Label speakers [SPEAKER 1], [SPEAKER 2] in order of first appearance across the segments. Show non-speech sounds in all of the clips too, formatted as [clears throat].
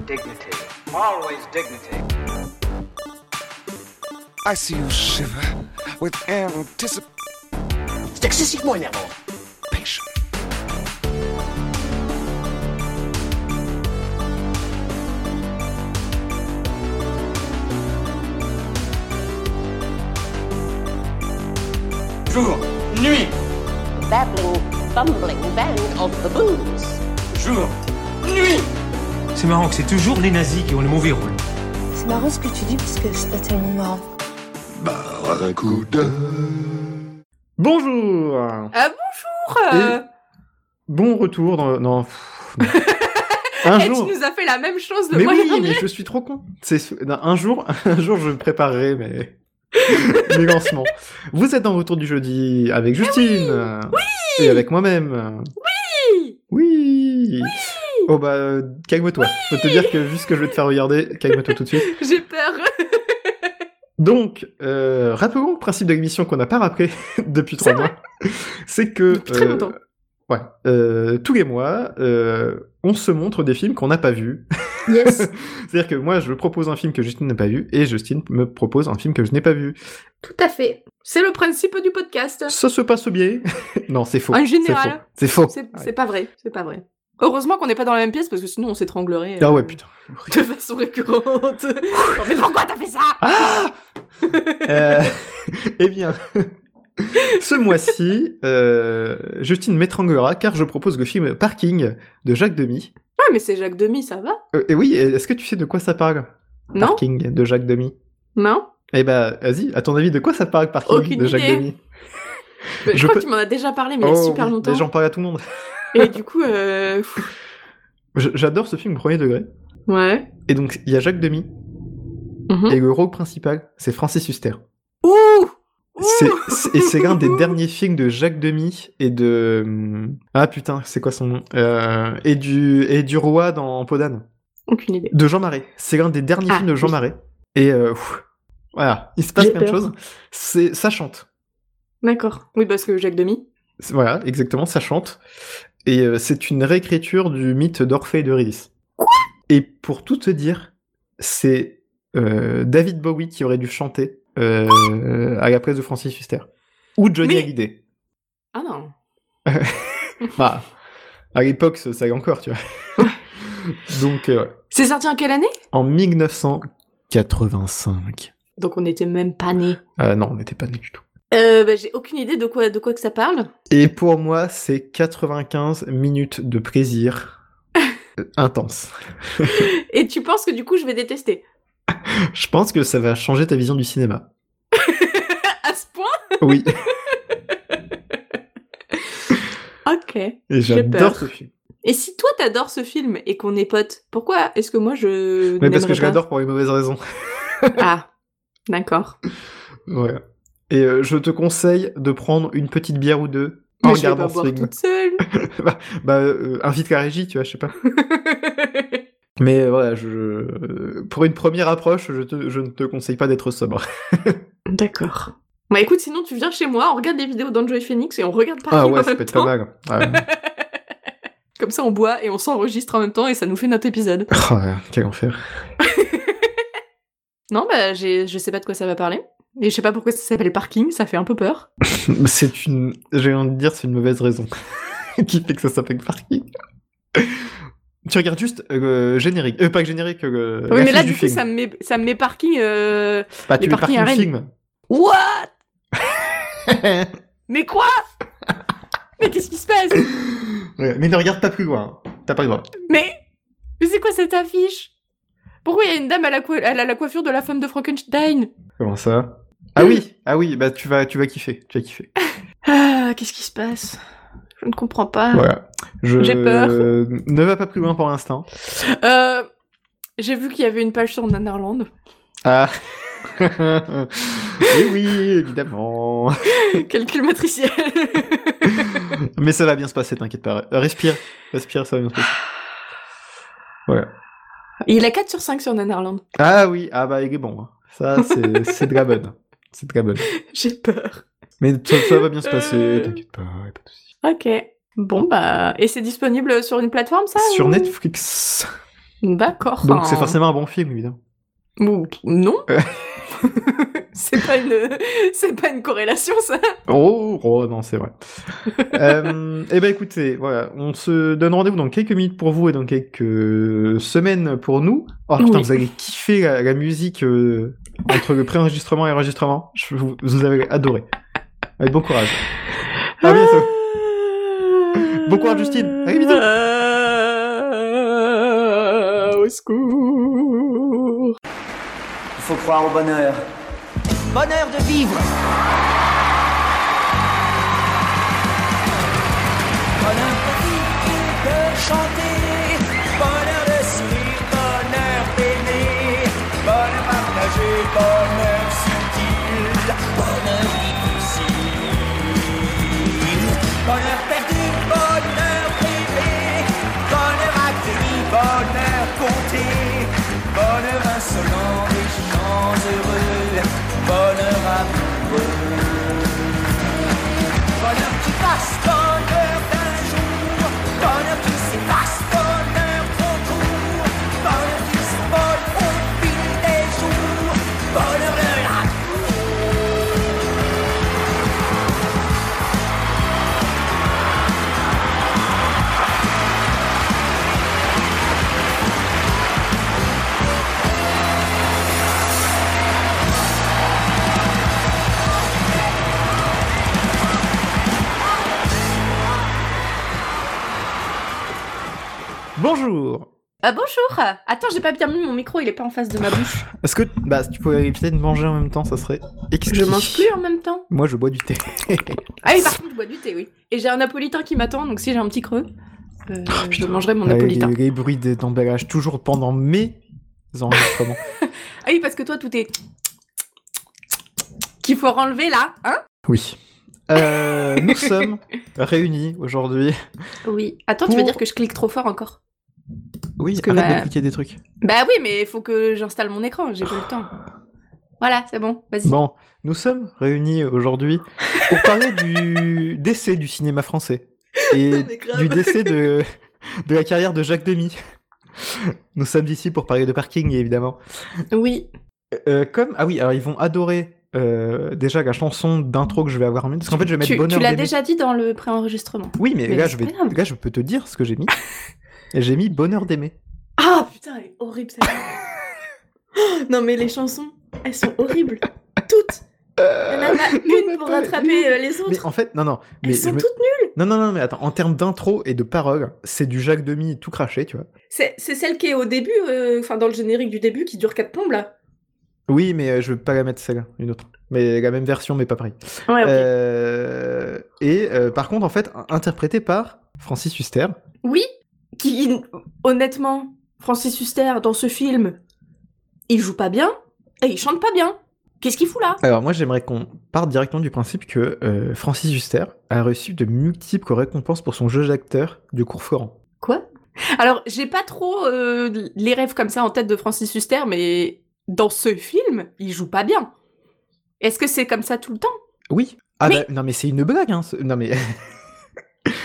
[SPEAKER 1] dignity. Always dignity.
[SPEAKER 2] I see you shiver with anticipation.
[SPEAKER 3] C'est excessivement énervant.
[SPEAKER 4] Jour, nuit,
[SPEAKER 5] babbling, bumbling band of baboons.
[SPEAKER 4] jour, nuit. C'est marrant que c'est toujours les nazis qui ont le mauvais rôle.
[SPEAKER 6] C'est marrant ce que tu dis parce que c'est pas tellement marrant.
[SPEAKER 7] Bonjour
[SPEAKER 8] Ah bonjour euh,
[SPEAKER 7] Bon retour dans... Non. pff, non.
[SPEAKER 8] [laughs]
[SPEAKER 7] Un
[SPEAKER 8] eh,
[SPEAKER 7] jour...
[SPEAKER 8] Tu nous as fait la même chose le
[SPEAKER 7] Mais
[SPEAKER 8] mois
[SPEAKER 7] oui,
[SPEAKER 8] dernier. [laughs]
[SPEAKER 7] mais je suis trop con. C'est non, un jour, [laughs] un jour je préparerai mes [laughs] mes lancements. Vous êtes en retour du jeudi
[SPEAKER 8] Eh
[SPEAKER 7] avec Justine et avec moi-même.
[SPEAKER 8] Oui
[SPEAKER 7] Oui. Oh bah euh, calme-toi. Faut te dire que vu ce que je vais te faire regarder, calme-toi tout de suite.
[SPEAKER 8] J'ai peur.
[SPEAKER 7] Donc, euh, rappelons le principe de l'émission qu'on n'a pas rappelé [laughs] depuis trois
[SPEAKER 8] C'est
[SPEAKER 7] mois. [laughs] C'est que
[SPEAKER 8] Depuis très longtemps.
[SPEAKER 7] Ouais, euh, tous les mois, euh, on se montre des films qu'on n'a pas vus. [laughs]
[SPEAKER 6] Yes,
[SPEAKER 7] C'est-à-dire que moi, je propose un film que Justine n'a pas vu et Justine me propose un film que je n'ai pas vu.
[SPEAKER 8] [laughs] Tout à fait. C'est le principe du podcast.
[SPEAKER 7] Ça se passe bien. [laughs] non, c'est faux.
[SPEAKER 8] En
[SPEAKER 7] C'est
[SPEAKER 8] général.
[SPEAKER 7] faux. C'est faux. Ah
[SPEAKER 8] C'est c'est pas vrai. C'est pas vrai. Heureusement qu'on n'est pas dans la même pièce parce que sinon on s'étranglerait.
[SPEAKER 7] Ah
[SPEAKER 8] euh,
[SPEAKER 7] ouais,
[SPEAKER 8] [laughs]
[SPEAKER 7] putain.
[SPEAKER 8] De
[SPEAKER 7] [laughs]
[SPEAKER 8] façon récurrente. Oh, mais pourquoi t'as fait ça
[SPEAKER 7] Ah. Euh, [laughs] eh bien, [laughs] ce mois-ci, euh, Justine m'étranglera car je propose le film Parking de Jacques Demy.
[SPEAKER 8] Ouais, Ah, mais c'est Jacques Demi, ça va
[SPEAKER 7] Euh, et oui, est-ce que tu sais de quoi ça parle
[SPEAKER 8] Non
[SPEAKER 7] Parking de Jacques Demy.
[SPEAKER 8] Non
[SPEAKER 7] Eh ben, vas-y, à ton avis, de quoi ça parle Parking
[SPEAKER 8] Aucune
[SPEAKER 7] de Jacques
[SPEAKER 8] idée.
[SPEAKER 7] Demy
[SPEAKER 8] Mais Je,
[SPEAKER 7] Je
[SPEAKER 8] crois
[SPEAKER 7] peux-
[SPEAKER 8] que tu m'en as déjà parlé, mais il y a
[SPEAKER 7] Oh,
[SPEAKER 8] super
[SPEAKER 7] oui,
[SPEAKER 8] longtemps.
[SPEAKER 7] mais J'en parle à tout le monde.
[SPEAKER 8] Et du coup, euh... pff,
[SPEAKER 7] J- J'adore ce film premier degré.
[SPEAKER 8] ouais.
[SPEAKER 7] Et donc, il y a Jacques Demy,
[SPEAKER 8] Mhm.
[SPEAKER 7] et le rôle principal, c'est Francis Huster.
[SPEAKER 8] Ouh Ouh
[SPEAKER 7] C'est- c'est- et c'est l'un
[SPEAKER 8] [laughs]
[SPEAKER 7] des derniers films de Jacques Demy et de hum, ah putain c'est quoi son nom Euh, et du et du roi dans Podane
[SPEAKER 8] Aucune idée.
[SPEAKER 7] de Jean Marais c'est l'un des derniers
[SPEAKER 8] Ah,
[SPEAKER 7] films de Jean
[SPEAKER 8] oui.
[SPEAKER 7] Marais et euh, ouf. voilà il se passe
[SPEAKER 8] J'ai
[SPEAKER 7] plein de
[SPEAKER 8] peur.
[SPEAKER 7] choses c'est ça chante
[SPEAKER 8] D'accord. Oui, parce que Jacques Demi.
[SPEAKER 7] C'est- voilà exactement ça chante et euh, c'est une réécriture du mythe d'Orphée et d'Eurydice et pour tout te dire c'est euh, David Bowie qui aurait dû chanter euh, à la place de Francis Huster ou Johnny
[SPEAKER 8] Mais-
[SPEAKER 7] Hallyday
[SPEAKER 8] Ah non.
[SPEAKER 7] Bah, à l'époque, ça ça allait encore, tu vois. Donc, euh, ouais.
[SPEAKER 8] C'est sorti en quelle année
[SPEAKER 7] en 1985.
[SPEAKER 8] Donc on n'était même pas nés.
[SPEAKER 7] Euh, non, on n'était pas nés du tout.
[SPEAKER 8] Euh, bah, j'ai aucune idée de quoi, de quoi que ça parle.
[SPEAKER 7] Et pour moi, c'est 95 minutes de plaisir euh, intense.
[SPEAKER 8] Et tu penses que du coup je vais détester
[SPEAKER 7] Je pense que ça va changer ta vision du cinéma.
[SPEAKER 8] À ce point
[SPEAKER 7] Oui,
[SPEAKER 8] Ok.
[SPEAKER 7] et j'adore
[SPEAKER 8] peur.
[SPEAKER 7] ce film.
[SPEAKER 8] Et si toi t'adores ce film et qu'on est potes, pourquoi est-ce que moi je
[SPEAKER 7] Mais parce que
[SPEAKER 8] n'aimerais
[SPEAKER 7] je
[SPEAKER 8] pas
[SPEAKER 7] l'adore pour les mauvaises raisons.
[SPEAKER 8] Ah, d'accord.
[SPEAKER 7] [laughs] Ouais. Et euh, je te conseille de prendre une petite bière ou deux en
[SPEAKER 8] Mais je vais
[SPEAKER 7] regardant
[SPEAKER 8] pas
[SPEAKER 7] ce
[SPEAKER 8] boire
[SPEAKER 7] film.
[SPEAKER 8] toute seule.
[SPEAKER 7] Bah, euh, invite la régie, tu vois, je sais pas. Mais euh, voilà, je, euh, pour une première approche, je, te- je ne te conseille pas d'être
[SPEAKER 8] [laughs]
[SPEAKER 7] sobre.
[SPEAKER 8] [laughs] d'accord. Bah écoute, sinon tu viens chez moi, on regarde des vidéos d'Enjoy Phoenix et on regarde par
[SPEAKER 7] Ah
[SPEAKER 8] en
[SPEAKER 7] ouais, ça
[SPEAKER 8] même
[SPEAKER 7] peut être
[SPEAKER 8] temps.
[SPEAKER 7] pas mal. Ah ouais.
[SPEAKER 8] [laughs] Comme ça on boit et on s'enregistre en même temps et ça nous fait notre épisode.
[SPEAKER 7] Oh, ouais, quel enfer. [laughs]
[SPEAKER 8] Non, bah j'ai- je sais pas de quoi ça va parler. Et je sais pas pourquoi ça s'appelle parking, ça fait un peu peur.
[SPEAKER 7] C'est une, j'ai envie de dire, c'est une mauvaise raison [laughs] qui fait que ça s'appelle parking. tu regardes juste euh, le générique, euh, pas le générique, euh,
[SPEAKER 8] Oui, mais
[SPEAKER 7] l'affiche
[SPEAKER 8] là
[SPEAKER 7] du
[SPEAKER 8] du coup
[SPEAKER 7] film.
[SPEAKER 8] ça me met, ça me met parking. Euh...
[SPEAKER 7] Bah, tu
[SPEAKER 8] les
[SPEAKER 7] le
[SPEAKER 8] parkings
[SPEAKER 7] parking
[SPEAKER 8] à
[SPEAKER 7] film.
[SPEAKER 8] What
[SPEAKER 7] [laughs]
[SPEAKER 8] Mais [laughs] quoi Mais qu'est-ce qui se passe
[SPEAKER 7] Ouais, mais ne regarde pas plus loin. hein. T'as pas le droit.
[SPEAKER 8] Mais, mais c'est quoi cette affiche Pourquoi il y a une dame à la, coi- à la- la coiffure de la femme de Frankenstein
[SPEAKER 7] Comment ça Ah oui, ah oui, bah tu vas, tu vas kiffer, tu vas kiffer.
[SPEAKER 8] Ah, qu'est-ce qui se passe Je ne comprends pas.
[SPEAKER 7] Voilà. Je-
[SPEAKER 8] Ah.
[SPEAKER 7] [laughs]
[SPEAKER 8] J'ai peur.
[SPEAKER 7] Ne va pas plus loin pour l'instant.
[SPEAKER 8] Euh, j'ai vu qu'il y avait une page sur [laughs] Nanarland.
[SPEAKER 7] Ah. [laughs] Et oui, évidemment. [laughs]
[SPEAKER 8] Calcul matriciel.
[SPEAKER 7] Mais ça va bien se passer, t'inquiète pas. Euh, Respire, respire, ça va bien se passer.
[SPEAKER 8] [laughs] il a 4 sur 5 sur Nanarland.
[SPEAKER 7] Ah oui, ah bah il est bon. hein. Ça, c'est [laughs] c'est de la bonne. C'est de la bonne.
[SPEAKER 8] J'ai peur.
[SPEAKER 7] Mais ça, ça va bien se passer,
[SPEAKER 8] Euh.
[SPEAKER 7] t'inquiète pas, y a pas de souci.
[SPEAKER 8] Ok. Bon, bah. Et c'est disponible sur une plateforme, ça
[SPEAKER 7] Sur
[SPEAKER 8] ou-
[SPEAKER 7] Netflix.
[SPEAKER 8] D'accord.
[SPEAKER 7] Donc c'est
[SPEAKER 8] Enfin,
[SPEAKER 7] forcément un bon film, évidemment.
[SPEAKER 8] ou- Non.
[SPEAKER 7] Euh.
[SPEAKER 8] [laughs] c'est pas une, [laughs] c'est pas une corrélation ça.
[SPEAKER 7] Oh, oh, non, c'est vrai.
[SPEAKER 8] [laughs]
[SPEAKER 7] euh, eh ben écoutez, voilà, on se donne rendez-vous dans quelques minutes pour vous et dans quelques euh, semaines pour nous. Oh putain,
[SPEAKER 8] Oui.
[SPEAKER 7] vous allez kiffer la, la musique euh, entre le pré-enregistrement et l'enregistrement. Je vous, vous avez adoré. Allez, bon courage. Ah oui, ça- Bon courage, Justine. Allez, bisous.
[SPEAKER 8] Ah, Au secours.
[SPEAKER 3] Il faut croire au bonheur. Bonheur de vivre Bonheur de vivre, de chanter Bonheur de sourire, bonheur d'aimer Bonheur partagé, bonheur subtil Bonheur difficile Bonheur perdu, bonheur privé Bonheur acquis, bonheur compté Bonheur insolent des gens heureux Bonheur amoureux Bonheur qui passe, bonheur d'un jour Bonheur qui s'efface, bonheur trop court Bonheur qui s'envole au fil des jours Bonheur de la
[SPEAKER 7] Bonjour.
[SPEAKER 8] Ah, bonjour. Attends, j'ai pas bien mis mon micro, il est pas en face de ma bouche.
[SPEAKER 7] Est-ce que bah si tu pouvais éviter de manger en même temps, ça serait exquis.
[SPEAKER 8] Je [laughs] mange plus hein. en même temps.
[SPEAKER 7] Moi, je bois du thé.
[SPEAKER 8] Ah oui, par contre, je bois du thé, oui. Et j'ai un napolitain qui m'attend, donc si j'ai un petit creux, euh, je mangerai mon
[SPEAKER 7] Ouais,
[SPEAKER 8] napolitain.
[SPEAKER 7] les, les bruits des- d'emballage toujours pendant mes enregistrements.
[SPEAKER 8] Ah oui, parce que toi, tout est. qu'il faut renlever là, hein
[SPEAKER 7] oui. Euh, nous sommes [laughs] réunis aujourd'hui.
[SPEAKER 8] Oui. Attends, tu
[SPEAKER 7] Pour-
[SPEAKER 8] veux dire que je clique trop fort encore
[SPEAKER 7] Oui,
[SPEAKER 8] que
[SPEAKER 7] arrête
[SPEAKER 8] ma-
[SPEAKER 7] de cliquer des trucs.
[SPEAKER 8] Bah oui, mais il faut que j'installe mon écran, j'ai pas le temps. Voilà, c'est bon, vas-y.
[SPEAKER 7] Bon, nous sommes réunis aujourd'hui pour parler du décès du cinéma français et
[SPEAKER 8] mais grave.
[SPEAKER 7] du décès de, de la carrière de Jacques Demy. Nous sommes ici pour parler de parking, évidemment.
[SPEAKER 8] Oui.
[SPEAKER 7] Euh, comme ah oui, alors ils vont adorer euh, déjà la chanson d'intro que je vais avoir mis parce qu'en fait je vais mettre
[SPEAKER 8] Tu,
[SPEAKER 7] bonheur.
[SPEAKER 8] tu l'as
[SPEAKER 7] d'aimer.
[SPEAKER 8] déjà dit dans le préenregistrement.
[SPEAKER 7] Oui, mais,
[SPEAKER 8] Mais
[SPEAKER 7] là
[SPEAKER 8] c'est
[SPEAKER 7] je vais
[SPEAKER 8] pas grave.
[SPEAKER 7] là je peux te dire ce que j'ai mis. Et j'ai mis bonheur d'aimer.
[SPEAKER 8] Ah putain, elle est horrible celle-là. [laughs] non mais les chansons, elles sont
[SPEAKER 7] [laughs]
[SPEAKER 8] horribles. Toutes. Il y en a une pour rattraper euh, les
[SPEAKER 7] Mais
[SPEAKER 8] autres.
[SPEAKER 7] en fait non non mais
[SPEAKER 8] elles sont
[SPEAKER 7] je me-
[SPEAKER 8] toutes nulles.
[SPEAKER 7] non non non mais attends en termes d'intro et de paroles c'est du Jacques Demy tout craché tu vois.
[SPEAKER 8] C'est c'est celle qui est au début, euh, enfin dans le générique du début, qui dure 4 plombes là.
[SPEAKER 7] Oui, mais euh, je veux pas la mettre celle-là, une autre. Mais la même version, mais pas pareil.
[SPEAKER 8] Ouais, Ah, ok.
[SPEAKER 7] Euh, et euh, par contre, en fait, un- interprété par Francis Huster.
[SPEAKER 8] Oui, qui honnêtement, Francis Huster dans ce film, il joue pas bien et il chante pas bien. Qu'est-ce qu'il fout là
[SPEAKER 7] Alors moi, j'aimerais qu'on parte directement du principe que euh, Francis Huster a reçu de multiples récompenses pour son jeu d'acteur du cours Florent.
[SPEAKER 8] Quoi Alors, j'ai pas trop euh, les rêves comme ça en tête de Francis Huster, mais dans ce film, il joue pas bien. Est-ce que c'est comme ça tout le temps
[SPEAKER 7] Oui. Ah
[SPEAKER 8] Mais-
[SPEAKER 7] bah, non mais c'est une blague, hein. ce- Non mais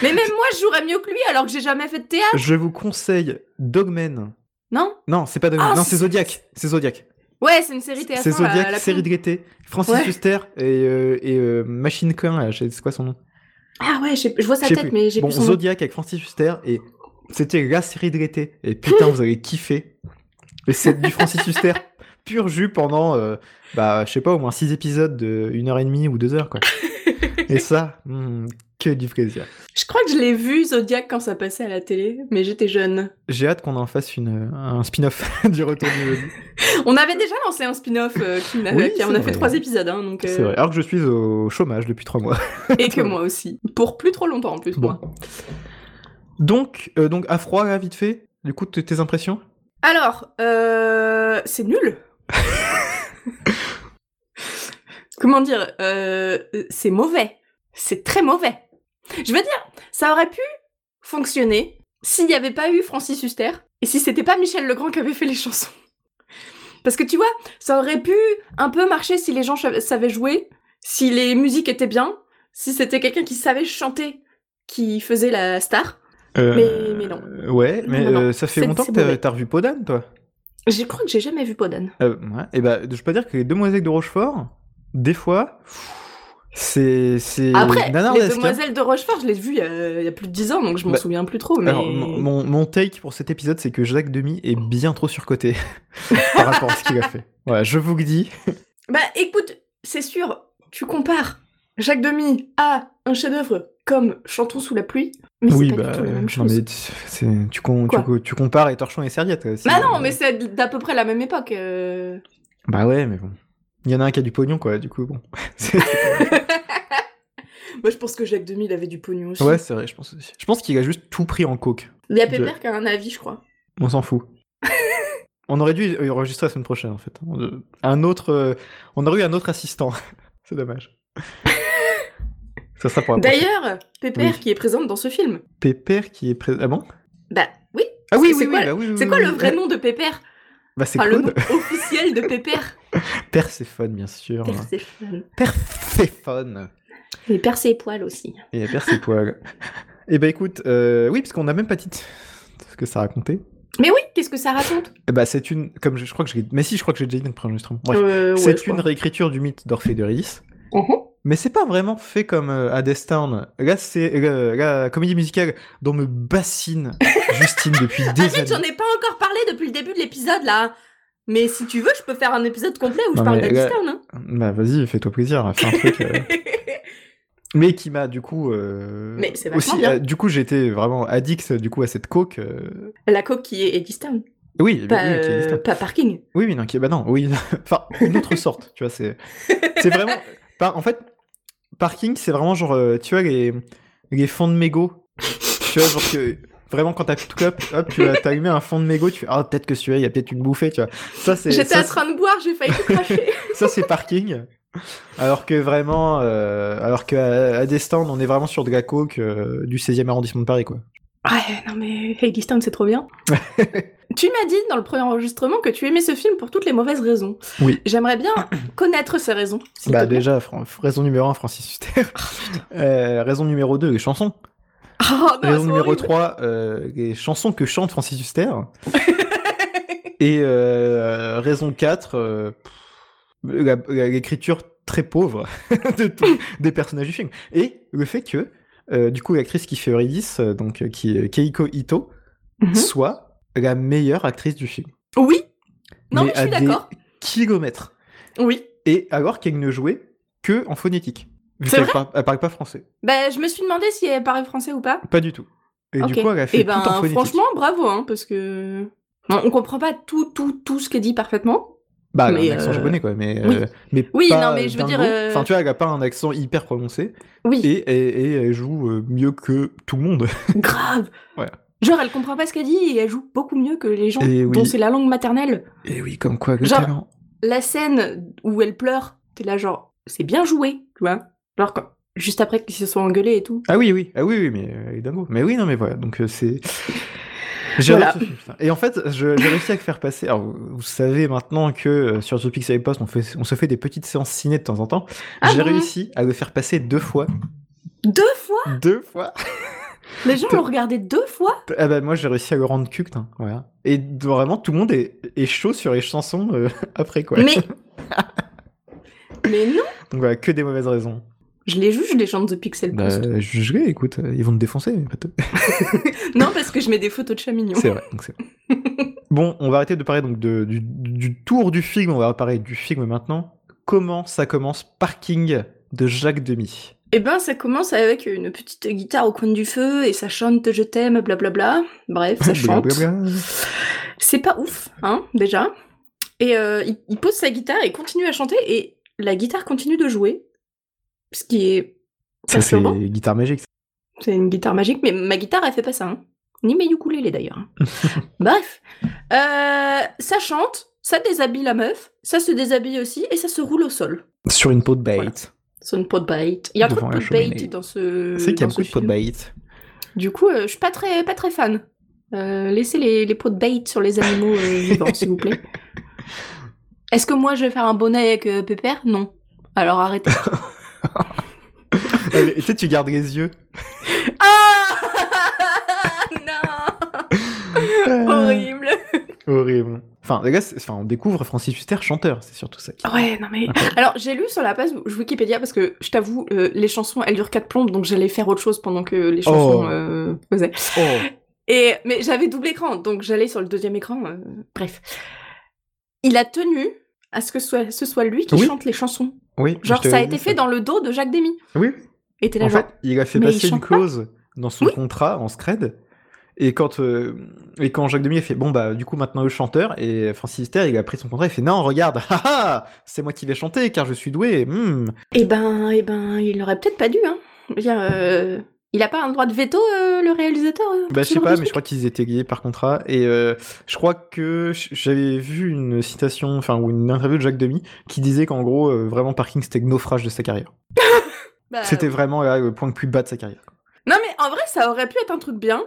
[SPEAKER 8] Mais même moi, je jouerais mieux que lui alors que j'ai jamais fait de
[SPEAKER 7] [laughs]
[SPEAKER 8] théâtre,
[SPEAKER 7] je vous conseille Dogman.
[SPEAKER 8] non
[SPEAKER 7] Non, c'est pas Dogman.
[SPEAKER 8] Ah,
[SPEAKER 7] non, c'est
[SPEAKER 8] c'est-
[SPEAKER 7] Zodiac. C'est Zodiac.
[SPEAKER 8] Ouais, c'est une série euh, théâtre.
[SPEAKER 7] C'est Zodiac, série de gaieté. Francis
[SPEAKER 8] Ouais.
[SPEAKER 7] Huster et, euh, et euh, Machine Gun, là, je sais- c'est quoi son nom
[SPEAKER 8] Ah ouais, j'ai- je vois sa
[SPEAKER 7] Je sais
[SPEAKER 8] tête,
[SPEAKER 7] plus.
[SPEAKER 8] mais j'ai
[SPEAKER 7] Bon,
[SPEAKER 8] plus son nom.
[SPEAKER 7] Zodiac avec Francis Huster, et c'était la série de l'été. Et putain, vous avez kiffé. Et c'est du Francis Huster [laughs] pur jus pendant, euh, bah, je sais pas, au moins 6 épisodes de 1h30 ou 2h,
[SPEAKER 8] [laughs]
[SPEAKER 7] quoi. et ça, hmm, que du plaisir.
[SPEAKER 8] Je crois que je l'ai vu Zodiac quand ça passait à la télé, mais j'étais jeune.
[SPEAKER 7] J'ai hâte qu'on en fasse une, un spin-off [laughs] du retour du jeudi.
[SPEAKER 8] On avait déjà lancé un spin-off euh, qui n'avait-
[SPEAKER 7] Oui,
[SPEAKER 8] qui- on
[SPEAKER 7] c'est
[SPEAKER 8] a
[SPEAKER 7] vrai.
[SPEAKER 8] fait trois épisodes, hein, donc euh,
[SPEAKER 7] C'est vrai. Alors que je suis au chômage depuis 3 mois.
[SPEAKER 8] et que moi aussi, pour plus trop longtemps en plus.
[SPEAKER 7] Bon.
[SPEAKER 8] moi.
[SPEAKER 7] Donc, euh, donc à froid, là, vite fait, du coup, t- tes impressions
[SPEAKER 8] Alors, euh, c'est nul. Comment dire euh, C'est mauvais. C'est très mauvais. Je veux dire, ça aurait pu fonctionner s'il n'y avait pas eu Francis Huster et si c'était pas Michel Legrand qui avait fait les chansons. Parce que tu vois, ça aurait pu un peu marcher si les gens cha- savaient jouer, si les musiques étaient bien, si c'était quelqu'un qui savait chanter qui faisait la star.
[SPEAKER 7] Euh,
[SPEAKER 8] Mais- mais non.
[SPEAKER 7] Ouais,
[SPEAKER 8] Non,
[SPEAKER 7] mais
[SPEAKER 8] non, non.
[SPEAKER 7] euh, ça fait
[SPEAKER 8] C'est-
[SPEAKER 7] longtemps
[SPEAKER 8] c'est
[SPEAKER 7] que t'as-
[SPEAKER 8] mauvais.
[SPEAKER 7] t'as revu Podane, toi
[SPEAKER 8] Je crois que j'ai jamais vu Podane.
[SPEAKER 7] Euh, ouais. Et bah, je peux dire que les demoiselles de Rochefort, des fois, c'est. c'est
[SPEAKER 8] Après, les
[SPEAKER 7] nanardesque, hein.
[SPEAKER 8] Demoiselles de Rochefort, je l'ai vu il y, a, il y a plus de 10 ans, donc je m'en
[SPEAKER 7] Bah,
[SPEAKER 8] souviens plus trop. Mais...
[SPEAKER 7] Alors, mon, mon- mon take pour cet épisode, c'est que Jacques Demy est bien trop surcoté [laughs] par rapport à ce qu'il a fait. Voilà, je vous le dis.
[SPEAKER 8] Bah écoute, c'est sûr, tu compares Jacques Demy à un chef-d'œuvre comme Chantons sous la pluie, mais c'est pas du tout la même
[SPEAKER 7] bah, non,
[SPEAKER 8] chose.
[SPEAKER 7] mais tu, c'est- tu, con- tu,
[SPEAKER 8] Quoi
[SPEAKER 7] co- tu compares Étorchon et Serviette. euh, c'est-
[SPEAKER 8] Bah non, mais c'est d'à peu près la même époque. euh.
[SPEAKER 7] Bah ouais, mais bon. Il y en a un qui a du pognon, quoi, du coup, bon. [laughs] C'est-
[SPEAKER 8] Moi, je pense que Jacques Demy, il avait du pognon aussi.
[SPEAKER 7] ouais, c'est vrai, je pense aussi. Je pense qu'il a juste tout pris en coke.
[SPEAKER 8] Il y a Pépère qui a un avis, je crois.
[SPEAKER 7] On s'en [laughs] fout. on aurait dû enregistrer la semaine prochaine, en fait. On- Un autre, euh, on aurait eu un autre assistant. [laughs] c'est dommage. Ça sera pour la prochaine.
[SPEAKER 8] D'ailleurs, Pépère
[SPEAKER 7] Oui.
[SPEAKER 8] qui est présente dans ce film.
[SPEAKER 7] Pépère qui est présent. Ah bon
[SPEAKER 8] Bah oui,
[SPEAKER 7] Ah
[SPEAKER 8] C'est- c'est quoi-
[SPEAKER 7] bah oui, oui,
[SPEAKER 8] c'est
[SPEAKER 7] oui,
[SPEAKER 8] quoi
[SPEAKER 7] oui.
[SPEAKER 8] le vrai
[SPEAKER 7] Ouais.
[SPEAKER 8] nom de Pépère
[SPEAKER 7] Bah c'est
[SPEAKER 8] Enfin, le nom
[SPEAKER 7] Claude.
[SPEAKER 8] officiel
[SPEAKER 7] [laughs]
[SPEAKER 8] de Pépère.
[SPEAKER 7] Perséphone, bien sûr.
[SPEAKER 8] Perséphone.
[SPEAKER 7] Perséphone.
[SPEAKER 8] Et Persépoil aussi.
[SPEAKER 7] Et Persépoil. Eh ben écoute, euh, oui, parce qu'on n'a même pas dit ce que ça racontait.
[SPEAKER 8] Mais oui, qu'est-ce que ça raconte
[SPEAKER 7] Eh ben c'est une, comme je, je crois que j'ai, mais si, je crois que j'ai déjà dit dans le premier enregistrement. Bref.
[SPEAKER 8] Euh, ouais,
[SPEAKER 7] c'est
[SPEAKER 8] je
[SPEAKER 7] une
[SPEAKER 8] crois.
[SPEAKER 7] réécriture du mythe d'Orphée et d'Eurydice.
[SPEAKER 8] Mhm.
[SPEAKER 7] Mais c'est pas vraiment fait comme euh, à Destown. Là, c'est euh, la comédie musicale dont me
[SPEAKER 8] [laughs]
[SPEAKER 7] bassine Justine depuis des
[SPEAKER 8] Arrête, Ah, j'en
[SPEAKER 7] années.
[SPEAKER 8] ai pas encore parlé depuis le début de l'épisode là. Mais si tu veux, je peux faire un épisode complet où
[SPEAKER 7] Non,
[SPEAKER 8] je parle
[SPEAKER 7] mais, euh,
[SPEAKER 8] d'Addistone. Hein.
[SPEAKER 7] Bah vas-y, fais-toi plaisir, fais un truc.
[SPEAKER 8] [laughs]
[SPEAKER 7] euh, mais qui m'a du coup euh,
[SPEAKER 8] Mais c'est vachement
[SPEAKER 7] aussi
[SPEAKER 8] bien.
[SPEAKER 7] euh, du coup j'étais vraiment addict du coup à cette coke euh,
[SPEAKER 8] La coque qui est Eddistown,
[SPEAKER 7] oui oui,
[SPEAKER 8] pas,
[SPEAKER 7] Eh ben oui, qui
[SPEAKER 8] euh,
[SPEAKER 7] existe.
[SPEAKER 8] pas parking.
[SPEAKER 7] oui oui non qui bah non oui [laughs] enfin une autre sorte tu vois c'est c'est
[SPEAKER 8] [laughs]
[SPEAKER 7] vraiment par- en fait parking c'est vraiment genre euh, tu vois les les fonds de mégots tu vois genre que vraiment quand t'as plus de clope hop tu vas t'allumer un fond de mégot tu fais ah peut-être que celui-là il y a peut-être une bouffée tu vois ça c'est
[SPEAKER 8] J'étais
[SPEAKER 7] ça,
[SPEAKER 8] en train de boire, j'ai failli tout
[SPEAKER 7] [laughs]
[SPEAKER 8] cracher.
[SPEAKER 7] ça c'est parking. Alors que vraiment, euh, alors qu'à à des stands, on est vraiment sur de la coke euh, du 16e arrondissement de Paris, quoi.
[SPEAKER 8] ouais, non mais Eddistown, c'est trop bien.
[SPEAKER 7] [laughs]
[SPEAKER 8] tu m'as dit dans le premier enregistrement que tu aimais ce film pour toutes les mauvaises raisons.
[SPEAKER 7] Oui.
[SPEAKER 8] J'aimerais bien [coughs] connaître ces raisons. s'il
[SPEAKER 7] Bah
[SPEAKER 8] te plaît.
[SPEAKER 7] déjà, Fran- raison numéro 1, Francis Huster. Euh, raison numéro 2, les chansons.
[SPEAKER 8] Oh, non, elles
[SPEAKER 7] raison
[SPEAKER 8] sont
[SPEAKER 7] numéro
[SPEAKER 8] horribles.
[SPEAKER 7] 3, euh, les chansons que chante Francis Huster. [laughs] Et euh, raison 4, euh, pff, la- la- l'écriture très pauvre [laughs] de tous- des personnages du film. Et le fait que, euh, du coup, l'actrice qui fait Eurydice, euh, donc euh, qui est Keiko Ito,
[SPEAKER 8] Mhm.
[SPEAKER 7] soit la meilleure actrice du film.
[SPEAKER 8] Oui. Non mais, je
[SPEAKER 7] à
[SPEAKER 8] suis d'accord.
[SPEAKER 7] des kilomètres.
[SPEAKER 8] Oui.
[SPEAKER 7] Et alors qu'elle ne jouait que en phonétique. Vu
[SPEAKER 8] C'est
[SPEAKER 7] qu'elle par- elle parle pas français.
[SPEAKER 8] Bah, je me suis demandé si elle parlait français ou pas.
[SPEAKER 7] Pas du tout. Et
[SPEAKER 8] Ok.
[SPEAKER 7] du coup, elle a fait
[SPEAKER 8] Eh ben,
[SPEAKER 7] tout en phonétique.
[SPEAKER 8] franchement, bravo, hein, parce que on, on comprend pas tout, tout, tout ce qu'elle dit parfaitement.
[SPEAKER 7] bah, elle a
[SPEAKER 8] mais,
[SPEAKER 7] un accent
[SPEAKER 8] euh,
[SPEAKER 7] japonais, quoi. Mais,
[SPEAKER 8] oui.
[SPEAKER 7] euh, mais
[SPEAKER 8] Oui,
[SPEAKER 7] pas
[SPEAKER 8] non, mais je veux dire,
[SPEAKER 7] dingo.
[SPEAKER 8] euh,
[SPEAKER 7] Enfin, tu vois, elle a pas un accent hyper prononcé.
[SPEAKER 8] Oui,
[SPEAKER 7] Et, et- et elle joue euh, mieux que tout le [laughs] monde.
[SPEAKER 8] [laughs] grave.
[SPEAKER 7] Ouais.
[SPEAKER 8] Genre, elle comprend pas ce qu'elle dit et elle joue beaucoup mieux que les gens
[SPEAKER 7] Et oui.
[SPEAKER 8] dont c'est la langue maternelle.
[SPEAKER 7] Et Eh oui, comme quoi, le
[SPEAKER 8] Genre-
[SPEAKER 7] talent.
[SPEAKER 8] La scène où elle pleure, t'es là genre, c'est bien joué, tu vois. Genre quand- juste après qu'ils se sont engueulés et tout.
[SPEAKER 7] Ah oui, oui, ah oui, oui, mais euh, elle est dingo. Mais oui, non, mais voilà, donc euh,
[SPEAKER 8] [laughs]
[SPEAKER 7] c'est. J'ai
[SPEAKER 8] Voilà.
[SPEAKER 7] adoré ce film, putain. Et en fait, je- j'ai réussi à le faire passer. Alors, vous, vous savez maintenant que euh, sur The Pixel Post, on, fait, on se fait des petites séances ciné de temps en temps.
[SPEAKER 8] Ah
[SPEAKER 7] j'ai
[SPEAKER 8] bon
[SPEAKER 7] réussi à le faire passer deux fois.
[SPEAKER 8] Deux fois,
[SPEAKER 7] Deux fois
[SPEAKER 8] les gens l'ont regardé deux fois.
[SPEAKER 7] Ah bah, moi, j'ai réussi à le rendre culte. hein, Voilà. Et vraiment, tout le monde est, est chaud sur les chansons euh, [laughs] après, quoi.
[SPEAKER 8] Mais mais non,
[SPEAKER 7] Donc voilà, que des mauvaises raisons.
[SPEAKER 8] je les juge les gens de The Pixel
[SPEAKER 7] Bah,
[SPEAKER 8] Post.
[SPEAKER 7] juge-les, écoute, euh, ils vont te défoncer. mais
[SPEAKER 8] [laughs]
[SPEAKER 7] pas te-
[SPEAKER 8] Non, parce que je mets des photos de chats mignons.
[SPEAKER 7] C'est vrai, donc c'est vrai.
[SPEAKER 8] [laughs]
[SPEAKER 7] bon, on va arrêter de parler donc de- du, du tour du film, on va parler du film maintenant. Comment ça commence Parking de Jacques Demy.
[SPEAKER 8] Eh ben, ça commence avec une petite guitare au coin du feu et ça chante Je t'aime, blablabla. Bref, ça
[SPEAKER 7] [laughs]
[SPEAKER 8] chante.
[SPEAKER 7] Blablabla.
[SPEAKER 8] C'est pas ouf, hein, déjà. Et euh, il, il pose sa guitare et continue à chanter et la guitare continue de jouer. Ce qui est
[SPEAKER 7] Ça c'est
[SPEAKER 8] perturbant.
[SPEAKER 7] guitare magique.
[SPEAKER 8] C'est une guitare magique, mais ma guitare, elle fait pas ça. hein. Ni mes ukulélés d'ailleurs. hein.
[SPEAKER 7] [laughs]
[SPEAKER 8] Bref. Euh, ça chante, ça déshabille la meuf, ça se déshabille aussi et ça se roule au sol.
[SPEAKER 7] Sur une peau de bait.
[SPEAKER 8] Voilà. C'est une peau de bite. Il y a un truc
[SPEAKER 7] Devant
[SPEAKER 8] de
[SPEAKER 7] la
[SPEAKER 8] peau de bite
[SPEAKER 7] cheminée.
[SPEAKER 8] dans ce.
[SPEAKER 7] C'est qu'il y a
[SPEAKER 8] Euh, dans
[SPEAKER 7] beaucoup
[SPEAKER 8] ce
[SPEAKER 7] de peau de
[SPEAKER 8] film.
[SPEAKER 7] bait. [laughs]
[SPEAKER 8] Du coup, euh, je suis pas très, pas très fan. Euh, laissez les, les pots de bait sur les animaux euh, vivants, s'il vous plaît. Est-ce que moi je vais faire un bonnet avec euh, Pépère Non. Alors arrêtez. [laughs]
[SPEAKER 7] Et tu sais, tu gardes les yeux.
[SPEAKER 8] Ah
[SPEAKER 7] Horrible. Enfin, les gars, c'est- enfin, on découvre Francis Huster chanteur, c'est surtout ça. qui-
[SPEAKER 8] Ouais, non mais.
[SPEAKER 7] Incroyable.
[SPEAKER 8] Alors, j'ai lu sur la page Wikipédia parce que je t'avoue, euh, les chansons elles durent quatre plombes donc j'allais faire autre chose pendant que les chansons
[SPEAKER 7] Oh.
[SPEAKER 8] euh, faisaient.
[SPEAKER 7] Oh.
[SPEAKER 8] Et, mais j'avais double écran donc j'allais sur le deuxième écran. euh, bref. Il a tenu à ce que ce soit, ce soit lui qui
[SPEAKER 7] Oui.
[SPEAKER 8] chante les chansons.
[SPEAKER 7] Oui.
[SPEAKER 8] Genre,
[SPEAKER 7] je t'avais
[SPEAKER 8] ça a
[SPEAKER 7] dit
[SPEAKER 8] été fait dans le dos de Jacques Demy.
[SPEAKER 7] Oui.
[SPEAKER 8] Et t'es là,
[SPEAKER 7] En
[SPEAKER 8] genre.
[SPEAKER 7] fait, il a fait
[SPEAKER 8] Mais il
[SPEAKER 7] passer une
[SPEAKER 8] chante pas
[SPEAKER 7] clause dans son
[SPEAKER 8] Oui.
[SPEAKER 7] contrat en scred. Et quand, euh, et quand Jacques Demy a fait bon bah du coup maintenant le chanteur et Francis Huster il a pris son contrat il fait non regarde [laughs] ah, ah, c'est moi qui vais chanter car je suis doué hmm.
[SPEAKER 8] Eh ben, eh ben, il aurait peut-être pas dû, hein. Je veux dire, euh, il a pas un droit de veto, euh, le réalisateur euh,
[SPEAKER 7] Bah, je
[SPEAKER 8] sur
[SPEAKER 7] sais
[SPEAKER 8] le
[SPEAKER 7] pas, mais
[SPEAKER 8] truc
[SPEAKER 7] je crois qu'ils étaient liés par contrat. Et euh, je crois que j- j'avais vu une citation, enfin, ou une interview de Jacques Demy qui disait qu'en gros, euh, vraiment, Parking, c'était le naufrage de sa carrière.
[SPEAKER 8] Bah,
[SPEAKER 7] C'était vraiment là, le point le plus bas de sa carrière. quoi.
[SPEAKER 8] Non, mais en vrai, ça aurait pu être un truc bien.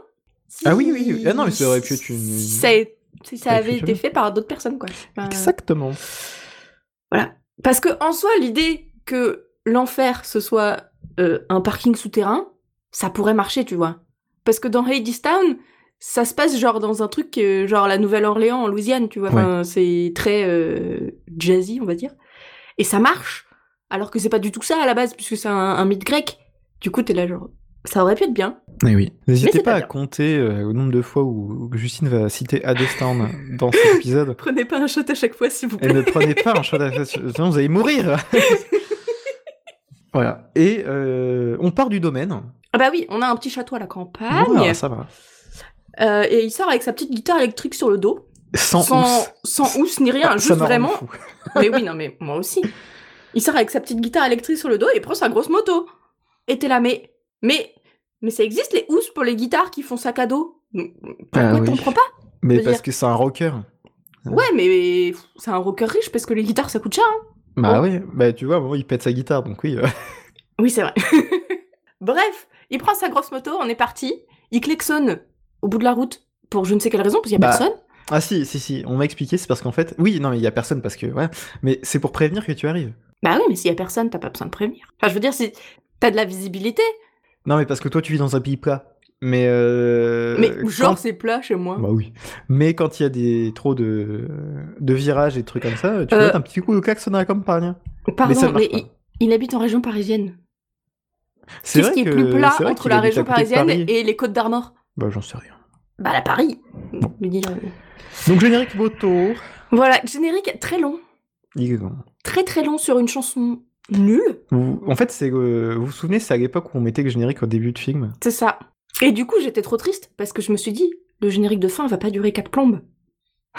[SPEAKER 8] si-
[SPEAKER 7] Ah oui, oui, oui. Ah non, mais ça aurait pu être une-
[SPEAKER 8] si Ça, est- si ça
[SPEAKER 7] Ça aurait pu
[SPEAKER 8] avait
[SPEAKER 7] être
[SPEAKER 8] été
[SPEAKER 7] une-
[SPEAKER 8] fait par d'autres personnes, quoi. Enfin,
[SPEAKER 7] Exactement.
[SPEAKER 8] Parce que, en soi, l'idée que l'enfer, ce soit euh, un parking souterrain, ça pourrait marcher, tu vois. Parce que dans Hadestown, ça se passe genre dans un truc, euh, genre la Nouvelle-Orléans, en Louisiane, tu vois. Enfin, C'est très euh, jazzy, on va dire. Et ça marche. Alors que c'est pas du tout ça à la base, puisque c'est un, un mythe grec. Du coup, t'es là, genre. Ça aurait pu être bien.
[SPEAKER 7] Et Eh oui.
[SPEAKER 8] Mais
[SPEAKER 7] N'hésitez
[SPEAKER 8] c'est
[SPEAKER 7] pas,
[SPEAKER 8] pas
[SPEAKER 7] à
[SPEAKER 8] bien.
[SPEAKER 7] compter euh, au nombre de fois où où Justine va citer Adestan dans cet épisode.
[SPEAKER 8] Prenez pas un shot à chaque fois, s'il vous
[SPEAKER 7] Et
[SPEAKER 8] plaît.
[SPEAKER 7] ne prenez pas un shot à face, sinon vous allez
[SPEAKER 8] [laughs]
[SPEAKER 7] mourir. voilà. Et euh, on part du domaine.
[SPEAKER 8] Ah bah oui, on a un petit château à la campagne.
[SPEAKER 7] Voilà, ça va.
[SPEAKER 8] Euh, et il sort avec sa petite guitare électrique sur le dos.
[SPEAKER 7] Sans,
[SPEAKER 8] sans,
[SPEAKER 7] housse. Ah,
[SPEAKER 8] sans housse ni rien,
[SPEAKER 7] Ça
[SPEAKER 8] juste
[SPEAKER 7] m'a rendu
[SPEAKER 8] vraiment.
[SPEAKER 7] fou.
[SPEAKER 8] Mais oui, non, mais moi aussi. Il sort avec sa petite guitare électrique sur le dos et il prend sa grosse moto. Et t'es là, mais. Mais. Mais ça existe les housses pour les guitares qui font sac à dos Donc, Pourquoi
[SPEAKER 7] Ah oui.
[SPEAKER 8] t'en prends pas
[SPEAKER 7] Mais
[SPEAKER 8] veux
[SPEAKER 7] parce
[SPEAKER 8] dire-
[SPEAKER 7] que c'est un rocker.
[SPEAKER 8] Ouais, mais c'est un rocker riche parce que les guitares ça coûte cher. hein.
[SPEAKER 7] Bah oui, bah tu vois, au moment où il pète sa guitare, donc oui. euh.
[SPEAKER 8] Oui, c'est vrai. [laughs] Bref, il prend sa grosse moto, on est parti. Il klaxonne au bout de la route pour je ne sais quelle raison, parce qu'il y a
[SPEAKER 7] Bah,
[SPEAKER 8] personne.
[SPEAKER 7] Ah si, si, si, on m'a expliqué, c'est parce qu'en fait, oui, non, mais il y a personne parce que, ouais, mais c'est pour prévenir que tu arrives.
[SPEAKER 8] Bah oui, mais s'il y a personne, t'as pas besoin de prévenir. Enfin, je veux dire, si t'as de la visibilité,
[SPEAKER 7] Non, mais parce que toi, tu vis dans un pays plat. Mais euh,
[SPEAKER 8] mais
[SPEAKER 7] quand-
[SPEAKER 8] genre c'est plat chez moi.
[SPEAKER 7] Bah oui. Mais quand il y a des trop de, de virages et de trucs comme ça, tu
[SPEAKER 8] Euh.
[SPEAKER 7] mets un petit coup de klaxon à la campagne.
[SPEAKER 8] Pardon,
[SPEAKER 7] mais ça marche
[SPEAKER 8] mais, il,
[SPEAKER 7] pas.
[SPEAKER 8] il habite en région parisienne.
[SPEAKER 7] C'est
[SPEAKER 8] Qu'est-ce
[SPEAKER 7] vrai
[SPEAKER 8] qui est
[SPEAKER 7] que-
[SPEAKER 8] plus plat
[SPEAKER 7] c'est vrai
[SPEAKER 8] entre
[SPEAKER 7] qu'il
[SPEAKER 8] la
[SPEAKER 7] habite à
[SPEAKER 8] région
[SPEAKER 7] côté de Paris.
[SPEAKER 8] parisienne et les Côtes d'Armor
[SPEAKER 7] Bah j'en sais rien.
[SPEAKER 8] Bah la Paris. Je veux dire, euh.
[SPEAKER 7] Donc générique moto.
[SPEAKER 8] Voilà, générique très long,
[SPEAKER 7] Il est grand.
[SPEAKER 8] très très long sur une chanson nulle.
[SPEAKER 7] Vous- en fait, c'est euh, vous vous souvenez, c'est à l'époque où on mettait le générique au début de film.
[SPEAKER 8] C'est ça. Et du coup, j'étais trop triste parce que je me suis dit, le générique de fin va pas durer quatre plombes.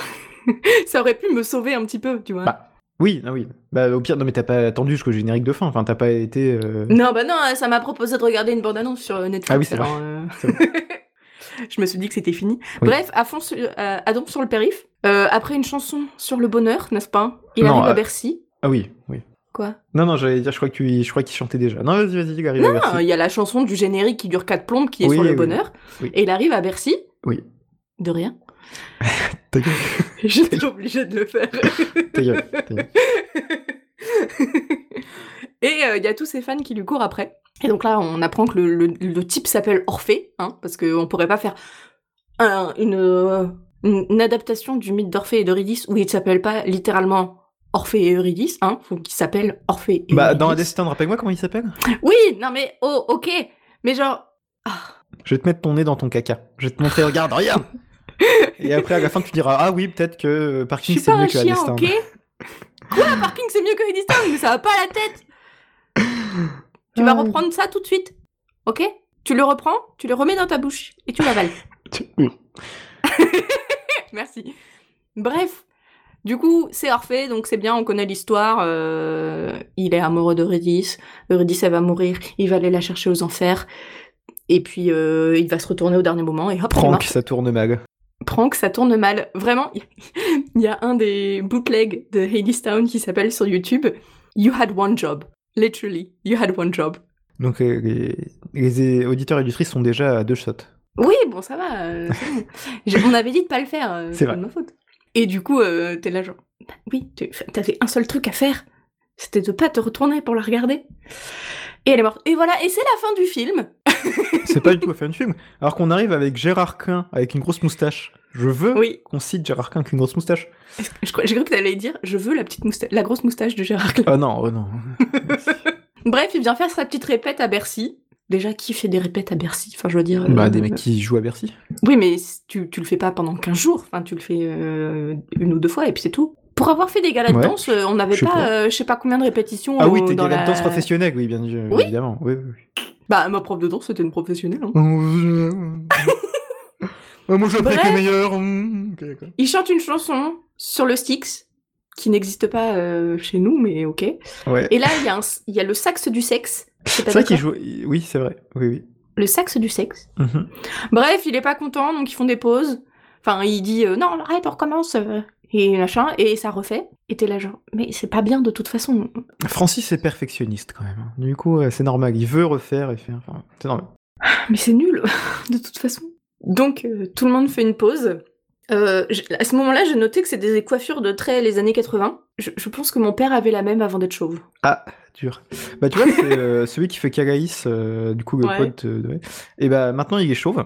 [SPEAKER 8] [laughs] ça aurait pu me sauver un petit peu, tu vois.
[SPEAKER 7] Bah, Oui, ah oui. Bah, au pire, non, mais t'as pas attendu jusqu'au générique de fin. Enfin, t'as pas été. euh,
[SPEAKER 8] Non, bah non, ça m'a proposé de regarder une bande-annonce sur Netflix.
[SPEAKER 7] Ah oui, c'est
[SPEAKER 8] alors,
[SPEAKER 7] vrai.
[SPEAKER 8] euh,
[SPEAKER 7] C'est
[SPEAKER 8] [laughs] Je me suis dit que c'était fini.
[SPEAKER 7] Oui.
[SPEAKER 8] Bref, à fond, sur, euh, à Dompe sur le périph. Euh, après une chanson sur le bonheur, n'est-ce pas Il
[SPEAKER 7] Non,
[SPEAKER 8] arrive
[SPEAKER 7] euh,
[SPEAKER 8] à Bercy.
[SPEAKER 7] Ah oui, oui.
[SPEAKER 8] Quoi
[SPEAKER 7] Non, non, j'allais dire, je crois que tu, je crois qu'il chantait déjà. Non, vas-y, vas-y, arrive à
[SPEAKER 8] Non,
[SPEAKER 7] Bercy.
[SPEAKER 8] Euh, il y a la chanson du générique qui dure quatre plombes qui est
[SPEAKER 7] Oui,
[SPEAKER 8] sur le
[SPEAKER 7] oui,
[SPEAKER 8] bonheur.
[SPEAKER 7] oui.
[SPEAKER 8] Et il arrive à Bercy.
[SPEAKER 7] Oui.
[SPEAKER 8] De rien.
[SPEAKER 7] [laughs] Ta gueule,
[SPEAKER 8] [laughs] J'étais obligée de le faire.
[SPEAKER 7] [laughs] ta gueule, ta
[SPEAKER 8] [laughs]
[SPEAKER 7] gueule.
[SPEAKER 8] Et euh, il y a tous ses fans qui lui courent après. Et donc là, on apprend que le, le- le type s'appelle Orphée, hein, parce qu'on pourrait pas faire un- une, euh, une, une adaptation du mythe d'Orphée et d'Eurydice où il ne s'appelle pas littéralement Orphée et Eurydice, hein, faut qu'il s'appelle Orphée et
[SPEAKER 7] Bah, dans
[SPEAKER 8] Eurydice.
[SPEAKER 7] Adestin, rappelle-moi comment il s'appelle
[SPEAKER 8] Oui, non mais, oh, ok, mais genre... ah,
[SPEAKER 7] Je vais te mettre ton nez dans ton caca. Je vais te montrer, regarde, regarde Et après, à la fin, tu diras, ah oui, peut-être que euh,
[SPEAKER 8] je
[SPEAKER 7] Parking,
[SPEAKER 8] suis
[SPEAKER 7] c'est
[SPEAKER 8] pas
[SPEAKER 7] mieux
[SPEAKER 8] un
[SPEAKER 7] que
[SPEAKER 8] chien,
[SPEAKER 7] Adestin.
[SPEAKER 8] ok Quoi, Parking c'est mieux que Eurydice, mais ça va pas à la tête Tu
[SPEAKER 7] Ah.
[SPEAKER 8] vas reprendre ça tout de suite, ok Tu le reprends, tu le remets dans ta bouche et
[SPEAKER 7] [laughs]
[SPEAKER 8] tu l'avales. [laughs] Merci. Bref, du coup, c'est Orphée, donc c'est bien, on connaît l'histoire. euh, il est amoureux d'Eurydice. Eurydice, elle va mourir. Il va aller la chercher aux enfers. Et puis, euh, il va se retourner au dernier moment et hop, elle est
[SPEAKER 7] Prank,
[SPEAKER 8] morte.
[SPEAKER 7] ça tourne mal.
[SPEAKER 8] Prank, ça tourne mal. Vraiment, il y a [laughs] un des bootlegs de Hadestown qui s'appelle sur YouTube You Had One Job. Literally, You Had One Job.
[SPEAKER 7] Donc, euh, les, les auditeurs et auditrices sont déjà à deux shots.
[SPEAKER 8] Oui, bon, ça va. euh,
[SPEAKER 7] [laughs]
[SPEAKER 8] c'est bon. J'ai- On avait dit de pas le faire. euh,
[SPEAKER 7] C'est
[SPEAKER 8] c'est
[SPEAKER 7] vrai.
[SPEAKER 8] pas de ma faute. Et du coup, euh, t'es là genre, bah oui, tu- t'avais un seul truc à faire, c'était de pas te retourner pour la regarder. Et elle est morte. Et voilà, et c'est la fin du film.
[SPEAKER 7] C'est pas du tout la fin du film. Alors qu'on arrive avec Gérard Quin avec une grosse moustache. Je veux
[SPEAKER 8] Oui.
[SPEAKER 7] qu'on cite Gérard Quin avec une grosse moustache.
[SPEAKER 8] Je crois- J'ai cru que t'allais dire, je veux la petite moustache, la grosse moustache de Gérard Klein.
[SPEAKER 7] Ah non, oh non.
[SPEAKER 8] Bref, il vient faire sa petite répète à Bercy. Déjà, qui fait des répètes à Bercy Enfin, je veux dire. euh,
[SPEAKER 7] Bah, des mecs qui jouent à Bercy.
[SPEAKER 8] Oui, mais c- tu, tu le fais pas pendant 15 jours. Enfin, tu le fais euh, une ou deux fois et puis c'est tout. Pour avoir fait des galas de
[SPEAKER 7] Ouais.
[SPEAKER 8] danse, euh, on n'avait
[SPEAKER 7] Je sais
[SPEAKER 8] pas,
[SPEAKER 7] pas.
[SPEAKER 8] euh, je sais pas combien de répétitions.
[SPEAKER 7] Ah oui,
[SPEAKER 8] euh,
[SPEAKER 7] t'es
[SPEAKER 8] dans
[SPEAKER 7] dans la
[SPEAKER 8] la-
[SPEAKER 7] danse professionnelle, oui, bien euh,
[SPEAKER 8] Oui.
[SPEAKER 7] évidemment. Oui,
[SPEAKER 8] [laughs]
[SPEAKER 7] oui.
[SPEAKER 8] Bah, ma prof de danse, c'était une professionnelle. hein.
[SPEAKER 7] oui. Ah, Moi, je suis
[SPEAKER 8] Bref.
[SPEAKER 7] les meilleurs. Mm, ok, d'accord.
[SPEAKER 8] Il chante une chanson sur le Styx, qui n'existe pas euh, chez nous, mais ok.
[SPEAKER 7] Ouais.
[SPEAKER 8] Et là, il y, a un s- il y a le sax du sexe. C'est
[SPEAKER 7] C'est vrai qu'il joue. Oui, c'est vrai. Oui, oui.
[SPEAKER 8] Le sax du sexe.
[SPEAKER 7] Mhm.
[SPEAKER 8] Bref, il est pas content, donc ils font des pauses. Enfin, il dit euh, non, arrête, on recommence. euh, Et machin, et ça refait. Et t'es là, genre, mais c'est pas bien de toute façon. [laughs]
[SPEAKER 7] Francis est perfectionniste quand même. Du coup, euh, c'est normal. Il veut refaire et faire. Enfin, c'est normal.
[SPEAKER 8] Mais c'est nul, [laughs] de toute façon. Donc, euh, tout le monde fait une pause. Euh, je- à ce moment-là, j'ai noté que c'est des coiffures de traits les années 80. Je, je pense que mon père avait la même avant d'être chauve.
[SPEAKER 7] Ah, dur. Bah, tu
[SPEAKER 8] [laughs]
[SPEAKER 7] vois, c'est euh, celui qui fait Kagaïs, euh, du coup, le
[SPEAKER 8] Ouais.
[SPEAKER 7] pote. euh, ouais. Et bah, maintenant, il est chauve,
[SPEAKER 8] Ah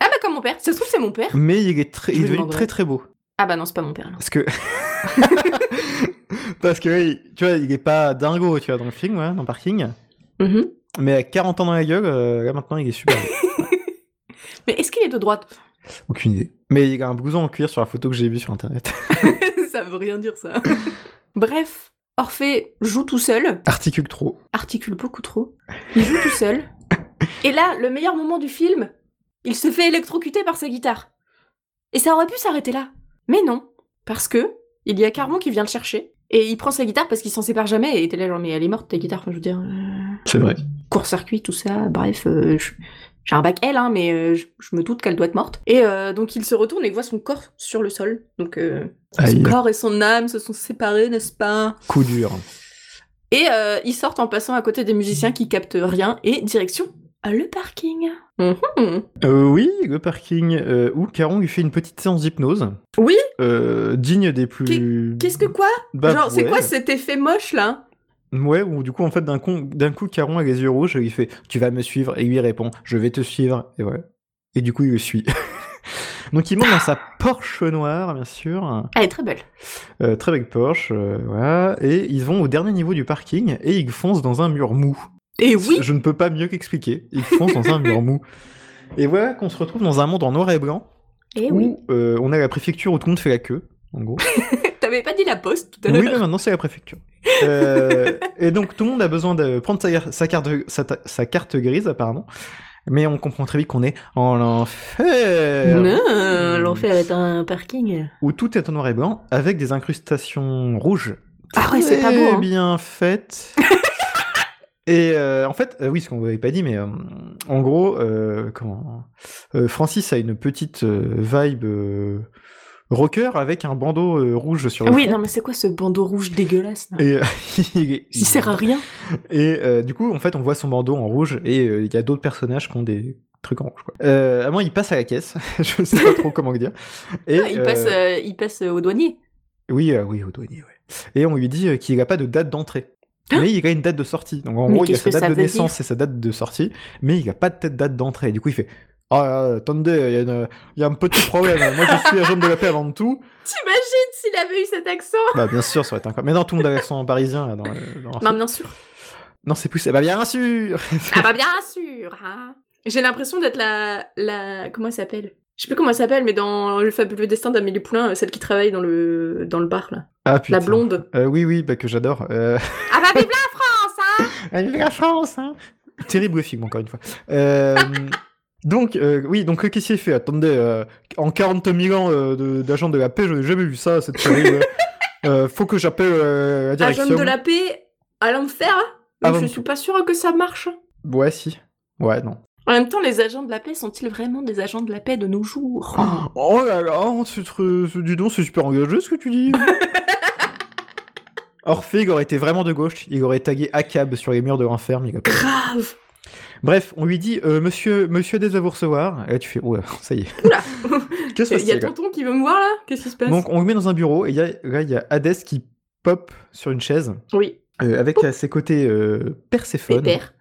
[SPEAKER 8] bah comme mon père, ça se trouve c'est mon père.
[SPEAKER 7] mais il est, très,
[SPEAKER 8] Je
[SPEAKER 7] il est
[SPEAKER 8] lui
[SPEAKER 7] devenu
[SPEAKER 8] demanderai.
[SPEAKER 7] très très beau.
[SPEAKER 8] Ah bah non, c'est pas mon père. alors.
[SPEAKER 7] Parce que. [laughs] Parce que, oui, tu vois, il est pas dingo, tu vois, dans le film, ouais, dans le parking.
[SPEAKER 8] Mhm.
[SPEAKER 7] Mais à 40 ans dans la gueule, euh, là, maintenant, il est super beau.
[SPEAKER 8] Mais est-ce qu'il est de droite
[SPEAKER 7] [laughs] Aucune idée. Mais il a un blouson en cuir sur la photo que j'ai vue sur internet.
[SPEAKER 8] [laughs]
[SPEAKER 7] [laughs]
[SPEAKER 8] Ça veut rien dire ça. [laughs] Bref, Orphée joue tout seul,
[SPEAKER 7] Articule trop.
[SPEAKER 8] articule beaucoup trop. Il joue tout seul. Et là, le meilleur moment du film, il se fait électrocuter par sa guitare. Et ça aurait pu s'arrêter là. Mais non, parce que il y a Carmon qui vient le chercher. Et il prend sa guitare parce qu'il s'en sépare jamais. Et t'es là genre, mais elle est morte ta guitare, Enfin, je veux dire... euh,
[SPEAKER 7] C'est vrai.
[SPEAKER 8] court-circuit, tout ça. Bref, euh, je- j'ai un bac L, hein, mais euh, je, je me doute qu'elle doit être morte. Et euh, donc il se retourne et voit son corps sur le sol. Donc euh, son
[SPEAKER 7] Aïe,
[SPEAKER 8] corps et son âme se sont séparés, n'est-ce
[SPEAKER 7] Ah,
[SPEAKER 8] pas
[SPEAKER 7] coup dur.
[SPEAKER 8] Et euh, ils sortent en passant à côté des musiciens qui captent rien et direction le parking. Mhm.
[SPEAKER 7] Euh, oui, le parking euh, où Caron lui fait une petite séance d'hypnose.
[SPEAKER 8] Oui.
[SPEAKER 7] Euh, digne des plus.
[SPEAKER 8] Qu'est-ce que quoi
[SPEAKER 7] Bah,
[SPEAKER 8] Genre, c'est
[SPEAKER 7] ouais.
[SPEAKER 8] quoi cet effet moche là
[SPEAKER 7] Ouais, ou du coup, en fait, d'un con- d'un coup, Caron a les yeux rouges et il fait Tu vas me suivre. Et lui il répond Je vais te suivre. Et voilà. Et du coup, il le suit. [laughs] Donc, il monte dans sa Porsche noire, bien sûr.
[SPEAKER 8] Elle est très belle.
[SPEAKER 7] Euh, très belle Porsche. euh, voilà. Et ils vont au dernier niveau du parking et ils foncent dans un mur mou.
[SPEAKER 8] Et
[SPEAKER 7] [laughs]
[SPEAKER 8] oui
[SPEAKER 7] Je ne peux pas mieux qu'expliquer. Ils foncent dans un mur mou. Et voilà qu'on se retrouve dans un monde en noir et blanc.
[SPEAKER 8] Et oui
[SPEAKER 7] où euh, on a la préfecture où tout le monde fait la queue, en gros.
[SPEAKER 8] T'avais pas dit la poste tout à
[SPEAKER 7] oui,
[SPEAKER 8] l'heure
[SPEAKER 7] mais maintenant c'est la préfecture. Euh, et donc tout le monde a besoin de prendre sa, sa carte, sa, ta- sa carte grise, apparemment. Mais on comprend très vite qu'on est en l'enfer,
[SPEAKER 8] Non, l'enfer est un parking.
[SPEAKER 7] où tout est en noir et blanc, avec des incrustations rouges.
[SPEAKER 8] Ah ouais, c'est pas
[SPEAKER 7] Très
[SPEAKER 8] beau. hein.
[SPEAKER 7] bien
[SPEAKER 8] [laughs]
[SPEAKER 7] faites. Et euh, en fait, euh, oui, ce qu'on vous avait pas dit, mais euh, en gros, euh, comment euh, Francis a une petite euh, vibe euh, rocker avec un bandeau euh, rouge sur le
[SPEAKER 8] Oui,
[SPEAKER 7] front.
[SPEAKER 8] non, mais c'est quoi ce bandeau rouge dégueulasse là
[SPEAKER 7] Et euh, il est-
[SPEAKER 8] [laughs] Il sert à rien.
[SPEAKER 7] Et euh, du coup, en fait, on voit son bandeau en rouge et euh, il y a d'autres personnages qui ont des trucs en rouge. Quoi. Euh, à moi, il passe à la caisse. [laughs] je sais pas trop comment le dire. Et,
[SPEAKER 8] il,
[SPEAKER 7] euh,
[SPEAKER 8] passe, euh, il passe euh, au douanier.
[SPEAKER 7] Oui, euh, oui, au douanier. ouais. Et on lui dit euh, qu'il n'a pas de date d'entrée. Mais il a une date de sortie. Donc en
[SPEAKER 8] Hein Mais
[SPEAKER 7] gros, il a
[SPEAKER 8] qu'est-ce
[SPEAKER 7] sa
[SPEAKER 8] que ça
[SPEAKER 7] date de
[SPEAKER 8] veut
[SPEAKER 7] naissance et sa date de sortie, mais il n'a pas de tête- date d'entrée. Du coup, il fait Ah, attendez, il y a une- il y, a un petit problème. Moi, je suis agent de la paix avant tout.
[SPEAKER 8] T'imagines s'il avait eu cet accent
[SPEAKER 7] Bah, bien sûr, ça aurait été incroyable. Mais non, tout le monde a l'accent parisien. là, dans, le- dans
[SPEAKER 8] Non,
[SPEAKER 7] Arsenal.
[SPEAKER 8] bien sûr.
[SPEAKER 7] non, c'est poussé. Bah, bien sûr
[SPEAKER 8] Ah bah bien sûr hein. J'ai l'impression d'être la, la... Comment elle s'appelle Je sais plus comment elle s'appelle, mais dans Le fabuleux destin d'Amélie Poulain, euh, celle qui travaille dans le, dans le bar, là.
[SPEAKER 7] Ah, putain.
[SPEAKER 8] La blonde.
[SPEAKER 7] Euh, oui, oui, bah, que j'adore. Euh,
[SPEAKER 8] Ah bah vive la France, hein
[SPEAKER 7] Elle est la France, hein Terrible film, encore une fois. Euh, donc, euh, oui, donc le caissier fait, attendez, euh, en 40 000 ans euh, de- d'agent de, la paix, je n'ai jamais vu ça, c'est terrible. Euh, faut que j'appelle euh, la direction.
[SPEAKER 8] Agent de la paix à l'enfer hein Mais
[SPEAKER 7] Ah bon
[SPEAKER 8] Je suis pas sûre que ça marche. hein.
[SPEAKER 7] Ouais, si. Ouais, non.
[SPEAKER 8] En même temps, les agents de la paix sont-ils vraiment des agents de la paix de nos jours
[SPEAKER 7] Oh là là, c'est tr- c'est- dis donc, c'est super engagé ce que tu
[SPEAKER 8] [laughs]
[SPEAKER 7] dis. Orphée, il aurait été vraiment de gauche, il aurait tagué ACAB sur les murs de l'enfer, mais il a pas-
[SPEAKER 8] Grave
[SPEAKER 7] Bref, on lui dit, euh, monsieur, monsieur désolé de vous recevoir. Et là, tu fais, ouais, ça y est.
[SPEAKER 8] Oula.
[SPEAKER 7] [laughs] Qu'est-ce que
[SPEAKER 8] Il y a
[SPEAKER 7] c'est
[SPEAKER 8] tonton qui veut me voir, là Qu'est-ce qui se passe
[SPEAKER 7] Donc on le met dans un bureau et il y a- là il y a Hades qui pop sur une chaise
[SPEAKER 8] Oui.
[SPEAKER 7] euh, avec à ses côtés euh, Perséphone,
[SPEAKER 8] Pépère.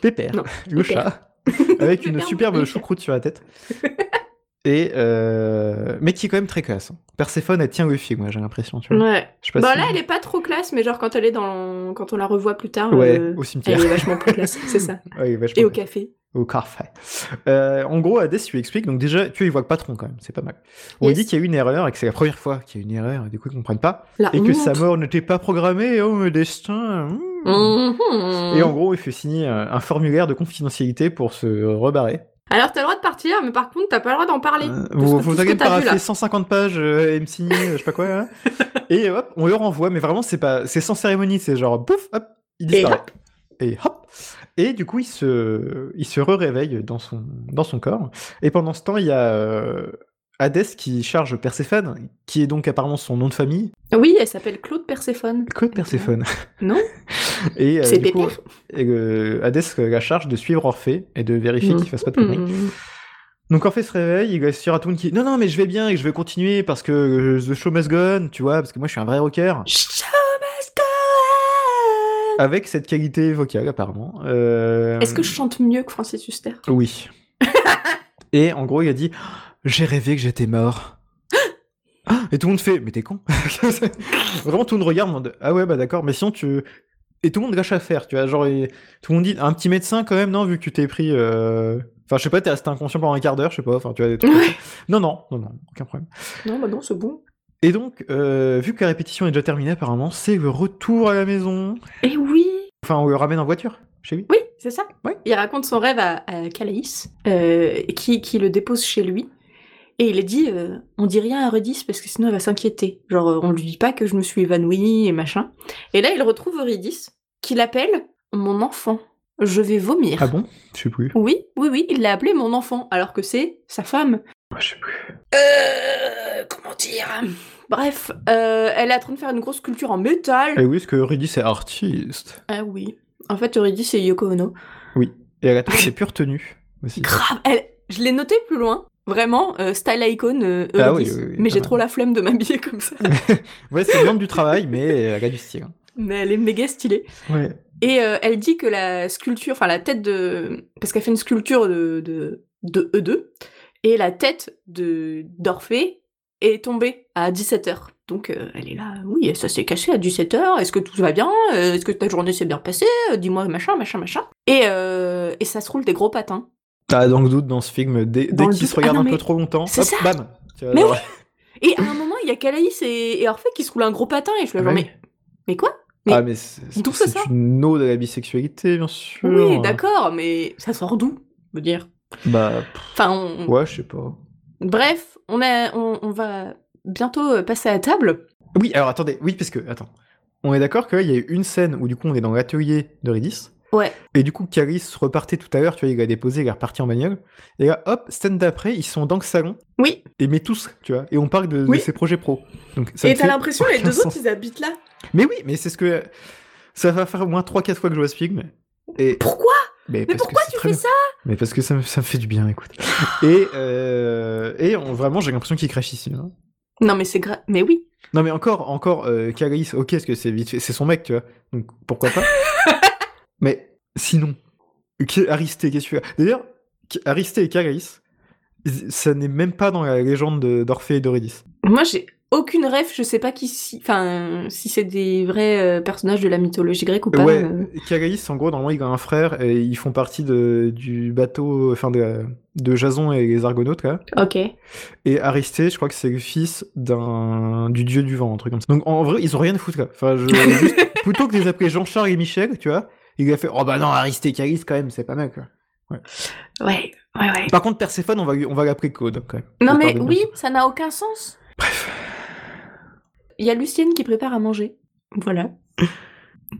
[SPEAKER 7] Pépère,
[SPEAKER 8] Non,
[SPEAKER 7] [laughs] le
[SPEAKER 8] Pépère.
[SPEAKER 7] chat,
[SPEAKER 8] [laughs]
[SPEAKER 7] avec une
[SPEAKER 8] Pépère,
[SPEAKER 7] superbe
[SPEAKER 8] Pépère.
[SPEAKER 7] choucroute sur la
[SPEAKER 8] [laughs]
[SPEAKER 7] tête. Et euh, mais qui est quand même très classe. hein. Perséphone, elle tient le fig, moi j'ai l'impression. Tu vois.
[SPEAKER 8] Ouais.
[SPEAKER 7] Mmh. Je sais pas
[SPEAKER 8] Bah
[SPEAKER 7] si-
[SPEAKER 8] là, elle est pas trop classe, mais genre quand elle est dans, quand on la revoit plus
[SPEAKER 7] [laughs]
[SPEAKER 8] tard,
[SPEAKER 7] Ouais,
[SPEAKER 8] euh,
[SPEAKER 7] au cimetière.
[SPEAKER 8] elle est vachement plus classe,
[SPEAKER 7] [laughs]
[SPEAKER 8] c'est ça.
[SPEAKER 7] Ouais, vachement
[SPEAKER 8] Et au
[SPEAKER 7] classe.
[SPEAKER 8] café.
[SPEAKER 7] Au café. Euh, en gros, Hades lui explique, donc déjà, tu vois, il voit le patron quand même, c'est pas mal. On lui
[SPEAKER 8] Yes.
[SPEAKER 7] dit qu'il y a eu une erreur et que c'est la première fois qu'il y a eu une erreur et du coup ils comprennent pas.
[SPEAKER 8] La
[SPEAKER 7] Et que
[SPEAKER 8] honte.
[SPEAKER 7] sa mort n'était pas programmée, oh le destin. hmm.
[SPEAKER 8] Mhm.
[SPEAKER 7] Et en gros, il fait signer euh, un un formulaire de confidentialité pour se rebarrer.
[SPEAKER 8] Alors t'as le droit de partir, mais par contre t'as pas le droit d'en parler.
[SPEAKER 7] Euh,
[SPEAKER 8] Parce
[SPEAKER 7] vous
[SPEAKER 8] que
[SPEAKER 7] vous
[SPEAKER 8] tout ce que
[SPEAKER 7] avez
[SPEAKER 8] t'as vu là.
[SPEAKER 7] parafé 150 pages, euh, MC, euh, je sais pas quoi.
[SPEAKER 8] [laughs]
[SPEAKER 7] là. Et hop, on le renvoie, mais vraiment, c'est pas, c'est sans cérémonie, c'est genre pouf, hop, il disparaît. Et hop. Et du coup, il se, il se réveille dans son, dans son corps. Et pendant ce temps, il y a euh, Hadès qui charge Perséphone, qui est donc apparemment son nom de famille.
[SPEAKER 8] Oui, elle s'appelle Claude Perséphone.
[SPEAKER 7] Que Perséphone.
[SPEAKER 8] Non
[SPEAKER 7] [laughs] Et euh,
[SPEAKER 8] C'est
[SPEAKER 7] du coup,
[SPEAKER 8] Pépère.
[SPEAKER 7] et, euh, Hadès euh, la charge de suivre Orphée et de vérifier
[SPEAKER 8] Mhm.
[SPEAKER 7] qu'il fasse pas de conneries.
[SPEAKER 8] Mhm.
[SPEAKER 7] Donc Orphée se réveille, il est sur Atoon qui non non mais je vais bien et je vais continuer parce que euh, the show must go on, tu vois, parce que moi je suis un vrai rocker
[SPEAKER 8] Show must go on.
[SPEAKER 7] avec cette qualité vocale apparemment. Euh,
[SPEAKER 8] Est-ce que je chante mieux que Francis Huster [laughs]
[SPEAKER 7] oui. et en gros il a dit oh, j'ai rêvé que j'étais
[SPEAKER 8] [gasps]
[SPEAKER 7] mort. Ah, et tout le monde fait mais t'es con. [laughs] Vraiment tout le monde regarde en mode, ah ouais bah d'accord mais sinon tu et tout le monde gâche à faire tu vois genre et- tout le monde dit un petit médecin quand même non vu que tu t'es pris euh, enfin je sais pas t'es resté inconscient pendant un quart d'heure je sais pas enfin tu vois des trucs comme ça. non non non non aucun problème.
[SPEAKER 8] Non, bah non, c'est bon.
[SPEAKER 7] Et donc, euh, vu que la répétition est déjà terminée, apparemment, c'est le retour à la maison.
[SPEAKER 8] Eh oui
[SPEAKER 7] Enfin, on le ramène en voiture, chez lui.
[SPEAKER 8] Oui, c'est ça.
[SPEAKER 7] Ouais.
[SPEAKER 8] Il raconte son rêve à, à Calaïs, euh, qui, qui le dépose chez lui. Et il est dit, euh, on dit rien à Eurydice parce que sinon elle va s'inquiéter. Genre, euh, on lui dit pas que je me suis évanouie et machin. Et là, il retrouve Eurydice, qui l'appelle mon enfant. Je vais vomir.
[SPEAKER 7] Ah bon Je sais plus.
[SPEAKER 8] Oui, oui, oui, il l'a appelé mon enfant, alors que c'est sa femme.
[SPEAKER 7] Je sais plus.
[SPEAKER 8] Euh, comment dire Bref, euh, elle est en train de faire une grosse sculpture en métal.
[SPEAKER 7] Et Eh oui, parce que Rudy, c'est artiste.
[SPEAKER 8] Ah oui. En fait, Eurydice, c'est Yoko Ono.
[SPEAKER 7] Et elle a toujours des pures tenues, aussi.
[SPEAKER 8] Grave, elle- je l'ai noté plus loin. Vraiment, euh, style icon, euh,
[SPEAKER 7] Ah
[SPEAKER 8] Eurydice.
[SPEAKER 7] oui, oui, oui,
[SPEAKER 8] mais
[SPEAKER 7] pas
[SPEAKER 8] j'ai
[SPEAKER 7] mal.
[SPEAKER 8] trop la flemme de m'habiller [laughs] comme ça.
[SPEAKER 7] [laughs] Ouais, c'est bien du travail, mais elle a du style. hein.
[SPEAKER 8] mais elle est méga stylée.
[SPEAKER 7] Ouais.
[SPEAKER 8] Et euh, elle dit que la sculpture, enfin la tête de, parce qu'elle fait une sculpture de de, de E2 et la tête de d'Orphée est tombée à 17h. Donc euh, elle est là, oui, et ça s'est caché à 17h, est-ce que tout va bien Euh, Est-ce que ta journée s'est bien passée Euh, Dis-moi machin, machin, machin. Et, euh, et ça se roule des gros patins.
[SPEAKER 7] T'as dans le doute dans ce film, dès, dès
[SPEAKER 8] Dans le
[SPEAKER 7] qu'ils se
[SPEAKER 8] doute, ah
[SPEAKER 7] regardent
[SPEAKER 8] non,
[SPEAKER 7] un peu
[SPEAKER 8] mais
[SPEAKER 7] trop longtemps,
[SPEAKER 8] c'est
[SPEAKER 7] hop,
[SPEAKER 8] ça.
[SPEAKER 7] bam Tu vois,
[SPEAKER 8] Mais
[SPEAKER 7] genre-
[SPEAKER 8] Et à un moment, il y a Calaïs et, et Orphée qui se roulent un gros patin et je me
[SPEAKER 7] Ouais.
[SPEAKER 8] genre, mais, mais quoi Mais-
[SPEAKER 7] Ah, mais c'est
[SPEAKER 8] D'où
[SPEAKER 7] c'est
[SPEAKER 8] ça sort
[SPEAKER 7] une ode à la bisexualité, bien sûr.
[SPEAKER 8] Oui, d'accord, mais ça sort d'où je veux dire.
[SPEAKER 7] Bah, pff,
[SPEAKER 8] Enfin, on-
[SPEAKER 7] ouais, je sais pas.
[SPEAKER 8] bref, on, a, on, on va bientôt euh, passer à table.
[SPEAKER 7] Oui, alors attendez, oui, parce que, attends. On est d'accord qu'il y a eu une scène où du coup on est dans l'atelier de Ridis.
[SPEAKER 8] Ouais.
[SPEAKER 7] Et du coup, Caris repartait tout à l'heure, tu vois, il a déposé, il est reparti en bagnole. Et là, hop, scène d'après, ils sont dans le salon,
[SPEAKER 8] Oui,
[SPEAKER 7] et mais tous, tu vois, et on parle de, de
[SPEAKER 8] Oui.
[SPEAKER 7] ses projets pro. Donc, ça
[SPEAKER 8] et
[SPEAKER 7] ne
[SPEAKER 8] t'as
[SPEAKER 7] fait
[SPEAKER 8] l'impression les
[SPEAKER 7] aucun
[SPEAKER 8] deux autres,
[SPEAKER 7] sens.
[SPEAKER 8] ils habitent là.
[SPEAKER 7] Mais oui, mais c'est ce que. Ça va faire au moins 3-4 fois que je vois ce film. Et...
[SPEAKER 8] Pourquoi Mais
[SPEAKER 7] parce que
[SPEAKER 8] pourquoi
[SPEAKER 7] c'est
[SPEAKER 8] tu
[SPEAKER 7] très
[SPEAKER 8] fais
[SPEAKER 7] bien.
[SPEAKER 8] ça
[SPEAKER 7] Mais parce que ça me, ça me fait du bien, écoute. et euh, et on- vraiment, j'ai l'impression qu'il crache ici. hein.
[SPEAKER 8] Non, mais c'est grave. Mais oui.
[SPEAKER 7] Non mais encore, encore, euh, Caris, ok, est-ce que c'est vite fait C'est son mec, tu vois. Donc pourquoi
[SPEAKER 8] [laughs]
[SPEAKER 7] pas Mais sinon, que- Aristé, qu'est-ce que tu fais D'ailleurs, K- Aristé et Caris, ça n'est même pas dans la légende de- d'Orphée et d'Eurydice.
[SPEAKER 8] Moi, j'ai aucune rêve, je sais pas qui si. Enfin, si c'est des vrais euh, personnages de la mythologie grecque ou pas.
[SPEAKER 7] ouais,
[SPEAKER 8] euh.
[SPEAKER 7] Caris, en gros, normalement, il a un frère et ils font partie de- du bateau, enfin de, la- de Jason et les Argonautes, là.
[SPEAKER 8] Ok.
[SPEAKER 7] Et Aristée, je crois que c'est le fils d'un du dieu du vent, un truc comme ça. Donc en vrai, ils ont rien à foutre. Quoi. Enfin, je-
[SPEAKER 8] [laughs]
[SPEAKER 7] juste- plutôt que de les appeler Jean-Charles et Michel, tu vois, il a fait oh bah non Aristée, Caris quand même, c'est pas mal. Quoi.
[SPEAKER 8] Ouais, ouais, ouais.
[SPEAKER 7] Par contre, Perséphone, on va lui- on va l'appeler Claude quand même.
[SPEAKER 8] Non,
[SPEAKER 7] Je
[SPEAKER 8] mais
[SPEAKER 7] parle de [laughs]
[SPEAKER 8] oui,
[SPEAKER 7] Perséphone.
[SPEAKER 8] ça n'a aucun sens. Bref. Il y a Lucienne qui prépare à manger.
[SPEAKER 7] [laughs]
[SPEAKER 8] Voilà.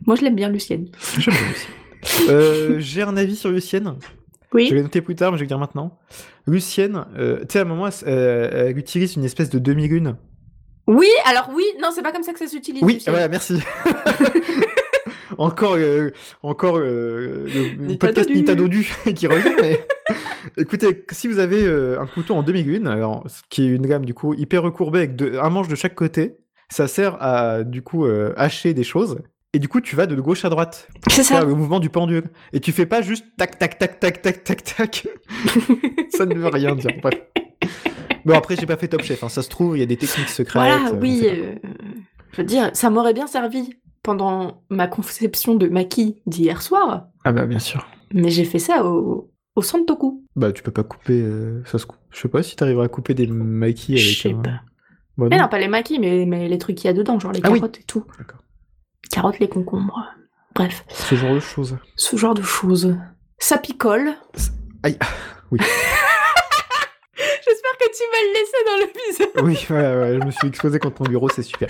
[SPEAKER 8] Moi, je l'aime bien, Lucienne.
[SPEAKER 7] J'aime bien Lucienne. Euh, j'ai un avis sur Lucienne.
[SPEAKER 8] Oui.
[SPEAKER 7] Je vais noter plus tard, mais je vais le dire maintenant. Lucienne, euh, tu sais, à un moment, elle, s- euh, elle utilise une espèce de demi-lune.
[SPEAKER 8] Oui, alors oui, non, c'est pas comme ça que ça s'utilise.
[SPEAKER 7] Oui,
[SPEAKER 8] Lucienne.
[SPEAKER 7] voilà, merci.
[SPEAKER 8] [laughs]
[SPEAKER 7] encore euh, encore euh, le, le podcast
[SPEAKER 8] Nintendo du-
[SPEAKER 7] Nintendo du [laughs] qui revient. mais- Écoutez, si vous avez euh, un couteau en demi-lune, alors ce qui est une gamme du coup hyper recourbée avec deux- un manche de chaque côté, ça sert à du coup euh, hacher des choses. Et du coup, tu vas de gauche à droite.
[SPEAKER 8] C'est
[SPEAKER 7] Tu vois,
[SPEAKER 8] ça.
[SPEAKER 7] le mouvement du pendule. Et tu fais pas juste tac, tac, tac, tac, tac, tac,
[SPEAKER 8] [laughs]
[SPEAKER 7] tac. ça ne veut rien dire. Bref. Bon, après, j'ai pas fait Top Chef. hein. Ça se trouve, il y a des techniques secrètes.
[SPEAKER 8] Voilà,
[SPEAKER 7] euh, on
[SPEAKER 8] oui.
[SPEAKER 7] sait pas.
[SPEAKER 8] euh, je veux dire, ça m'aurait bien servi pendant ma conception de maquis d'hier soir,
[SPEAKER 7] Ah, bah, bien sûr.
[SPEAKER 8] mais j'ai fait ça au, au Santoku.
[SPEAKER 7] Bah, tu peux pas couper. euh, ça se coupe. Je sais pas si t'arriveras à couper des maquis avec.
[SPEAKER 8] Je sais
[SPEAKER 7] un-
[SPEAKER 8] pas.
[SPEAKER 7] Ah Bon,
[SPEAKER 8] Mais
[SPEAKER 7] non.
[SPEAKER 8] non, pas les maquis, mais, mais les trucs qu'il y a dedans, genre les
[SPEAKER 7] Ah oui.
[SPEAKER 8] carottes et tout.
[SPEAKER 7] D'accord.
[SPEAKER 8] Carottes, les concombres. Bref,
[SPEAKER 7] Ce genre de choses.
[SPEAKER 8] ce genre de choses. Ça picole.
[SPEAKER 7] Aïe. ah, Oui.
[SPEAKER 8] [laughs] J'espère que tu vas le laisser dans l'épisode.
[SPEAKER 7] Oui, voilà, ouais, je me suis exposé contre mon bureau, c'est super.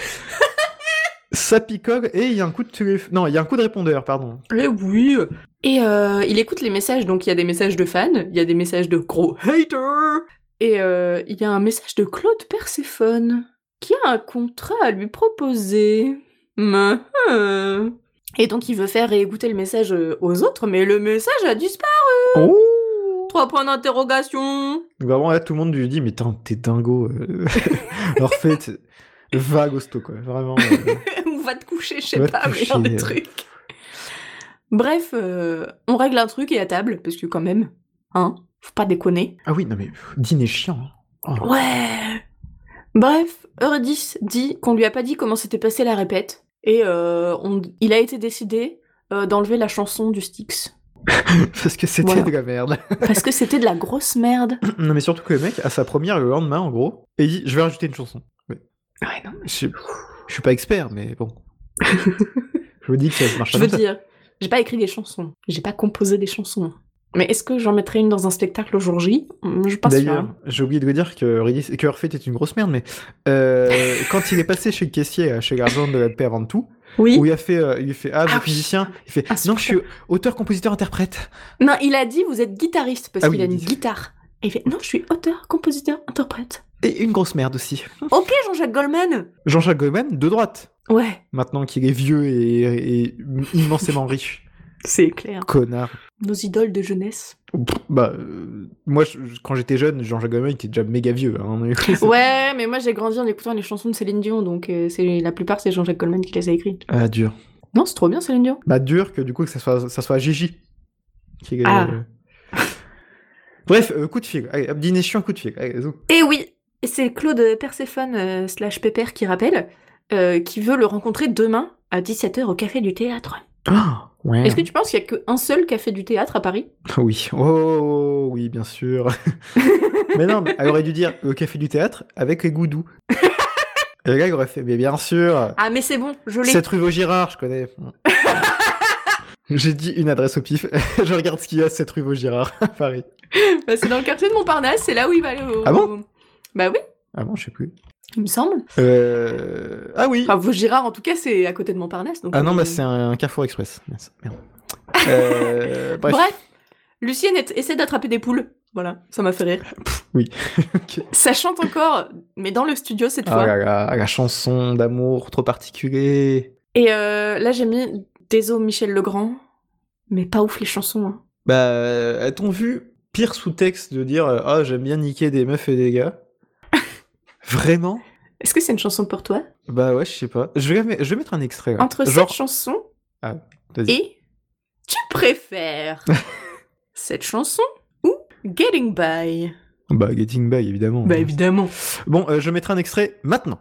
[SPEAKER 7] Ça picole et il y a un coup de téléphone. Non, il y a un coup de répondeur, pardon.
[SPEAKER 8] Eh oui Et euh, il écoute les messages, donc il y a des messages de fans, il y a des messages de gros haters, et euh, il y a un message de Claude Perséphone, qui a un contrat à lui proposer. Hum, hum. Et donc il veut faire écouter le message euh, aux autres, mais le message a disparu
[SPEAKER 7] Oh
[SPEAKER 8] Trois points d'interrogation [laughs]
[SPEAKER 7] Donc Vraiment, là, tout le monde lui dit Mais tain, t'es dingo. euh. Alors, fait, va Agosto, quoi. Vraiment. euh,
[SPEAKER 8] Ou va te coucher, je
[SPEAKER 7] Va
[SPEAKER 8] sais
[SPEAKER 7] te
[SPEAKER 8] pas, mais genre
[SPEAKER 7] coucher,
[SPEAKER 8] des
[SPEAKER 7] euh.
[SPEAKER 8] trucs. Bref, euh, on règle un truc et à table, parce que quand même, hein, faut pas déconner.
[SPEAKER 7] Ah oui, non, mais pff, dîner chiant. hein. [laughs] Oh.
[SPEAKER 8] Ouais. Bref, Eurydice dit qu'on lui a pas dit comment s'était passée la répète et euh, on- il a été décidé euh, d'enlever la chanson du Styx
[SPEAKER 7] Parce que c'était
[SPEAKER 8] Voilà.
[SPEAKER 7] de la merde. [clears throat]
[SPEAKER 8] parce que c'était de la grosse merde.
[SPEAKER 7] non, mais surtout que le mec, à sa première, le lendemain, en gros, et il dit Je vais rajouter une chanson.
[SPEAKER 8] Ouais, non.
[SPEAKER 7] Je sais- je suis pas expert, mais
[SPEAKER 8] [laughs]
[SPEAKER 7] bon. je vous dis que ça marche
[SPEAKER 8] Je
[SPEAKER 7] pas
[SPEAKER 8] veux
[SPEAKER 7] comme ça.
[SPEAKER 8] dire, j'ai pas écrit des chansons, j'ai pas composé des chansons. Mais est-ce que j'en mettrais une dans un spectacle au jour J Hum, Je pense
[SPEAKER 7] D'ailleurs,
[SPEAKER 8] pas.
[SPEAKER 7] j'ai oublié de vous dire que, Redis- que Earthfit est une grosse merde, mais euh, quand il est passé chez le caissier, euh, chez l'argent de la paix avant tout,
[SPEAKER 8] Oui.
[SPEAKER 7] où il a fait, euh, il fait Ah, vous
[SPEAKER 8] Ah
[SPEAKER 7] êtes
[SPEAKER 8] oui.
[SPEAKER 7] musicien Il fait
[SPEAKER 8] Ah,
[SPEAKER 7] Non, je suis auteur, compositeur, interprète.
[SPEAKER 8] Non, il a dit vous êtes guitariste parce
[SPEAKER 7] Ah
[SPEAKER 8] qu'il
[SPEAKER 7] oui,
[SPEAKER 8] a une
[SPEAKER 7] il dit-
[SPEAKER 8] guitare. Et il fait non, je suis auteur, compositeur, interprète.
[SPEAKER 7] Et une grosse merde aussi.
[SPEAKER 8] OK, Jean-Jacques Goldman.
[SPEAKER 7] Jean-Jacques Goldman, de droite,
[SPEAKER 8] Ouais,
[SPEAKER 7] maintenant qu'il est vieux et, et immensément riche.
[SPEAKER 8] c'est clair.
[SPEAKER 7] Connard.
[SPEAKER 8] Nos idoles de jeunesse.
[SPEAKER 7] Pff, Bah, euh, moi, je- je- quand j'étais jeune, Jean-Jacques Goldman il était déjà méga vieux. hein, [laughs] on est-
[SPEAKER 8] Ouais, mais moi j'ai grandi en écoutant les chansons de Céline Dion, donc euh, c'est la plupart c'est Jean-Jacques Goldman qui les a écrites.
[SPEAKER 7] Ah, dur.
[SPEAKER 8] Non, c'est trop bien Céline Dion.
[SPEAKER 7] Bah dur que du coup que ça soit, ça soit Gigi. Qui est- euh,
[SPEAKER 8] Ah.
[SPEAKER 7] [laughs] Bref, euh, coup de fil. Allez, hop, dîner chiant, coup de fil. Allez, zou.
[SPEAKER 8] Et Eh oui, et c'est Claude Perséphone euh, slash Pépère qui rappelle, euh, qui veut le rencontrer demain à 17h au Café du Théâtre. Est-ce que tu penses qu'il y a qu'un seul Café du Théâtre à Paris
[SPEAKER 7] [laughs] Oui. Oh, oui, bien
[SPEAKER 8] [laughs]
[SPEAKER 7] sûr. mais non, mais elle aurait dû dire le café du théâtre avec les
[SPEAKER 8] [laughs]
[SPEAKER 7] goudous. Et le gars, il aurait fait, mais bien sûr,
[SPEAKER 8] Ah mais c'est bon, je l'ai.
[SPEAKER 7] cette rue Vaugirard, je
[SPEAKER 8] [laughs]
[SPEAKER 7] connais. J'ai dit une adresse au pif. [laughs] je regarde ce qu'il y a, cette rue Vaugirard, [laughs] à Paris.
[SPEAKER 8] Bah, c'est dans le quartier de Montparnasse, c'est là où il va aller au...
[SPEAKER 7] Ah bon
[SPEAKER 8] Bah oui,
[SPEAKER 7] Ah bon, je sais plus.
[SPEAKER 8] il me semble.
[SPEAKER 7] Euh... Ah oui.
[SPEAKER 8] Enfin, Vaugirard en tout cas c'est à côté de Montparnasse. Donc,
[SPEAKER 7] Ah non,
[SPEAKER 8] euh,
[SPEAKER 7] bah c'est un Carrefour Express. Mince,
[SPEAKER 8] [laughs]
[SPEAKER 7] merde. Euh, bref.
[SPEAKER 8] Bref. Lucienne est- essaie d'attraper des poules. Voilà, ça m'a fait rire.
[SPEAKER 7] oui. [laughs]
[SPEAKER 8] Ça chante encore, mais dans le studio cette
[SPEAKER 7] Ah
[SPEAKER 8] fois.
[SPEAKER 7] là là, la chanson d'amour trop particulier.
[SPEAKER 8] Et euh, là, j'ai mis Désolé Michel Legrand, mais pas ouf les chansons. hein.
[SPEAKER 7] Bah, a-t-on vu pire sous-texte de dire euh, Ah, j'aime bien niquer des meufs et des
[SPEAKER 8] [laughs]
[SPEAKER 7] gars Vraiment
[SPEAKER 8] Est-ce que c'est une chanson pour toi
[SPEAKER 7] Bah ouais, je sais pas. Je vais, je vais mettre un extrait. ouais.
[SPEAKER 8] Entre
[SPEAKER 7] Genre,
[SPEAKER 8] cette chanson
[SPEAKER 7] Ah, vas-y.
[SPEAKER 8] et Tu
[SPEAKER 7] [laughs]
[SPEAKER 8] préfères cette chanson ou Getting By
[SPEAKER 7] Bah, Getting By, évidemment.
[SPEAKER 8] évidemment.
[SPEAKER 7] Bon, euh, je mettrai un extrait maintenant.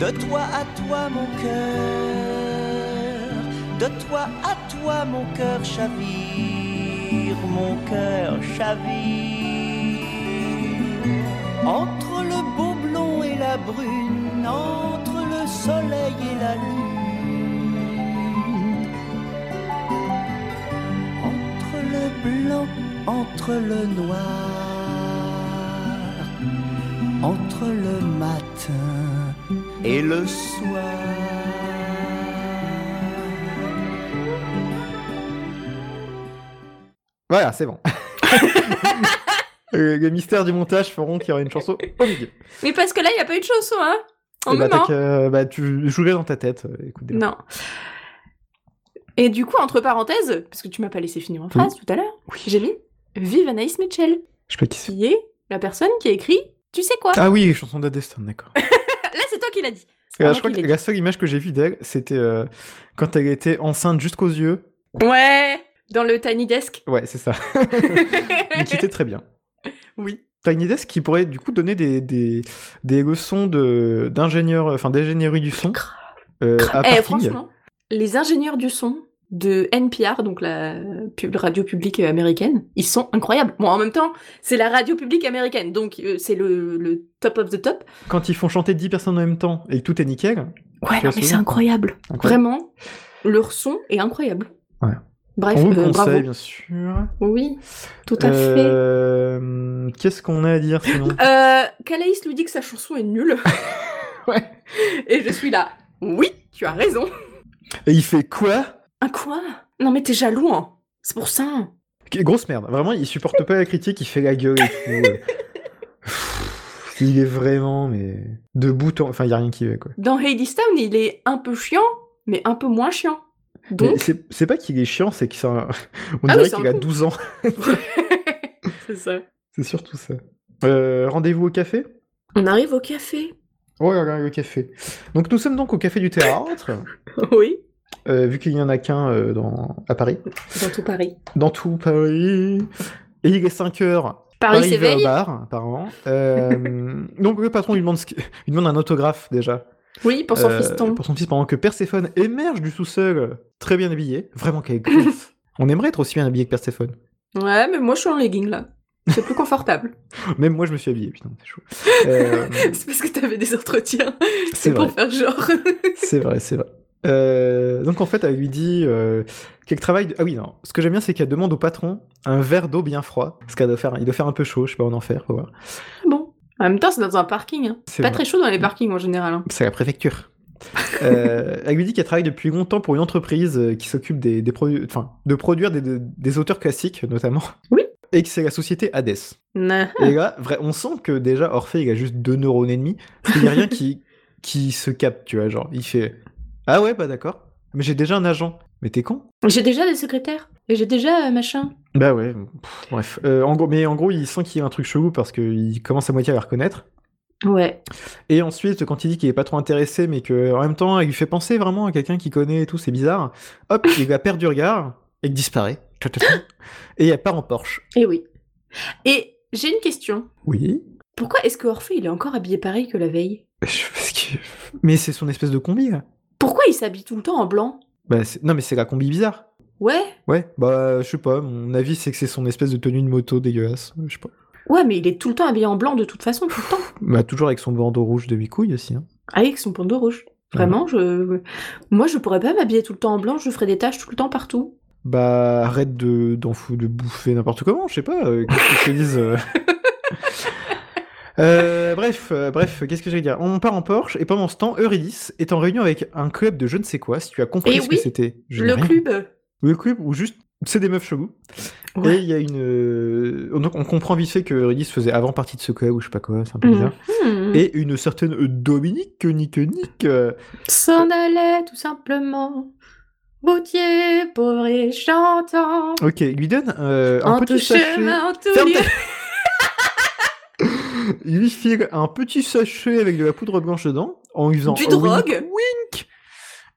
[SPEAKER 3] De toi à toi mon cœur, de toi à toi mon cœur chavire, mon cœur chavire. Entre le beau blond et la brune, entre le soleil et la lune, entre le blanc, entre le noir, entre le matin et le soir.
[SPEAKER 7] Voilà, c'est
[SPEAKER 8] [laughs]
[SPEAKER 7] bon. Euh, Les mystères du montage feront qu'il y aura une chanson au milieu.
[SPEAKER 8] Mais parce que là, il n'y a pas eu de chanson, hein En
[SPEAKER 7] Eh bah,
[SPEAKER 8] même
[SPEAKER 7] t'as
[SPEAKER 8] temps.
[SPEAKER 7] qu'à- bah, tu jouerais dans ta tête. euh, Écoute, déjà.
[SPEAKER 8] Non. Et du coup, entre parenthèses, parce que tu m'as pas laissé finir ma phrase tout à l'heure, j'ai mis Vive Anaïs Mitchell,
[SPEAKER 7] Je peux qui
[SPEAKER 8] qui est la personne qui a écrit Tu sais quoi [laughs]
[SPEAKER 7] Ah oui, chanson de Destin, d'accord.
[SPEAKER 8] Là, c'est toi qui l'as dit. C'est
[SPEAKER 7] Euh,
[SPEAKER 8] pas
[SPEAKER 7] je
[SPEAKER 8] moi
[SPEAKER 7] crois
[SPEAKER 8] qui
[SPEAKER 7] que
[SPEAKER 8] l'ai
[SPEAKER 7] la seule image que j'ai vue d'elle, c'était euh, quand elle était enceinte jusqu'aux yeux.
[SPEAKER 8] dit. Ouais, dans le Tiny Desk.
[SPEAKER 7] Ouais, c'est ça. Mais qui
[SPEAKER 8] [laughs]
[SPEAKER 7] était très bien.
[SPEAKER 8] oui.
[SPEAKER 7] Tiny Desk qui pourrait du coup donner des, des, des leçons de- d'ingénieur, enfin d'ingénierie du son
[SPEAKER 8] Grave.
[SPEAKER 7] euh, à
[SPEAKER 8] Eh,
[SPEAKER 7] Parking.
[SPEAKER 8] franchement, les ingénieurs du son de NPR, donc la pub- radio publique américaine, ils sont incroyables. Bon, en même temps, c'est la radio publique américaine, donc euh, c'est le, le top of the top.
[SPEAKER 7] Quand ils font chanter 10 personnes en même temps et que tout est nickel,
[SPEAKER 8] Ouais,
[SPEAKER 7] Tu vois ce
[SPEAKER 8] non,
[SPEAKER 7] que
[SPEAKER 8] mais
[SPEAKER 7] je veux
[SPEAKER 8] c'est
[SPEAKER 7] dire
[SPEAKER 8] incroyable.
[SPEAKER 7] incroyable.
[SPEAKER 8] Vraiment, leur son est incroyable.
[SPEAKER 7] Ouais.
[SPEAKER 8] Bref,
[SPEAKER 7] on vous le
[SPEAKER 8] euh,
[SPEAKER 7] conseille
[SPEAKER 8] bravo.
[SPEAKER 7] bien sûr.
[SPEAKER 8] Oui, tout à fait.
[SPEAKER 7] Euh, Qu'est-ce qu'on a à dire sinon
[SPEAKER 8] Euh, Calaïs lui dit que sa chanson est nulle.
[SPEAKER 7] [laughs] Ouais.
[SPEAKER 8] Et je suis là. Oui, tu as raison.
[SPEAKER 7] Et il fait quoi
[SPEAKER 8] Un Ah, quoi Non mais t'es jaloux, hein. C'est pour ça.
[SPEAKER 7] Qu- Grosse merde. Vraiment, il supporte pas la critique, il fait la gueule et tout.
[SPEAKER 8] [laughs]
[SPEAKER 7] euh. Pff, il est vraiment, mais. De bout en. Enfin, il a rien qui va, quoi.
[SPEAKER 8] Dans Hades Town, il est un peu chiant, mais un peu moins chiant.
[SPEAKER 7] Mais
[SPEAKER 8] Donc,
[SPEAKER 7] C'est c'est pas qu'il est chiant, c'est que c'est un- [laughs] On
[SPEAKER 8] Ah oui,
[SPEAKER 7] dirait
[SPEAKER 8] c'est un
[SPEAKER 7] qu'il a
[SPEAKER 8] con.
[SPEAKER 7] 12 ans. [laughs]
[SPEAKER 8] [laughs] c'est ça.
[SPEAKER 7] C'est surtout ça. Euh, Rendez-vous au café
[SPEAKER 8] On arrive au café.
[SPEAKER 7] Oh là là, le café. Donc nous sommes donc au café du
[SPEAKER 8] [laughs]
[SPEAKER 7] théâtre,
[SPEAKER 8] Oui,
[SPEAKER 7] euh, vu qu'il n'y en a qu'un euh, dans... à Paris.
[SPEAKER 8] dans tout Paris.
[SPEAKER 7] Dans tout Paris. Et il est 5 heures.
[SPEAKER 8] Paris,
[SPEAKER 7] Paris
[SPEAKER 8] s'éveille.
[SPEAKER 7] bar, apparemment.
[SPEAKER 8] [laughs]
[SPEAKER 7] Euh, donc le patron lui demande, ce qui- il demande un autographe déjà.
[SPEAKER 8] Oui, pour son
[SPEAKER 7] Euh,
[SPEAKER 8] fiston.
[SPEAKER 7] Pour son fils, pendant que Perséphone émerge du sous-sol, très bien habillé. Vraiment qu'elle est classe. On aimerait être aussi bien habillé que Perséphone. [laughs]
[SPEAKER 8] Ouais, mais moi je suis en legging là. C'est plus confortable. [laughs]
[SPEAKER 7] Même moi, je me suis habillé. Putain, c'est chaud. Euh,
[SPEAKER 8] c'est parce que t'avais des entretiens.
[SPEAKER 7] c'est
[SPEAKER 8] C'est
[SPEAKER 7] vrai.
[SPEAKER 8] pour faire genre.
[SPEAKER 7] C'est vrai, c'est vrai. Euh, donc en fait, elle lui dit euh, qu'elle travaille. de- Ah oui, non. Ce que j'aime bien, c'est qu'elle demande au patron un verre d'eau bien froid. Parce qu'elle doit faire, il doit faire un peu chaud. Je sais pas, on en faire, faut voir.
[SPEAKER 8] [laughs] bon. En même temps, c'est dans un parking. Hein.
[SPEAKER 7] C'est
[SPEAKER 8] Pas
[SPEAKER 7] vrai.
[SPEAKER 8] très chaud dans les parkings en général. hein.
[SPEAKER 7] C'est la préfecture. [laughs] Euh, elle lui dit qu'elle travaille depuis longtemps pour une entreprise euh, qui s'occupe des, des produ- enfin, de produire des, des- des auteurs classiques, notamment.
[SPEAKER 8] Oui.
[SPEAKER 7] Et que c'est la société Hades.
[SPEAKER 8] Nah.
[SPEAKER 7] Et là, vrai, on sent que déjà Orphée, il a juste deux neurones et demi. Il n'y a rien [laughs] qui, qui se capte, tu vois. Genre, il fait Ah ouais, bah d'accord. Mais j'ai déjà un agent. Mais t'es con
[SPEAKER 8] J'ai déjà des secrétaires. Et j'ai déjà euh, machin.
[SPEAKER 7] Bah ouais, pff, bref. Euh, en gros, mais en gros, il sent qu'il y a un truc chelou parce qu'il commence à moitié à la reconnaître.
[SPEAKER 8] Ouais.
[SPEAKER 7] Et ensuite, quand il dit qu'il est pas trop intéressé, mais que en même temps, il lui fait penser vraiment à quelqu'un qu'il connaît et tout, c'est bizarre. Hop, il la perd du regard et il disparaît. Et elle part en Porsche.
[SPEAKER 8] Et oui. Et j'ai une question.
[SPEAKER 7] Oui.
[SPEAKER 8] Pourquoi est-ce que Orphée, il est encore habillé pareil que la veille
[SPEAKER 7] Je- parce que- Mais c'est son espèce de combi. là.
[SPEAKER 8] Pourquoi il s'habille tout le temps en blanc
[SPEAKER 7] Bah, c'est- non, mais c'est la combi bizarre.
[SPEAKER 8] Ouais.
[SPEAKER 7] Ouais, bah je sais pas, mon avis c'est que c'est son espèce de tenue de moto dégueulasse, je sais pas.
[SPEAKER 8] Ouais, mais il est tout le temps habillé en blanc de toute façon, tout le [laughs] temps.
[SPEAKER 7] Bah toujours avec son bandeau rouge de huit couilles aussi. Hein.
[SPEAKER 8] Avec son bandeau rouge. Vraiment, je. Moi, je pourrais pas m'habiller tout le temps en blanc, je ferais des taches tout le temps partout.
[SPEAKER 7] Bah arrête de d'en fou- de bouffer n'importe comment, je sais pas, euh, qu'est-ce que je te dise, euh. Euh, bref, euh, bref, qu'est-ce que j'allais dire On part en Porsche et pendant ce temps, Eurydice est en réunion avec un club de je ne sais quoi, si tu as compris
[SPEAKER 8] Eh
[SPEAKER 7] ce que
[SPEAKER 8] oui,
[SPEAKER 7] c'était. Je n'ai
[SPEAKER 8] Le
[SPEAKER 7] rien-
[SPEAKER 8] club.
[SPEAKER 7] Le club ou juste c'est des meufs chelous.
[SPEAKER 8] Ouais.
[SPEAKER 7] Et il y a une euh, donc on comprend vite fait que Eurydice faisait avant partie de ce club ou je sais pas quoi, c'est un peu
[SPEAKER 8] Mhm.
[SPEAKER 7] bizarre.
[SPEAKER 8] Hmm.
[SPEAKER 7] et une certaine Dominique Nick Nick euh,
[SPEAKER 8] S'en allait tout simplement. Boutier, pauvre et chantant.
[SPEAKER 7] ok il lui donne euh, un
[SPEAKER 8] en tout
[SPEAKER 7] petit sachet
[SPEAKER 8] chemin, en tout
[SPEAKER 7] Ferme
[SPEAKER 8] lieu.
[SPEAKER 7] il lui file un petit sachet avec de la poudre blanche dedans en lui faisant
[SPEAKER 8] Du
[SPEAKER 7] wink,
[SPEAKER 8] drogue.
[SPEAKER 7] wink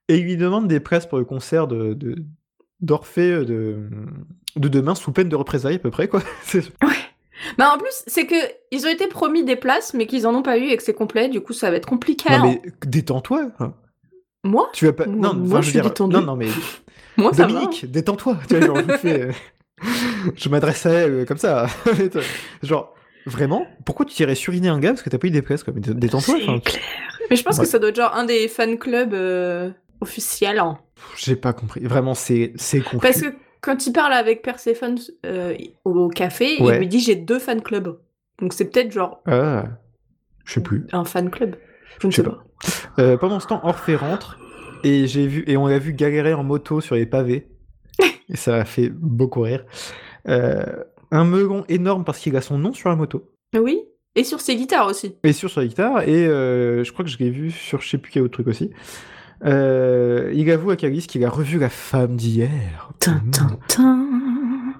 [SPEAKER 7] et il lui demande des places pour le concert de, de d'Orphée euh, de de demain sous peine de représailles à peu près quoi [laughs] C'est-
[SPEAKER 8] Bah en plus, c'est que ils ont été promis des places, mais qu'ils en ont pas eu et que c'est complet, du coup ça va être compliqué.
[SPEAKER 7] non mais détends-toi hein.
[SPEAKER 8] Moi
[SPEAKER 7] tu vas pas
[SPEAKER 8] Moi,
[SPEAKER 7] non enfin,
[SPEAKER 8] moi, je
[SPEAKER 7] veux
[SPEAKER 8] suis
[SPEAKER 7] dire,
[SPEAKER 8] détendue.
[SPEAKER 7] non non mais
[SPEAKER 8] Moi ça va. hein.
[SPEAKER 7] Dominique, détends-toi. Tu vois, genre, je, fais,
[SPEAKER 8] [laughs]
[SPEAKER 7] euh, je m'adresse à elle euh, comme ça. [laughs] genre, vraiment Pourquoi tu irais suriner un gars parce que t'as pas eu des places quoi Mais dé- Détends-toi.
[SPEAKER 8] C'est
[SPEAKER 7] enfin, tu-
[SPEAKER 8] Mais je pense
[SPEAKER 7] Ouais.
[SPEAKER 8] que ça doit être genre un des fan clubs euh, officiels. hein.
[SPEAKER 7] J'ai pas compris. Vraiment, c'est c'est confus.
[SPEAKER 8] Parce que quand il parle avec Perséphone euh, au café,
[SPEAKER 7] Ouais.
[SPEAKER 8] il lui dit j'ai deux fan clubs. Donc c'est peut-être genre
[SPEAKER 7] Ah, je sais plus.
[SPEAKER 8] un fan club. Je ne
[SPEAKER 7] Je sais
[SPEAKER 8] sais pas.
[SPEAKER 7] Euh, pendant ce temps, Orphée rentre et j'ai vu et on l'a vu galérer en moto sur les pavés. Et ça m'a fait beaucoup rire. Euh, un meugon énorme parce qu'il a son nom sur la moto.
[SPEAKER 8] Oui. Et sur ses guitares aussi.
[SPEAKER 7] Et sur sa guitare, et euh, je crois que je l'ai vu sur je sais plus quel autre truc aussi. Euh, il avoue à Calis qu'il a revu la femme d'hier. Mmh.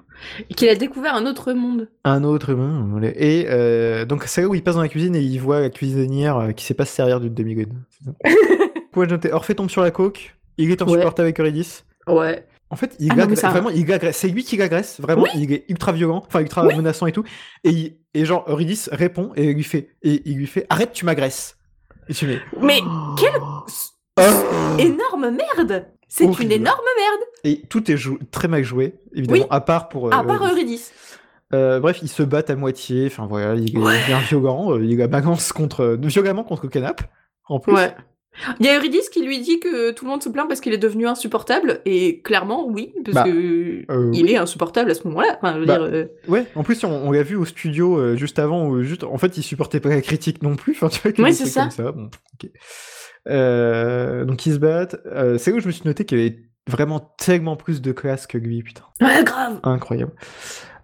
[SPEAKER 8] Et qu'il a découvert un autre monde.
[SPEAKER 7] Un autre humain. on l'est. Et euh, donc, c'est là où il passe dans la cuisine et il voit la cuisinière euh, qui sait pas se servir d'une demi-gone. Point noté. Orphée tombe sur la coke. Il est insupportable avec Eurydice.
[SPEAKER 8] Ouais.
[SPEAKER 7] En fait, il
[SPEAKER 8] Ah non, mais
[SPEAKER 7] l'agresse-
[SPEAKER 8] ça-
[SPEAKER 7] vraiment, il l'agresse. C'est lui qui l'agresse. Vraiment, il est ultra violent, enfin ultra menaçant et tout. Et, il- et genre, Eurydice répond et lui fait, et il lui fait, arrête, tu m'agresses. Et tu mets.
[SPEAKER 8] Mais
[SPEAKER 7] Oh.
[SPEAKER 8] quelle s- Ah. énorme merde C'est une
[SPEAKER 7] Horrible.
[SPEAKER 8] énorme merde
[SPEAKER 7] Et tout est jou- très mal joué, évidemment,
[SPEAKER 8] Oui.
[SPEAKER 7] à part pour. euh,
[SPEAKER 8] À part
[SPEAKER 7] Eurydice.
[SPEAKER 8] Eurydice.
[SPEAKER 7] Euh, bref, ils se battent à moitié. Enfin voilà, il est bien violent. euh, Il la balance contre, euh, violemment contre Canap. En plus.
[SPEAKER 8] Ouais. Il y a Eurydice qui lui dit que tout le monde se plaint parce qu'il est devenu insupportable. Et clairement, oui, parce
[SPEAKER 7] Bah,
[SPEAKER 8] que
[SPEAKER 7] euh,
[SPEAKER 8] il est insupportable à ce moment-là. Enfin, je veux
[SPEAKER 7] Bah,
[SPEAKER 8] dire, euh,
[SPEAKER 7] Ouais, en plus, on, on l'a vu au studio euh, juste avant où, juste, en fait, il supportait pas la critique non plus. [laughs] Enfin, tu vois, que
[SPEAKER 8] Ouais,
[SPEAKER 7] des
[SPEAKER 8] c'est
[SPEAKER 7] trucs
[SPEAKER 8] ça.
[SPEAKER 7] Comme ça. Bon, ok. Euh, donc, ils se battent. Euh, c'est où je me suis noté qu'il avait vraiment tellement plus de classe que lui, putain.
[SPEAKER 8] ouais, grave.
[SPEAKER 7] Incroyable.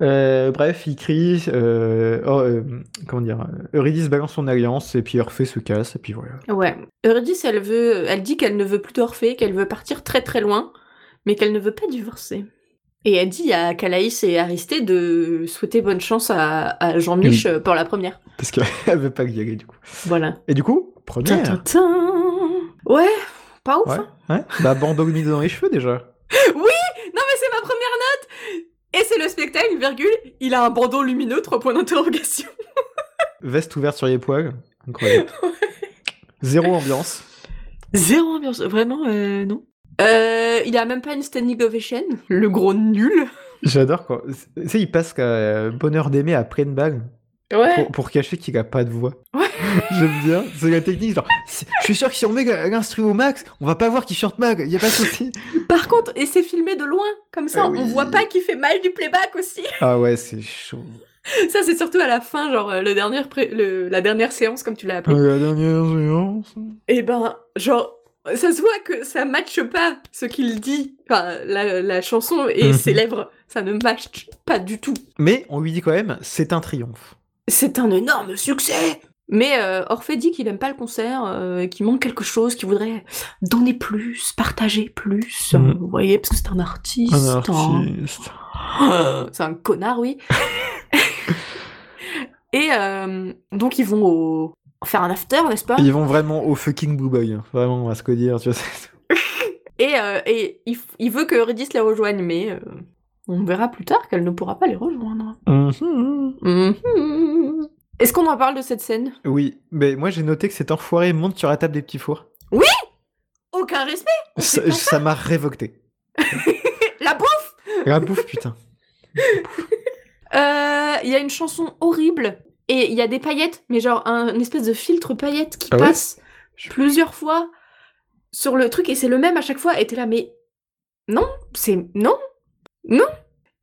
[SPEAKER 7] Euh, bref, il crie. euh, oh, euh, comment dire euh, Eurydice balance son alliance et puis Orphée se casse et puis voilà.
[SPEAKER 8] Ouais. Eurydice, elle veut, elle dit qu'elle ne veut plus d'Orphée, qu'elle veut partir très très loin, mais qu'elle ne veut pas divorcer. Et elle dit à Calaïs et Aristée de souhaiter bonne chance à, à Jean-Mich euh, pour la première.
[SPEAKER 7] Parce qu'elle [laughs] veut pas y aller du coup.
[SPEAKER 8] Voilà.
[SPEAKER 7] Et du coup,
[SPEAKER 8] Tin,
[SPEAKER 7] première.
[SPEAKER 8] tin, tin. Ouais, pas ouf.
[SPEAKER 7] Ouais,
[SPEAKER 8] hein.
[SPEAKER 7] ouais. Bah, bandeau mise dans les cheveux déjà.
[SPEAKER 8] Non mais c'est ma première note Et c'est le spectacle, virgule, il a un bandeau lumineux, trois points d'interrogation.
[SPEAKER 7] Veste ouverte sur les poils. Incroyable. Zéro ambiance.
[SPEAKER 8] [laughs] Zéro ambiance, vraiment, euh, non. Euh, il a même pas une standing ovation, le gros nul.
[SPEAKER 7] J'adore quoi. Tu sais, il passe qu'à euh, bonheur d'aimer à pleine balle
[SPEAKER 8] Ouais.
[SPEAKER 7] pour, pour cacher qu'il a pas de voix.
[SPEAKER 8] Ouais.
[SPEAKER 7] [laughs] J'aime bien. C'est la technique. Genre, c'est- je suis sûr que si on met l'instru au max, on va pas voir qu'il chante mal. Y a pas de
[SPEAKER 8] [laughs]
[SPEAKER 7] souci.
[SPEAKER 8] Par contre, et c'est filmé de loin, comme ça,
[SPEAKER 7] Ah oui.
[SPEAKER 8] on voit pas qu'il fait mal du playback aussi.
[SPEAKER 7] Ah ouais, c'est chaud.
[SPEAKER 8] [laughs] Ça, c'est surtout à la fin, genre euh, le dernier pré- le- la dernière séance, comme tu l'as appelé.
[SPEAKER 7] La dernière séance.
[SPEAKER 8] Et ben, genre, ça se voit que ça matche pas ce qu'il dit, enfin, la, la chanson et
[SPEAKER 7] Mhm.
[SPEAKER 8] ses lèvres, ça ne matche pas du tout.
[SPEAKER 7] Mais on lui dit quand même, c'est un triomphe.
[SPEAKER 8] C'est un énorme succès Mais euh, Orphée dit qu'il aime pas le concert, euh, qu'il manque quelque chose, qu'il voudrait donner plus, partager plus,
[SPEAKER 7] Mhm.
[SPEAKER 8] euh, vous voyez, parce que c'est un artiste. hein. [laughs] C'est un connard, oui. Et euh, donc ils vont au... faire un after, n'est-ce pas
[SPEAKER 7] Ils vont vraiment au fucking Blue Boy. hein. Vraiment, on va se le dire. Tu vois, c'est-
[SPEAKER 8] Et, euh, et il, f- il veut que Eurydice les rejoigne, mais euh, on verra plus tard qu'elle ne pourra pas les rejoindre.
[SPEAKER 7] Mhm.
[SPEAKER 8] Mhm. Est-ce qu'on en parle de cette scène
[SPEAKER 7] Oui, mais moi j'ai noté que cet enfoiré monte sur la table des petits fours.
[SPEAKER 8] Aucun respect fait
[SPEAKER 7] Ça
[SPEAKER 8] pas
[SPEAKER 7] ça m'a révolté.
[SPEAKER 8] La bouffe
[SPEAKER 7] La bouffe, putain.
[SPEAKER 8] Euh, Il y a une chanson horrible et il y a des paillettes, mais genre un une espèce de filtre paillettes qui
[SPEAKER 7] Ah ouais
[SPEAKER 8] passe plusieurs fois sur le truc et c'est le même à chaque fois. Et t'es là, mais non, c'est non, non.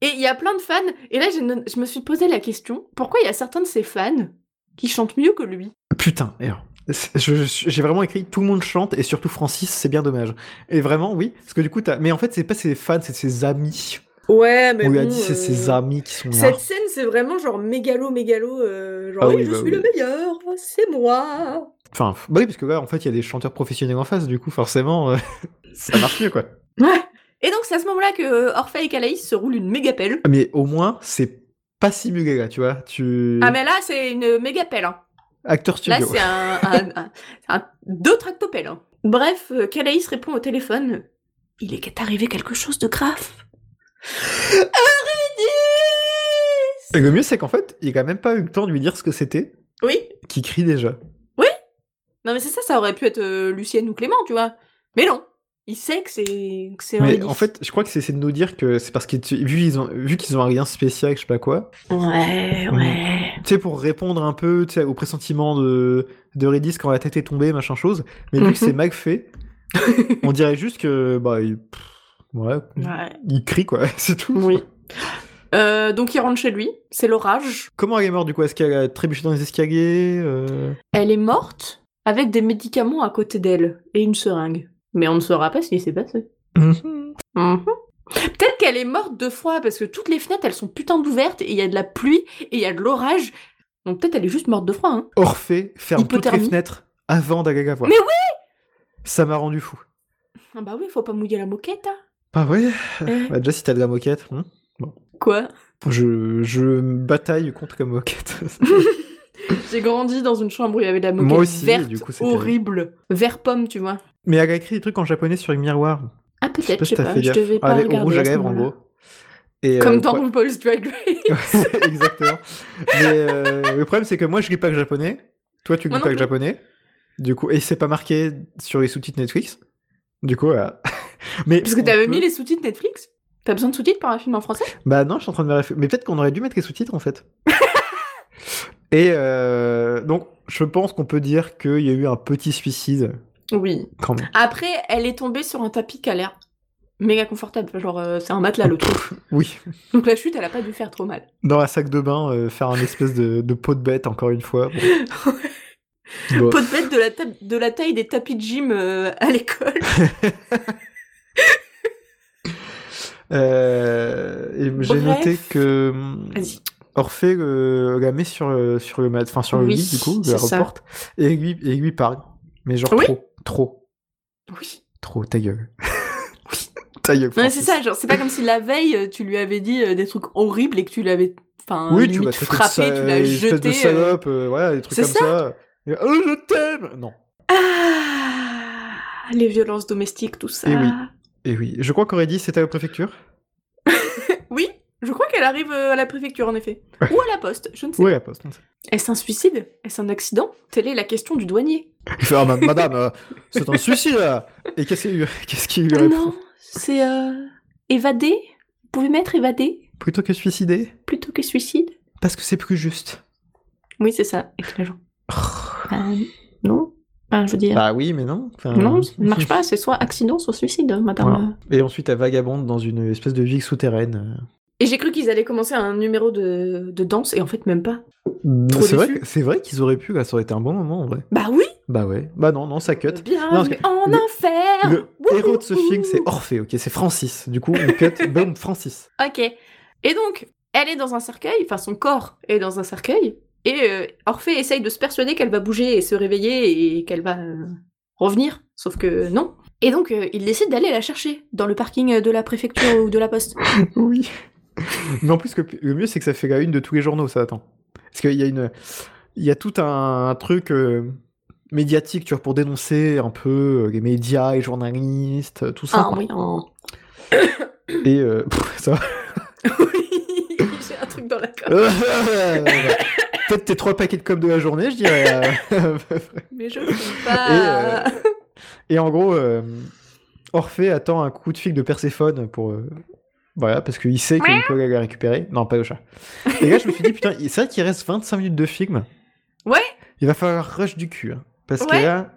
[SPEAKER 8] Et il y a plein de fans. Et là, j'ai no- je me suis posé la question pourquoi il y a certains de ces fans qui chantent mieux que lui
[SPEAKER 7] Putain, et alors, c'est- je- je- j'ai vraiment écrit tout le monde chante et surtout Francis, c'est bien dommage. Et vraiment, oui, parce que du coup, t'as. Mais en fait, c'est pas ses fans, c'est ses amis.
[SPEAKER 8] Ouais, euh,
[SPEAKER 7] On lui a dit, c'est ses amis qui sont là.
[SPEAKER 8] Cette scène, c'est vraiment genre mégalo, mégalo, euh, genre
[SPEAKER 7] Ah
[SPEAKER 8] oui,
[SPEAKER 7] oui,
[SPEAKER 8] je
[SPEAKER 7] bah
[SPEAKER 8] suis
[SPEAKER 7] oui.
[SPEAKER 8] le meilleur, c'est moi.
[SPEAKER 7] Enfin, f- bah oui, parce que là, en fait, il y a des chanteurs professionnels en face, du coup, forcément, euh, [laughs] ça marche mieux, quoi.
[SPEAKER 8] Ouais. Et donc c'est à ce moment-là que euh, Orphée et Calaïs se roulent une méga pelle.
[SPEAKER 7] Mais au moins, c'est pas simulé, là, tu vois. Tu.
[SPEAKER 8] Ah mais là c'est une méga pelle. hein.
[SPEAKER 7] Acteur
[SPEAKER 8] Là
[SPEAKER 7] studio.
[SPEAKER 8] c'est un, un- un- un- deux tractopelles. hein. Bref, euh, Calaïs répond au téléphone. Il est arrivé quelque chose de grave. Eurydice
[SPEAKER 7] Et le mieux, c'est qu'en fait, il a même pas eu le temps de lui dire ce que c'était,
[SPEAKER 8] Oui.
[SPEAKER 7] qui crie déjà.
[SPEAKER 8] Non mais c'est ça, ça aurait pu être euh, Lucienne ou Clément, tu vois. Mais non. Il sait que c'est que c'est
[SPEAKER 7] Mais
[SPEAKER 8] Eurydice.
[SPEAKER 7] en fait, je crois que c'est c'est de nous dire que c'est parce qu'ils vu ils ont vu qu'ils ont un lien spécial, je sais pas quoi.
[SPEAKER 8] Ouais, ouais.
[SPEAKER 7] Tu sais pour répondre un peu tu sais, au pressentiment de de Redis quand la tête est tombée, machin chose. Mais vu
[SPEAKER 8] Mhm.
[SPEAKER 7] que
[SPEAKER 8] [laughs]
[SPEAKER 7] c'est mal fait, on dirait juste que bah il, pff, ouais,
[SPEAKER 8] Ouais.
[SPEAKER 7] il crie quoi, [laughs] c'est tout.
[SPEAKER 8] Oui. Euh, donc il rentre chez lui, c'est l'orage.
[SPEAKER 7] Comment elle est morte du coup Est-ce qu'elle a trébuché dans les escaliers euh,
[SPEAKER 8] Elle est morte avec des médicaments à côté d'elle et une seringue. Mais on ne saura pas ce qui s'est passé.
[SPEAKER 7] mhm.
[SPEAKER 8] Mhm. Peut-être qu'elle est morte de froid parce que toutes les fenêtres elles sont putain d'ouvertes et il y a de la pluie et il y a de l'orage. Donc peut-être elle est juste morte de froid. Hein.
[SPEAKER 7] Orphée ferme toutes les
[SPEAKER 8] Hypothermie.
[SPEAKER 7] fenêtres avant d'aller la voir.
[SPEAKER 8] Mais
[SPEAKER 7] oui Ça m'a rendu fou.
[SPEAKER 8] Ah bah oui, faut pas mouiller la moquette. hein.
[SPEAKER 7] Ah ouais
[SPEAKER 8] Euh,
[SPEAKER 7] Bah, Déjà si t'as de la moquette. hein.
[SPEAKER 8] Quoi
[SPEAKER 7] Je, je me bataille contre la moquette. [laughs]
[SPEAKER 8] J'ai grandi dans une chambre où il y avait de la
[SPEAKER 7] Moi
[SPEAKER 8] moquette
[SPEAKER 7] aussi,
[SPEAKER 8] verte,
[SPEAKER 7] du coup, c'est
[SPEAKER 8] horrible. Vert pomme, tu vois.
[SPEAKER 7] Mais elle a écrit des trucs en japonais sur les miroirs.
[SPEAKER 8] Ah,
[SPEAKER 7] Je sais
[SPEAKER 8] peut-être,
[SPEAKER 7] pas si t'as fait
[SPEAKER 8] je
[SPEAKER 7] gaffe.
[SPEAKER 8] devais pas
[SPEAKER 7] Ah, les-
[SPEAKER 8] regarder.
[SPEAKER 7] au rouge à
[SPEAKER 8] à ce
[SPEAKER 7] lèvres, en
[SPEAKER 8] moment-là.
[SPEAKER 7] gros. Et, euh,
[SPEAKER 8] Comme
[SPEAKER 7] le
[SPEAKER 8] dans
[SPEAKER 7] pro- [laughs]
[SPEAKER 8] RuPaul's Drag Race.
[SPEAKER 7] Exactement. Mais euh, le problème, c'est que moi, je lis pas que japonais. Toi, tu lis
[SPEAKER 8] Moi non
[SPEAKER 7] pas que
[SPEAKER 8] plus.
[SPEAKER 7] japonais. Du coup, et c'est pas marqué sur les sous-titres Netflix. Du coup, euh, [laughs] mais
[SPEAKER 8] Parce que
[SPEAKER 7] on
[SPEAKER 8] t'avais
[SPEAKER 7] peut-
[SPEAKER 8] mis les sous-titres Netflix T'as besoin de sous-titres pour un film en français
[SPEAKER 7] Bah non, je suis en train de me réfléchir. Mais peut-être qu'on aurait dû mettre les sous-titres en fait. [laughs] Et euh, donc, je pense qu'on peut dire qu'il y a eu un petit suicide
[SPEAKER 8] Oui.
[SPEAKER 7] quand même.
[SPEAKER 8] Après, elle est tombée sur un tapis qui a l'air méga confortable. Genre, euh, c'est un
[SPEAKER 7] [laughs]
[SPEAKER 8] matelas, le truc.
[SPEAKER 7] Oui,
[SPEAKER 8] Donc la chute, elle a pas dû faire trop mal.
[SPEAKER 7] dans la sac de bain, euh, faire un espèce de, de pot de bête encore une fois. Bon.
[SPEAKER 8] [laughs]
[SPEAKER 7] Bon.
[SPEAKER 8] Pot de bête de la, ta- de la taille des tapis de gym euh,
[SPEAKER 7] [laughs]
[SPEAKER 8] à l'école.
[SPEAKER 7] Euh, et j'ai
[SPEAKER 8] Bref.
[SPEAKER 7] noté que hum,
[SPEAKER 8] Vas-y.
[SPEAKER 7] Orphée euh, la met sur, euh, sur le mat, enfin sur le
[SPEAKER 8] Oui,
[SPEAKER 7] lit du coup, la
[SPEAKER 8] c'est ça.
[SPEAKER 7] reporte, et lui, et lui parle. Mais genre
[SPEAKER 8] Oui.
[SPEAKER 7] trop, trop,
[SPEAKER 8] Oui.
[SPEAKER 7] trop, ta gueule. [laughs] ta gueule.
[SPEAKER 8] Non, mais
[SPEAKER 7] Francis.
[SPEAKER 8] c'est ça, genre, c'est pas comme si la veille, euh, tu lui avais dit euh, des trucs horribles et que tu l'avais. Enfin,
[SPEAKER 7] Oui, tu
[SPEAKER 8] limite
[SPEAKER 7] vas traiter de
[SPEAKER 8] frappé,
[SPEAKER 7] sa-
[SPEAKER 8] tu l'as
[SPEAKER 7] espèce
[SPEAKER 8] jeté.
[SPEAKER 7] de
[SPEAKER 8] euh,
[SPEAKER 7] salope, euh, voilà, des trucs
[SPEAKER 8] c'est
[SPEAKER 7] comme ça. Et, oh, je t'aime Non.
[SPEAKER 8] Ah, les violences domestiques, tout ça.
[SPEAKER 7] Eh oui. Et oui, je crois qu'Aurélie, c'était à la préfecture.
[SPEAKER 8] Oui, je crois qu'elle arrive euh, à la préfecture, en effet. Ou à la poste, je ne sais
[SPEAKER 7] Oui, la poste. on sait.
[SPEAKER 8] pas. Est-ce un suicide Est-ce un accident Telle est la question du douanier.
[SPEAKER 7] Il fait, ah, ma- madame, euh, c'est un suicide, là Et qu'est-ce qu'il lui- qu'est-ce qu'il lui
[SPEAKER 8] Ah
[SPEAKER 7] répond
[SPEAKER 8] non, c'est euh, évadé. Vous pouvez mettre évadé
[SPEAKER 7] Plutôt que suicider
[SPEAKER 8] plutôt que suicide
[SPEAKER 7] Parce que c'est plus juste.
[SPEAKER 8] Oui, c'est ça, excellent. Ben, non, Ben, je veux dire.
[SPEAKER 7] Ah. Bah oui, mais non. enfin,
[SPEAKER 8] non, ça ne marche pas, c'est soit accident, soit suicide, hein, madame.
[SPEAKER 7] Voilà. Et ensuite, elle vagabonde dans une espèce de ville souterraine.
[SPEAKER 8] Et j'ai cru qu'ils allaient commencer un numéro de, de danse, et en fait, même pas. Trop
[SPEAKER 7] Mm, C'est vrai,
[SPEAKER 8] déçu.
[SPEAKER 7] que- c'est vrai qu'ils auraient pu, là, ça aurait été un bon moment, en vrai.
[SPEAKER 8] Bah oui
[SPEAKER 7] Bah ouais. Bah non, non, ça cut. parce
[SPEAKER 8] Bienvenue
[SPEAKER 7] que
[SPEAKER 8] en
[SPEAKER 7] le-
[SPEAKER 8] enfer
[SPEAKER 7] Le
[SPEAKER 8] Euh, Wouhou
[SPEAKER 7] héros de ce film, c'est Orphée, ok C'est Francis. Du coup, on cut, [laughs] boum, Francis.
[SPEAKER 8] Ok. Et donc, elle est dans un cercueil, enfin son corps est dans un cercueil, et euh, Orphée essaye de se persuader qu'elle va bouger et se réveiller et qu'elle va euh, revenir, sauf que non. Et donc, euh, il décide d'aller la chercher dans le parking de la préfecture ou de la poste.
[SPEAKER 7] Oui. Mais en plus, le- le mieux, c'est que ça fait la une de tous les journaux, ça, attends. Parce qu'il y a une... Il y a tout un, un truc euh, médiatique, tu vois, pour dénoncer un peu euh, les médias, les journalistes, euh, tout ça.
[SPEAKER 8] Ah
[SPEAKER 7] quoi.
[SPEAKER 8] oui, en-
[SPEAKER 7] Et... euh, [laughs] pff, ça va.
[SPEAKER 8] [laughs] Oui, j'ai un truc dans la gorge.
[SPEAKER 7] Peut-être tes trois paquets de com de la journée, je dirais. euh. [laughs]
[SPEAKER 8] Mais je peux pas.
[SPEAKER 7] Et euh, en gros, euh, Orphée attend un coup de fil de Perséphone pour. euh, voilà, parce qu'il sait que Nicolas l'a récupéré. Non, pas le chat. Et là, je me suis dit, putain, il- c'est vrai qu'il reste 25 minutes de film.
[SPEAKER 8] Ouais.
[SPEAKER 7] Il va falloir rush du cul. hein, parce que
[SPEAKER 8] Ouais.
[SPEAKER 7] là.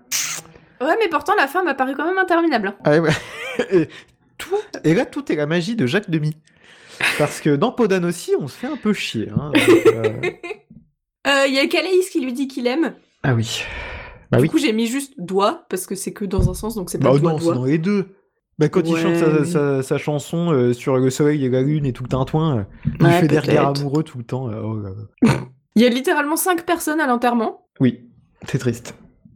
[SPEAKER 8] Ouais, mais pourtant, la fin m'a paru quand même interminable. hein.
[SPEAKER 7] Ah ouais. [laughs] et, tout, et là, tout est la magie de Jacques Demy. Parce que dans Podan aussi, on se fait un peu chier. hein, donc, euh,
[SPEAKER 8] Euh, Il y a Calaïs qui lui dit qu'il aime.
[SPEAKER 7] [laughs] Ah oui. Bah oui.
[SPEAKER 8] Du coup, j'ai mis juste doigt, parce que c'est que dans un sens, donc c'est
[SPEAKER 7] Bah
[SPEAKER 8] pas doigt,
[SPEAKER 7] non, c'est
[SPEAKER 8] doigt.
[SPEAKER 7] dans les deux. Bah quand il
[SPEAKER 8] Ouais,
[SPEAKER 7] chante sa,
[SPEAKER 8] oui.
[SPEAKER 7] sa- sa chanson euh, sur le soleil et la lune et tout le tintouin, euh, il
[SPEAKER 8] Ouais,
[SPEAKER 7] fait des regards
[SPEAKER 8] peut-être.
[SPEAKER 7] amoureux tout le temps. euh, oh là là.
[SPEAKER 8] Il y a littéralement cinq personnes à l'enterrement.
[SPEAKER 7] Oui, c'est triste.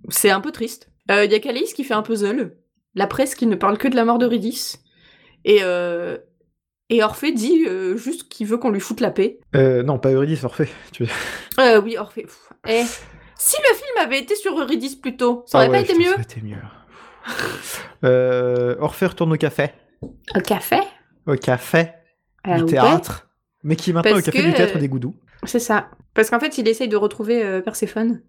[SPEAKER 8] C'est un peu triste. Euh, Il y a Calice qui fait un puzzle. La presse qui ne parle que de la mort de Ridis. Et, euh, et Orphée dit euh, juste qu'il veut qu'on lui foute la paix.
[SPEAKER 7] Euh, non, pas Eurydice, Orphée. Tu...
[SPEAKER 8] Euh, oui, Orphée. pff, eh. Si le film avait été sur Eurydice plus tôt, ça aurait
[SPEAKER 7] Ah
[SPEAKER 8] pas
[SPEAKER 7] ouais,
[SPEAKER 8] été
[SPEAKER 7] putain,
[SPEAKER 8] mieux
[SPEAKER 7] Ça aurait été mieux. [laughs] Euh, Orphée retourne au café.
[SPEAKER 8] Un café
[SPEAKER 7] Au café
[SPEAKER 8] Euh,
[SPEAKER 7] du
[SPEAKER 8] ouais.
[SPEAKER 7] théâtre. Mais qui est maintenant
[SPEAKER 8] Parce
[SPEAKER 7] au café
[SPEAKER 8] que,
[SPEAKER 7] du théâtre
[SPEAKER 8] euh,
[SPEAKER 7] des Goudous.
[SPEAKER 8] C'est ça. Parce qu'en fait, il essaye de retrouver euh, Perséphone.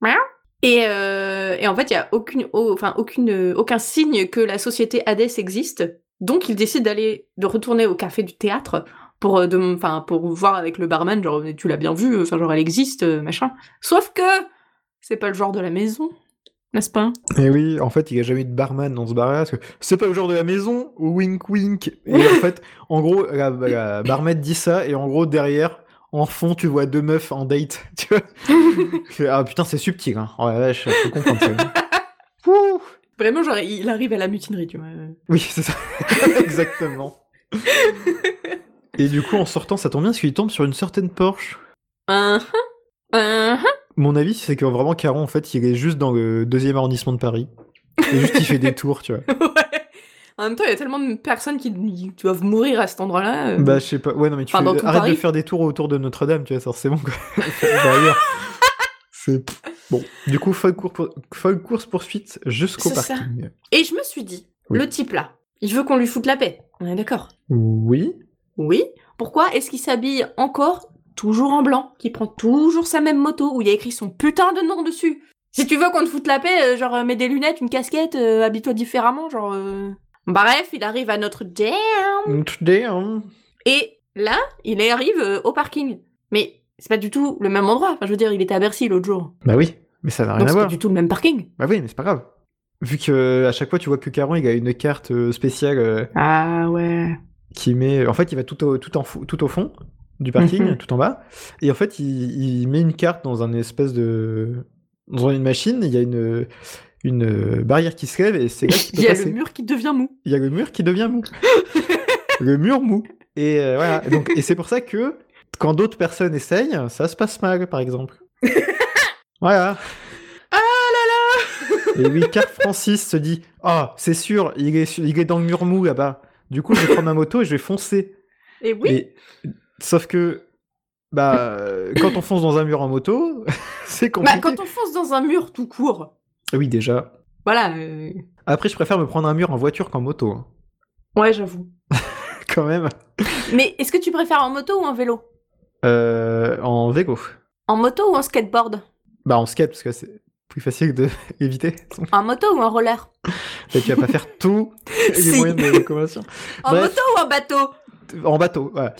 [SPEAKER 8] Miaou. Et, euh, et en fait, il n'y a aucune, au- enfin, aucune, euh, aucun signe que la société Hadès existe. Donc, il décide d'aller, de retourner au café du théâtre pour, euh, de- enfin, pour voir avec le barman, genre, tu l'as bien vu, enfin, genre, elle existe, euh, machin. Sauf que c'est pas le genre de la maison, n'est-ce pas
[SPEAKER 7] Et Eh oui, en fait, il n'y a jamais eu de barman dans ce bar-là, parce que c'est pas le genre de la maison, wink wink. Et en fait, en gros, la, la barmaid dit ça, et en gros, derrière, en fond, tu vois deux meufs en date, [laughs] tu vois. Je
[SPEAKER 8] [laughs]
[SPEAKER 7] fais, ah putain, c'est subtil, hein. Oh la vache, faut comprendre ça. Ouh.
[SPEAKER 8] Vraiment, genre, il arrive à la mutinerie, tu vois. euh.
[SPEAKER 7] oui, c'est ça. [laughs] Exactement. Et du coup, en sortant, ça tombe bien, parce qu'il tombe sur une certaine Porsche.
[SPEAKER 8] Hein, hein, hein.
[SPEAKER 7] Mon avis, c'est que vraiment,
[SPEAKER 8] [laughs]
[SPEAKER 7] Caron, en fait, il est juste dans le deuxième arrondissement de Paris. Et juste, il fait des tours, tu vois.
[SPEAKER 8] [laughs] Ouais. En même temps, il y a tellement de personnes qui qui doivent mourir à cet endroit-là. euh.
[SPEAKER 7] Bah, je sais pas. Ouais, non, mais tu
[SPEAKER 8] Enfin, dans
[SPEAKER 7] fais-
[SPEAKER 8] tout
[SPEAKER 7] arrête de
[SPEAKER 8] Paris.
[SPEAKER 7] faire des tours autour de Notre-Dame, tu vois, ça, c'est bon, quoi. [laughs] Derrière. C'est... Bon, du coup, folle, cour- pour- folle course poursuite jusqu'au
[SPEAKER 8] C'est ça.
[SPEAKER 7] parking.
[SPEAKER 8] Et je me suis dit,
[SPEAKER 7] Oui.
[SPEAKER 8] le type là, il veut qu'on lui foute la paix. On est d'accord
[SPEAKER 7] Oui.
[SPEAKER 8] Oui. Pourquoi est-ce qu'il s'habille encore toujours en blanc Qu'il prend toujours sa même moto où il y a écrit son putain de nom dessus Si tu veux qu'on te foute la paix, euh, genre euh, mets des lunettes, une casquette, euh, habille-toi différemment, genre. euh. Bref, il arrive à notre jam
[SPEAKER 7] Notre-Dame.
[SPEAKER 8] et là, il arrive euh, au parking. Mais c'est pas du tout le même endroit. Enfin, je veux dire, il était à Bercy l'autre jour.
[SPEAKER 7] Bah oui, mais ça n'a rien
[SPEAKER 8] Donc
[SPEAKER 7] à
[SPEAKER 8] c'est pas
[SPEAKER 7] voir.
[SPEAKER 8] du tout le même parking.
[SPEAKER 7] Bah oui, mais c'est pas grave. Vu que euh, à chaque fois, tu vois que Caron, il a une carte euh, spéciale euh,
[SPEAKER 8] Ah ouais.
[SPEAKER 7] qui met. En fait, il va tout au, tout en fo- tout au fond du parking,
[SPEAKER 8] Mhm.
[SPEAKER 7] tout en bas. Et en fait, il, il met une carte dans un espèce de. Dans une machine, il y a une, une euh, barrière qui se lève et c'est là qu'il
[SPEAKER 8] [laughs] Il
[SPEAKER 7] peut
[SPEAKER 8] y a
[SPEAKER 7] passer.
[SPEAKER 8] le mur qui devient mou.
[SPEAKER 7] Il y a le mur qui devient
[SPEAKER 8] [laughs]
[SPEAKER 7] mou. le mur mou. Et euh, voilà. Donc, et c'est pour ça que quand d'autres personnes essayent, ça se passe mal, par
[SPEAKER 8] [laughs]
[SPEAKER 7] exemple. voilà. Ah
[SPEAKER 8] [laughs]
[SPEAKER 7] là là Et oui, car Francis se dit Ah, c'est sûr, il est, sur- il est dans le mur mou là-bas. Du coup, je vais prendre ma moto et je vais foncer.
[SPEAKER 8] Et oui.
[SPEAKER 7] Et- sauf que, bah, euh, quand on fonce dans un mur en moto, [laughs] c'est
[SPEAKER 8] Bah,
[SPEAKER 7] compliqué.
[SPEAKER 8] quand on fonce dans un mur tout court,
[SPEAKER 7] Oui, déjà.
[SPEAKER 8] voilà. euh,
[SPEAKER 7] Après, je préfère me prendre un mur en voiture qu'en moto. hein.
[SPEAKER 8] Ouais, j'avoue.
[SPEAKER 7] Quand même.
[SPEAKER 8] Mais est-ce que tu préfères en moto ou en vélo
[SPEAKER 7] Euh, en vélo.
[SPEAKER 8] En moto ou en skateboard
[SPEAKER 7] Bah en skate parce que c'est plus facile de [laughs] éviter.
[SPEAKER 8] En moto ou en roller
[SPEAKER 7] Et tu vas pas
[SPEAKER 8] [laughs]
[SPEAKER 7] faire tous les
[SPEAKER 8] Si.
[SPEAKER 7] moyens de locomotion.
[SPEAKER 8] En
[SPEAKER 7] Bref.
[SPEAKER 8] moto ou en bateau
[SPEAKER 7] En bateau,
[SPEAKER 8] [laughs]
[SPEAKER 7] voilà.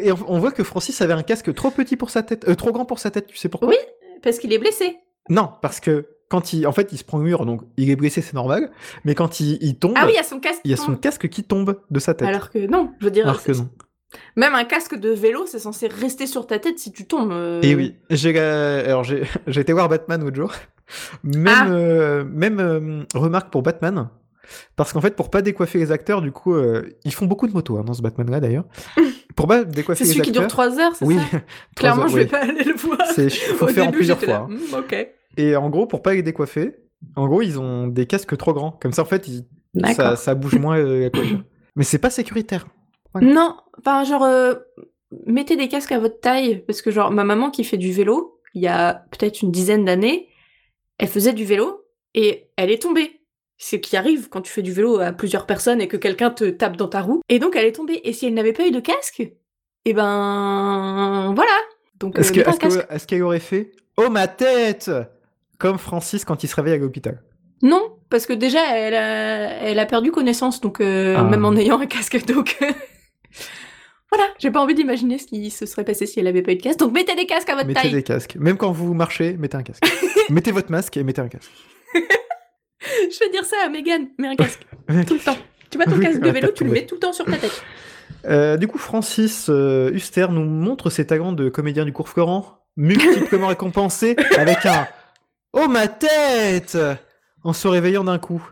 [SPEAKER 7] Et on, on voit que Francis avait un casque trop petit pour sa tête, euh, trop grand pour sa tête. Tu sais pourquoi
[SPEAKER 8] Oui. Parce qu'il est blessé.
[SPEAKER 7] Non, parce que quand il, en fait, il se prend le mur, donc il est blessé, c'est normal. Mais quand il, il tombe,
[SPEAKER 8] Ah oui, il y a son casque.
[SPEAKER 7] il y a
[SPEAKER 8] qui
[SPEAKER 7] son
[SPEAKER 8] tombe.
[SPEAKER 7] casque qui tombe de sa tête. Alors,
[SPEAKER 8] Alors que non, je veux dire,
[SPEAKER 7] que
[SPEAKER 8] c'est-
[SPEAKER 7] non.
[SPEAKER 8] même un casque de vélo, c'est censé rester sur ta tête si tu tombes. euh.
[SPEAKER 7] Et Eh oui, j'ai euh, alors j'ai [laughs] j'ai été voir Batman l'autre jour. Même
[SPEAKER 8] Ah.
[SPEAKER 7] euh, même euh, remarque pour Batman. Parce qu'en fait, pour pas décoiffer les acteurs, du coup, euh, ils font beaucoup de motos hein, dans ce Batman-là
[SPEAKER 8] [laughs]
[SPEAKER 7] d'ailleurs. Pour pas décoiffer
[SPEAKER 8] C'est
[SPEAKER 7] les
[SPEAKER 8] celui qui dure
[SPEAKER 7] acteurs.
[SPEAKER 8] 3 heures, c'est
[SPEAKER 7] oui,
[SPEAKER 8] ça
[SPEAKER 7] [laughs] trois
[SPEAKER 8] Clairement,
[SPEAKER 7] heures,
[SPEAKER 8] je vais
[SPEAKER 7] oui.
[SPEAKER 8] pas aller le voir.
[SPEAKER 7] [laughs] C'est- faut
[SPEAKER 8] [laughs] Au
[SPEAKER 7] faire en
[SPEAKER 8] début,
[SPEAKER 7] plusieurs
[SPEAKER 8] j'étais là,
[SPEAKER 7] fois, hein.
[SPEAKER 8] hmm, ok.
[SPEAKER 7] Et en gros, pour pas les décoiffer, en gros, ils ont des casques trop grands. Comme ça, en fait, ils- ça,
[SPEAKER 8] D'accord.
[SPEAKER 7] ça bouge moins euh, la
[SPEAKER 8] [laughs]
[SPEAKER 7] coiffure. Mais c'est pas sécuritaire.
[SPEAKER 8] Non, enfin genre euh, mettez des casques à votre taille parce que genre ma maman qui fait du vélo, il y a peut-être une dizaine d'années, elle faisait du vélo et elle est tombée. C'est ce qui arrive quand tu fais du vélo à plusieurs personnes et que quelqu'un te tape dans ta roue. Et donc elle est tombée. Et si elle n'avait pas eu de casque, eh ben voilà. Donc euh,
[SPEAKER 7] Est-ce que-
[SPEAKER 8] mettez un
[SPEAKER 7] est-ce que-
[SPEAKER 8] casque.
[SPEAKER 7] est-ce qu'elle aurait fait Oh ma tête Comme Francis quand il se réveille à l'hôpital.
[SPEAKER 8] Non, parce que déjà elle a, elle a perdu connaissance, donc euh,
[SPEAKER 7] Ah.
[SPEAKER 8] même en ayant un casque, donc euh, voilà, j'ai pas envie d'imaginer ce qui se serait passé si elle avait pas eu de casque. Donc mettez des casques à votre
[SPEAKER 7] Mettez
[SPEAKER 8] taille.
[SPEAKER 7] des casques. Même quand vous marchez, mettez un
[SPEAKER 8] [laughs]
[SPEAKER 7] casque. mettez votre masque et mettez un casque.
[SPEAKER 8] Je vais dire ça à Megan, mets un casque tout le temps. Tu vois ton
[SPEAKER 7] Oui,
[SPEAKER 8] casque de vélo,
[SPEAKER 7] t'as
[SPEAKER 8] tu le
[SPEAKER 7] trouvé.
[SPEAKER 8] mets tout le temps sur ta tête.
[SPEAKER 7] Euh, du coup, Francis euh, Huster nous montre ses talents de comédien du cours Florent,
[SPEAKER 8] [laughs]
[SPEAKER 7] multiplement récompensé avec un Oh ma tête en se réveillant d'un coup.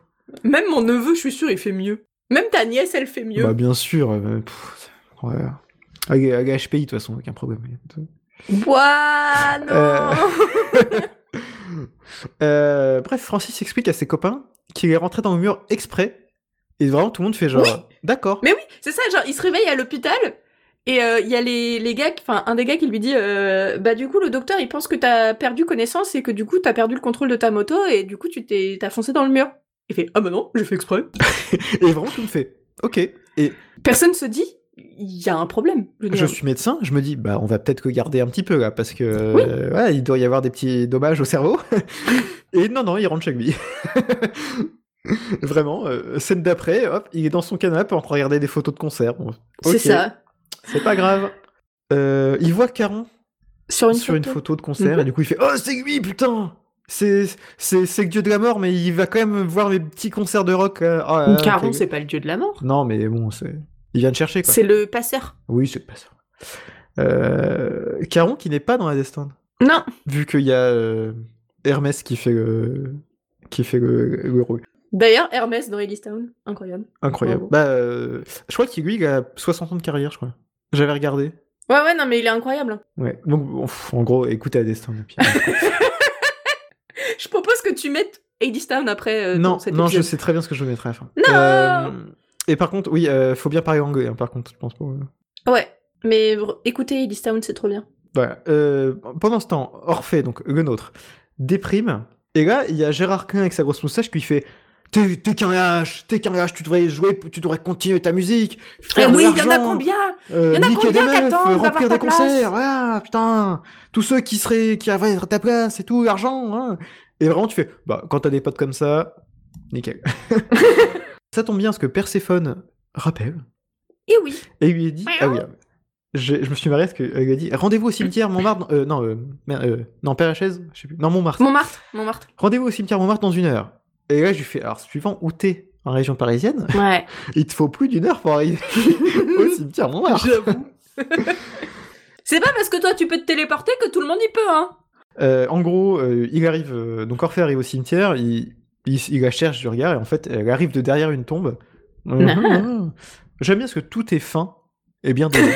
[SPEAKER 8] Même mon neveu, je suis sûre, il fait mieux. Même ta nièce, elle fait mieux.
[SPEAKER 7] Bah bien sûr. euh, pff, ouais. Ah, il y a- il y a HPI de toute façon, aucun problème. Bah.
[SPEAKER 8] Ouah, non
[SPEAKER 7] Euh, bref, Francis explique à ses copains qu'il est rentré dans le mur exprès. Et vraiment, tout le monde fait genre D'accord.
[SPEAKER 8] Mais oui, c'est ça, genre, il se réveille à l'hôpital et euh, il y a les, les gars, qui- enfin, un des gars qui lui dit euh, Bah, du coup, le docteur, il pense que t'as perdu connaissance et que du coup, t'as perdu le contrôle de ta moto et du coup, tu t'es t'as foncé dans le mur. Il fait Ah, bah non, j'ai fait exprès.
[SPEAKER 7] Et vraiment, tout me fait Ok. Et
[SPEAKER 8] Personne se dit Il y a un problème. Je veux
[SPEAKER 7] Je
[SPEAKER 8] dire.
[SPEAKER 7] suis médecin, je me dis, bah, on va peut-être regarder un petit peu là, parce que euh, ouais, il doit y avoir des petits dommages au
[SPEAKER 8] [laughs]
[SPEAKER 7] cerveau. Et non, non, il rentre chez lui. [laughs] Vraiment, euh, scène d'après, hop, il est dans son canapé en train de regarder des photos de concert. Bon, ok,
[SPEAKER 8] C'est ça.
[SPEAKER 7] C'est pas grave. Euh, il voit Caron
[SPEAKER 8] Sur une
[SPEAKER 7] sur une
[SPEAKER 8] photo. Mhm.
[SPEAKER 7] photo de concert et du coup il fait Oh, c'est lui, putain C'est c'est- c'est le dieu de la mort, mais il va quand même voir mes petits concerts de rock. euh, ah, là, là,
[SPEAKER 8] Caron,
[SPEAKER 7] quel-
[SPEAKER 8] c'est pas le dieu de la mort.
[SPEAKER 7] Non, mais bon, c'est. Il vient de chercher quoi.
[SPEAKER 8] C'est le passeur.
[SPEAKER 7] Oui, c'est pas ça. Euh, Caron qui n'est pas dans la destin,
[SPEAKER 8] Non.
[SPEAKER 7] vu qu'il y a euh, Hermès qui fait le, qui fait le, le rôle.
[SPEAKER 8] D'ailleurs, Hermès dans Elistown. Incroyable.
[SPEAKER 7] Incroyable.
[SPEAKER 8] Bravo.
[SPEAKER 7] Bah, euh, je crois qu'il lui, il a 60 ans de carrière, je crois. J'avais regardé.
[SPEAKER 8] Ouais, ouais, non, mais il est incroyable. hein.
[SPEAKER 7] Ouais.
[SPEAKER 8] [laughs] Euh,
[SPEAKER 7] Donc, bon, pff, en gros, écoutez la destin.
[SPEAKER 8] Je propose que tu mettes Hadestown après euh,
[SPEAKER 7] non,
[SPEAKER 8] dans cet
[SPEAKER 7] non, je
[SPEAKER 8] épisode.
[SPEAKER 7] sais très bien ce que je veux mettre à la fin.
[SPEAKER 8] Non
[SPEAKER 7] Euh, et par contre, oui, euh, faut bien parler anglais, hein, par contre, je pense pas. euh.
[SPEAKER 8] Ouais, mais re- écoutez, Hadestown, c'est trop bien.
[SPEAKER 7] Voilà. Euh, pendant ce temps, Orphée, donc le nôtre, déprime. Et là, il y a Gérard Quin avec sa grosse moustache qui fait T'es t'es qu'un lâche, t'es qu'un lâche, tu devrais jouer, tu devrais continuer ta musique.
[SPEAKER 8] Eh
[SPEAKER 7] faire de
[SPEAKER 8] oui, il y en a
[SPEAKER 7] l'argent,
[SPEAKER 8] combien
[SPEAKER 7] euh,
[SPEAKER 8] y en a
[SPEAKER 7] niquer des
[SPEAKER 8] combien qui
[SPEAKER 7] meufs,
[SPEAKER 8] attendent d'avoir
[SPEAKER 7] remplir
[SPEAKER 8] ta
[SPEAKER 7] des concerts, ah, putain, tous ceux qui seraient, qui avaient ta place et tout, l'argent, hein. Et vraiment, tu fais, bah, quand t'as des potes comme ça, nickel. [laughs] ça tombe bien, parce que Perséphone rappelle
[SPEAKER 8] Eh oui,
[SPEAKER 7] et il lui a dit Ah oui, euh, je, je me suis marié parce qu'elle lui a dit Rendez-vous au cimetière Montmartre. euh, non, euh, merde, euh, non, Père Lachaise Je sais plus. Non, Montmartre.
[SPEAKER 8] Montmartre, Montmartre.
[SPEAKER 7] Rendez-vous au cimetière Montmartre dans une heure. Et là, je lui fais Alors, suivant où t'es en région parisienne, [laughs]
[SPEAKER 8] [laughs] Ouais.
[SPEAKER 7] il te faut plus d'une heure pour arriver [laughs] au cimetière Montmartre.
[SPEAKER 8] [laughs] C'est pas parce que toi tu peux te téléporter que tout le monde y peut, hein
[SPEAKER 7] Euh, en gros, euh, il arrive. euh, donc, Orphée arrive au cimetière, il, il, il la cherche du regard, et en fait, elle arrive de derrière une tombe. Mhm. J'aime bien parce que tout est fin et bien donné.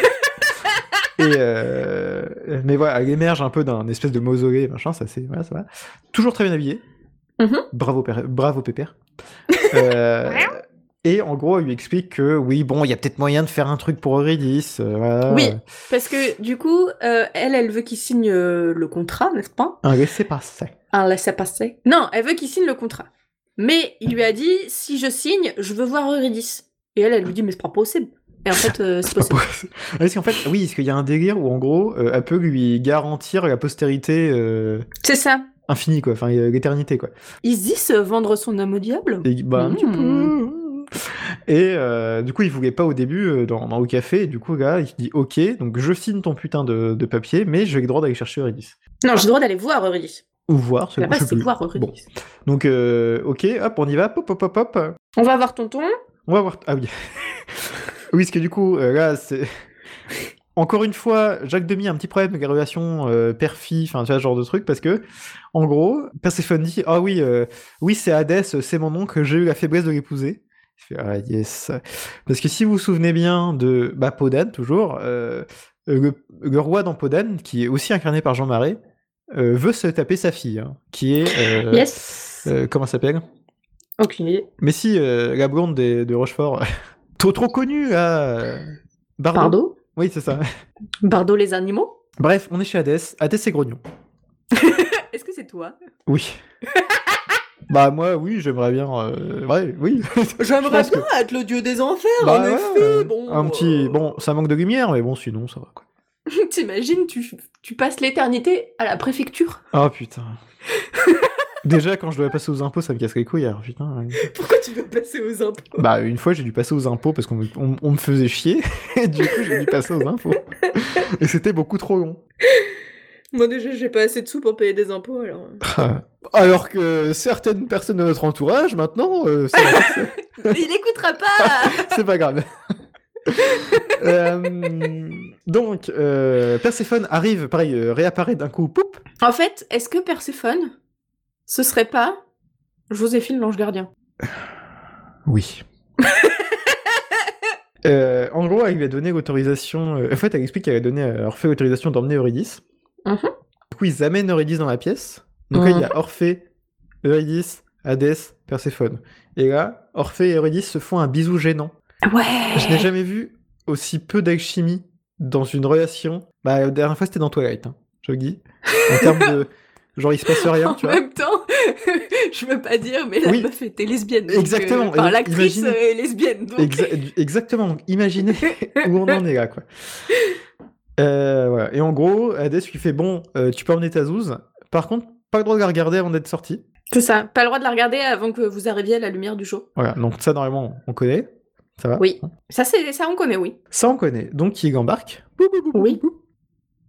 [SPEAKER 7] et euh, mais voilà, elle émerge un peu d'un espèce de mausolée, machin, ça c'est. Voilà, ça va. Toujours très bien habillée.
[SPEAKER 8] Mhm.
[SPEAKER 7] Bravo, père- bravo Pépère. Euh, et en gros, elle lui explique que oui, bon, il y a peut-être moyen de faire un truc pour Eurydice. euh, voilà.
[SPEAKER 8] Oui. Parce que du coup, euh, elle, elle veut qu'il signe euh, le contrat, n'est-ce pas
[SPEAKER 7] Un laissez passer.
[SPEAKER 8] Un laissez-passer. Non, elle veut qu'il signe le contrat. Mais il lui a dit si je signe, je veux voir Eurydice. Et elle, elle lui dit mais c'est pas possible. Et en fait, euh, c'est
[SPEAKER 7] C'est pas [laughs]
[SPEAKER 8] possible.
[SPEAKER 7] possible. Ah, Parce qu'en fait, oui, parce qu'il y a un délire où en gros, euh, elle peut lui garantir la postérité euh,
[SPEAKER 8] C'est ça.
[SPEAKER 7] infinie, quoi, enfin euh, l'éternité, quoi.
[SPEAKER 8] Isis euh, vendre son âme au diable
[SPEAKER 7] Et, bah, un petit
[SPEAKER 8] Mmh.
[SPEAKER 7] peu. Et, euh, du coup, il voulait pas au début euh, dans, dans- au café. Et du coup, là, il se dit Ok, donc je signe ton putain de, de papier, mais j'ai le droit d'aller chercher Eurydice.
[SPEAKER 8] Non, j'ai le droit d'aller voir Eurydice.
[SPEAKER 7] Ou voir, c'est
[SPEAKER 8] La
[SPEAKER 7] bon, je
[SPEAKER 8] base,
[SPEAKER 7] sais
[SPEAKER 8] c'est
[SPEAKER 7] plus.
[SPEAKER 8] voir Eurydice.
[SPEAKER 7] Donc, euh, ok, hop, on y va, pop, pop, hop, hop.
[SPEAKER 8] On va voir tonton.
[SPEAKER 7] On va voir. Ah oui. [laughs] oui, parce que du coup, euh, là, c'est. [laughs] Encore une fois, Jacques Demi a un petit problème avec la relation euh, père-fille, enfin, tu vois, ce genre de truc, parce que, en gros, Perséphone dit Ah oui, euh, oui, c'est Hadès, c'est mon oncle, j'ai eu la faiblesse de l'épouser. Il fait Ah yes. Parce que si vous vous souvenez bien de bah, Podane, toujours, euh, le, le roi dans Podane, qui est aussi incarné par Jean Marais, euh, veut se taper sa fille, hein, qui est. euh,
[SPEAKER 8] Yes.
[SPEAKER 7] euh, comment elle s'appelle
[SPEAKER 8] Aucune idée.
[SPEAKER 7] mais si, euh, la blonde des- de Rochefort, [laughs] trop trop connue, là, euh, Bardot.
[SPEAKER 8] Bardo.
[SPEAKER 7] Oui, c'est ça.
[SPEAKER 8] Bardo les animaux.
[SPEAKER 7] Bref, on est chez Hadès. Hadès et Grognon.
[SPEAKER 8] Est-ce que c'est toi
[SPEAKER 9] [laughs]
[SPEAKER 7] Oui. bah moi, oui, j'aimerais bien... euh, ouais, oui.
[SPEAKER 9] [laughs] J'aimerais
[SPEAKER 7] pense que-
[SPEAKER 9] bien être le dieu des enfers,
[SPEAKER 7] Bah
[SPEAKER 9] en
[SPEAKER 7] ouais,
[SPEAKER 9] effet.
[SPEAKER 7] euh,
[SPEAKER 9] bon,
[SPEAKER 7] un petit...
[SPEAKER 9] euh,
[SPEAKER 7] Bon, ça manque de lumière, mais bon, sinon, ça va. Quoi.
[SPEAKER 8] [laughs] T'imagines, tu, tu passes l'éternité à la préfecture.
[SPEAKER 7] Oh
[SPEAKER 9] [laughs]
[SPEAKER 7] putain. Déjà, quand je dois passer aux impôts, ça me casse les couilles, alors putain. ouais.
[SPEAKER 8] [laughs] Pourquoi tu veux passer aux impôts
[SPEAKER 7] Bah, une fois, j'ai dû passer aux impôts parce qu'on me- on- on me faisait chier, [laughs] et du coup, j'ai dû passer aux impôts. Et c'était beaucoup trop long.
[SPEAKER 8] Moi déjà, j'ai pas assez de sous pour payer des impôts alors.
[SPEAKER 7] [laughs] Alors que certaines personnes de notre entourage, maintenant, euh, ça- c'est-
[SPEAKER 8] Il écoutera pas [laughs]
[SPEAKER 7] c'est pas grave. Euh, donc, euh, Perséphone arrive, pareil, euh, réapparaît d'un coup, poup.
[SPEAKER 8] En fait, est-ce que Perséphone, ce serait pas Joséphine l'ange gardien
[SPEAKER 7] [laughs] Oui. Euh, en gros, elle lui a donné l'autorisation. euh, en fait, elle explique qu'elle a donné à Orphée l'autorisation d'emmener Eurydice.
[SPEAKER 8] Mhm.
[SPEAKER 7] Du coup, ils amènent Eurydice dans la pièce. Donc là, il y a Orphée, Eurydice, Hadès, Perséphone. Et là, Orphée et Eurydice se font un bisou gênant. Je n'ai
[SPEAKER 8] Ouais
[SPEAKER 7] jamais vu aussi peu d'alchimie dans une relation. Bah, la dernière fois, c'était dans Twilight, hein, je le dis. En termes de. Genre, il se passe rien,
[SPEAKER 8] En
[SPEAKER 7] tu vois.
[SPEAKER 8] même temps, [laughs] je veux pas dire, mais la
[SPEAKER 7] Oui.
[SPEAKER 8] meuf était lesbienne. donc,
[SPEAKER 7] Exactement,
[SPEAKER 8] euh, enfin,
[SPEAKER 7] et
[SPEAKER 8] l'actrice
[SPEAKER 7] imagine-
[SPEAKER 8] euh, est lesbienne. Donc...
[SPEAKER 7] Exa- exactement, donc imaginez où on en est là, quoi. Euh, voilà. Et en gros, Hades lui fait Bon, euh, tu peux emmener ta zouze. Par contre, pas le droit de la regarder avant d'être sorti.
[SPEAKER 8] C'est ça, pas le droit de la regarder avant que vous arriviez à la lumière du jour.
[SPEAKER 7] Voilà, donc ça, normalement, on connaît. Ça va
[SPEAKER 8] Oui. Ça, c'est ça on connaît, oui.
[SPEAKER 7] Ça, on connaît. Donc, il embarque. Bou, bou, bou, bou,
[SPEAKER 8] Oui.
[SPEAKER 7] bou.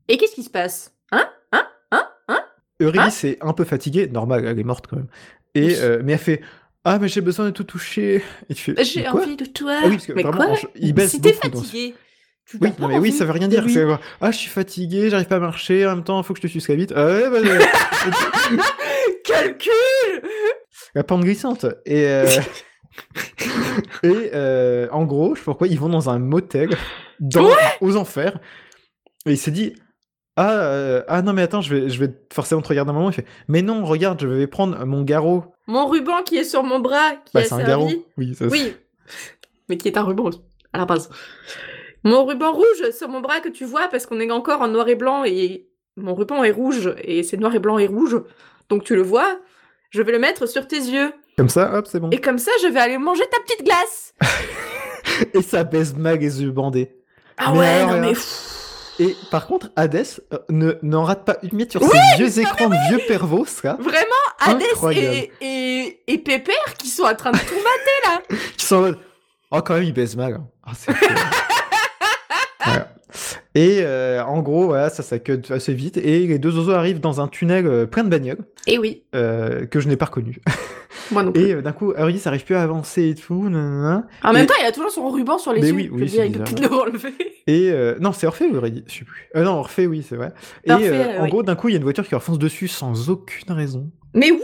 [SPEAKER 8] Et qu'est-ce qui se passe Hein Hein Hein Hein
[SPEAKER 7] Eurydice est un peu fatiguée, normal, elle est morte quand même. Et, euh, mais elle fait Ah, mais j'ai besoin de tout toucher. Et tu fais
[SPEAKER 8] Bah, J'ai
[SPEAKER 7] Quoi
[SPEAKER 8] envie de toi.
[SPEAKER 7] Ah oui, parce que
[SPEAKER 8] mais
[SPEAKER 7] vraiment,
[SPEAKER 8] quoi
[SPEAKER 7] en ch- il baisse
[SPEAKER 8] Si t'es
[SPEAKER 7] beaucoup dans ce-
[SPEAKER 8] fatigué, tu
[SPEAKER 7] Oui,
[SPEAKER 8] t'as
[SPEAKER 7] non,
[SPEAKER 8] pas
[SPEAKER 7] mais oui,
[SPEAKER 8] envie
[SPEAKER 7] ça veut rien dire.
[SPEAKER 8] de lui.
[SPEAKER 7] c'est, Ah, je suis fatigué, j'arrive pas à marcher, en même temps, faut que je te suce la bite. Ah, ouais, bah,
[SPEAKER 8] [laughs]
[SPEAKER 7] euh,
[SPEAKER 8] Calcul
[SPEAKER 7] la pente glissante. Et,
[SPEAKER 8] [laughs]
[SPEAKER 7] euh, et euh, en gros, je sais pas pourquoi, ils vont dans un motel dans... aux enfers. Et il s'est dit ah, euh, ah non, mais attends, je vais, je vais forcément te regarder un moment. Il fait Mais non, regarde, je vais prendre mon garrot.
[SPEAKER 8] Mon ruban qui est sur mon bras, qui
[SPEAKER 7] Bah,
[SPEAKER 8] a
[SPEAKER 7] c'est un
[SPEAKER 8] servi...
[SPEAKER 7] garrot. Oui, ça,
[SPEAKER 8] Oui, mais qui est un ruban aussi, à la base. Mon ruban rouge sur mon bras que tu vois parce qu'on est encore en noir et blanc et mon ruban est rouge et c'est noir et blanc et rouge, donc tu le vois. Je vais le mettre sur tes yeux
[SPEAKER 7] Comme ça, hop, c'est bon.
[SPEAKER 8] et comme ça je vais aller manger ta petite glace.
[SPEAKER 7] Et ça baisse Mag et yeux bandés.
[SPEAKER 8] Ah
[SPEAKER 7] Mais
[SPEAKER 8] ouais,
[SPEAKER 7] alors,
[SPEAKER 8] non
[SPEAKER 7] alors.
[SPEAKER 8] mais pff,
[SPEAKER 7] Et par contre, Hades euh, ne n'en rate pas une miette sur
[SPEAKER 8] Oui,
[SPEAKER 7] ses vieux écrans de vieux pervos, ça,
[SPEAKER 8] vraiment Hadès
[SPEAKER 7] Incroyable.
[SPEAKER 8] et, et, et Pépère qui sont en train de tout mater.
[SPEAKER 7] qui sont en mode Oh, quand même, il baisse Mag. hein. Ah, c'est
[SPEAKER 8] [laughs]
[SPEAKER 7] cool. Voilà. Et euh, en gros, voilà, ça s'accueille assez vite. Et les deux oiseaux arrivent dans un tunnel euh, plein de bagnoles
[SPEAKER 8] Et oui,
[SPEAKER 7] euh, que je n'ai pas reconnu.
[SPEAKER 8] moi non plus.
[SPEAKER 7] [laughs] Et euh, d'un coup, Harry n'arrive plus à avancer et tout. nanana.
[SPEAKER 8] En même
[SPEAKER 7] et-
[SPEAKER 8] temps, il a toujours son ruban sur les
[SPEAKER 7] Mais
[SPEAKER 8] yeux.
[SPEAKER 7] oui,
[SPEAKER 8] je
[SPEAKER 7] oui,
[SPEAKER 8] veux
[SPEAKER 7] c'est
[SPEAKER 8] dire, il peut
[SPEAKER 7] bizarre.
[SPEAKER 8] plus le enlever.
[SPEAKER 7] Et euh, non, c'est Orphée ou Eurydice Je sais plus. Euh, non, Orphée, oui, c'est vrai. Et
[SPEAKER 8] Orphée,
[SPEAKER 7] euh,
[SPEAKER 8] euh,
[SPEAKER 7] en
[SPEAKER 8] oui.
[SPEAKER 7] gros, d'un coup, il y a une voiture qui leur fonce dessus sans aucune raison.
[SPEAKER 8] Mais oui,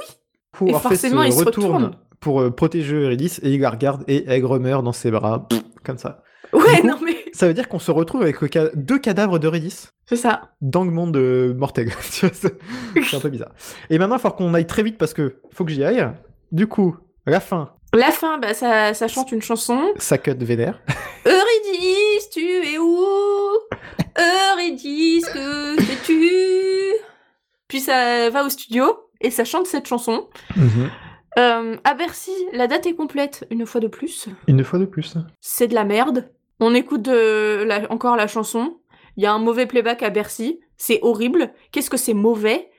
[SPEAKER 7] Pour
[SPEAKER 8] Et forcément, il se retourne.
[SPEAKER 7] pour euh, protéger Eurydice et il la regarde et elle remeurt dans ses bras, pff, comme ça.
[SPEAKER 8] ouais,
[SPEAKER 7] [laughs] Du coup-
[SPEAKER 8] non mais
[SPEAKER 7] Ça veut dire qu'on se retrouve avec le ca- deux cadavres d'Eurydice
[SPEAKER 8] c'est ça.
[SPEAKER 7] dans le monde de Morteg. [laughs] Tu vois, c'est c'est un peu bizarre. Et maintenant, il faut qu'on aille très vite parce que faut que j'y aille. Du coup, la fin,
[SPEAKER 8] [laughs] La fin, bah ça, ça chante une chanson.
[SPEAKER 7] ça cut vénère.
[SPEAKER 8] Eurydice, tu es où Eurydice, que fais-tu Puis ça va au studio et ça chante cette chanson. Euh, à Bercy, la date est complète, une fois de plus.
[SPEAKER 7] Une fois de plus.
[SPEAKER 8] C'est de la merde. On écoute de la- encore la chanson. Il y a un mauvais playback à Bercy. C'est horrible. Qu'est-ce que c'est mauvais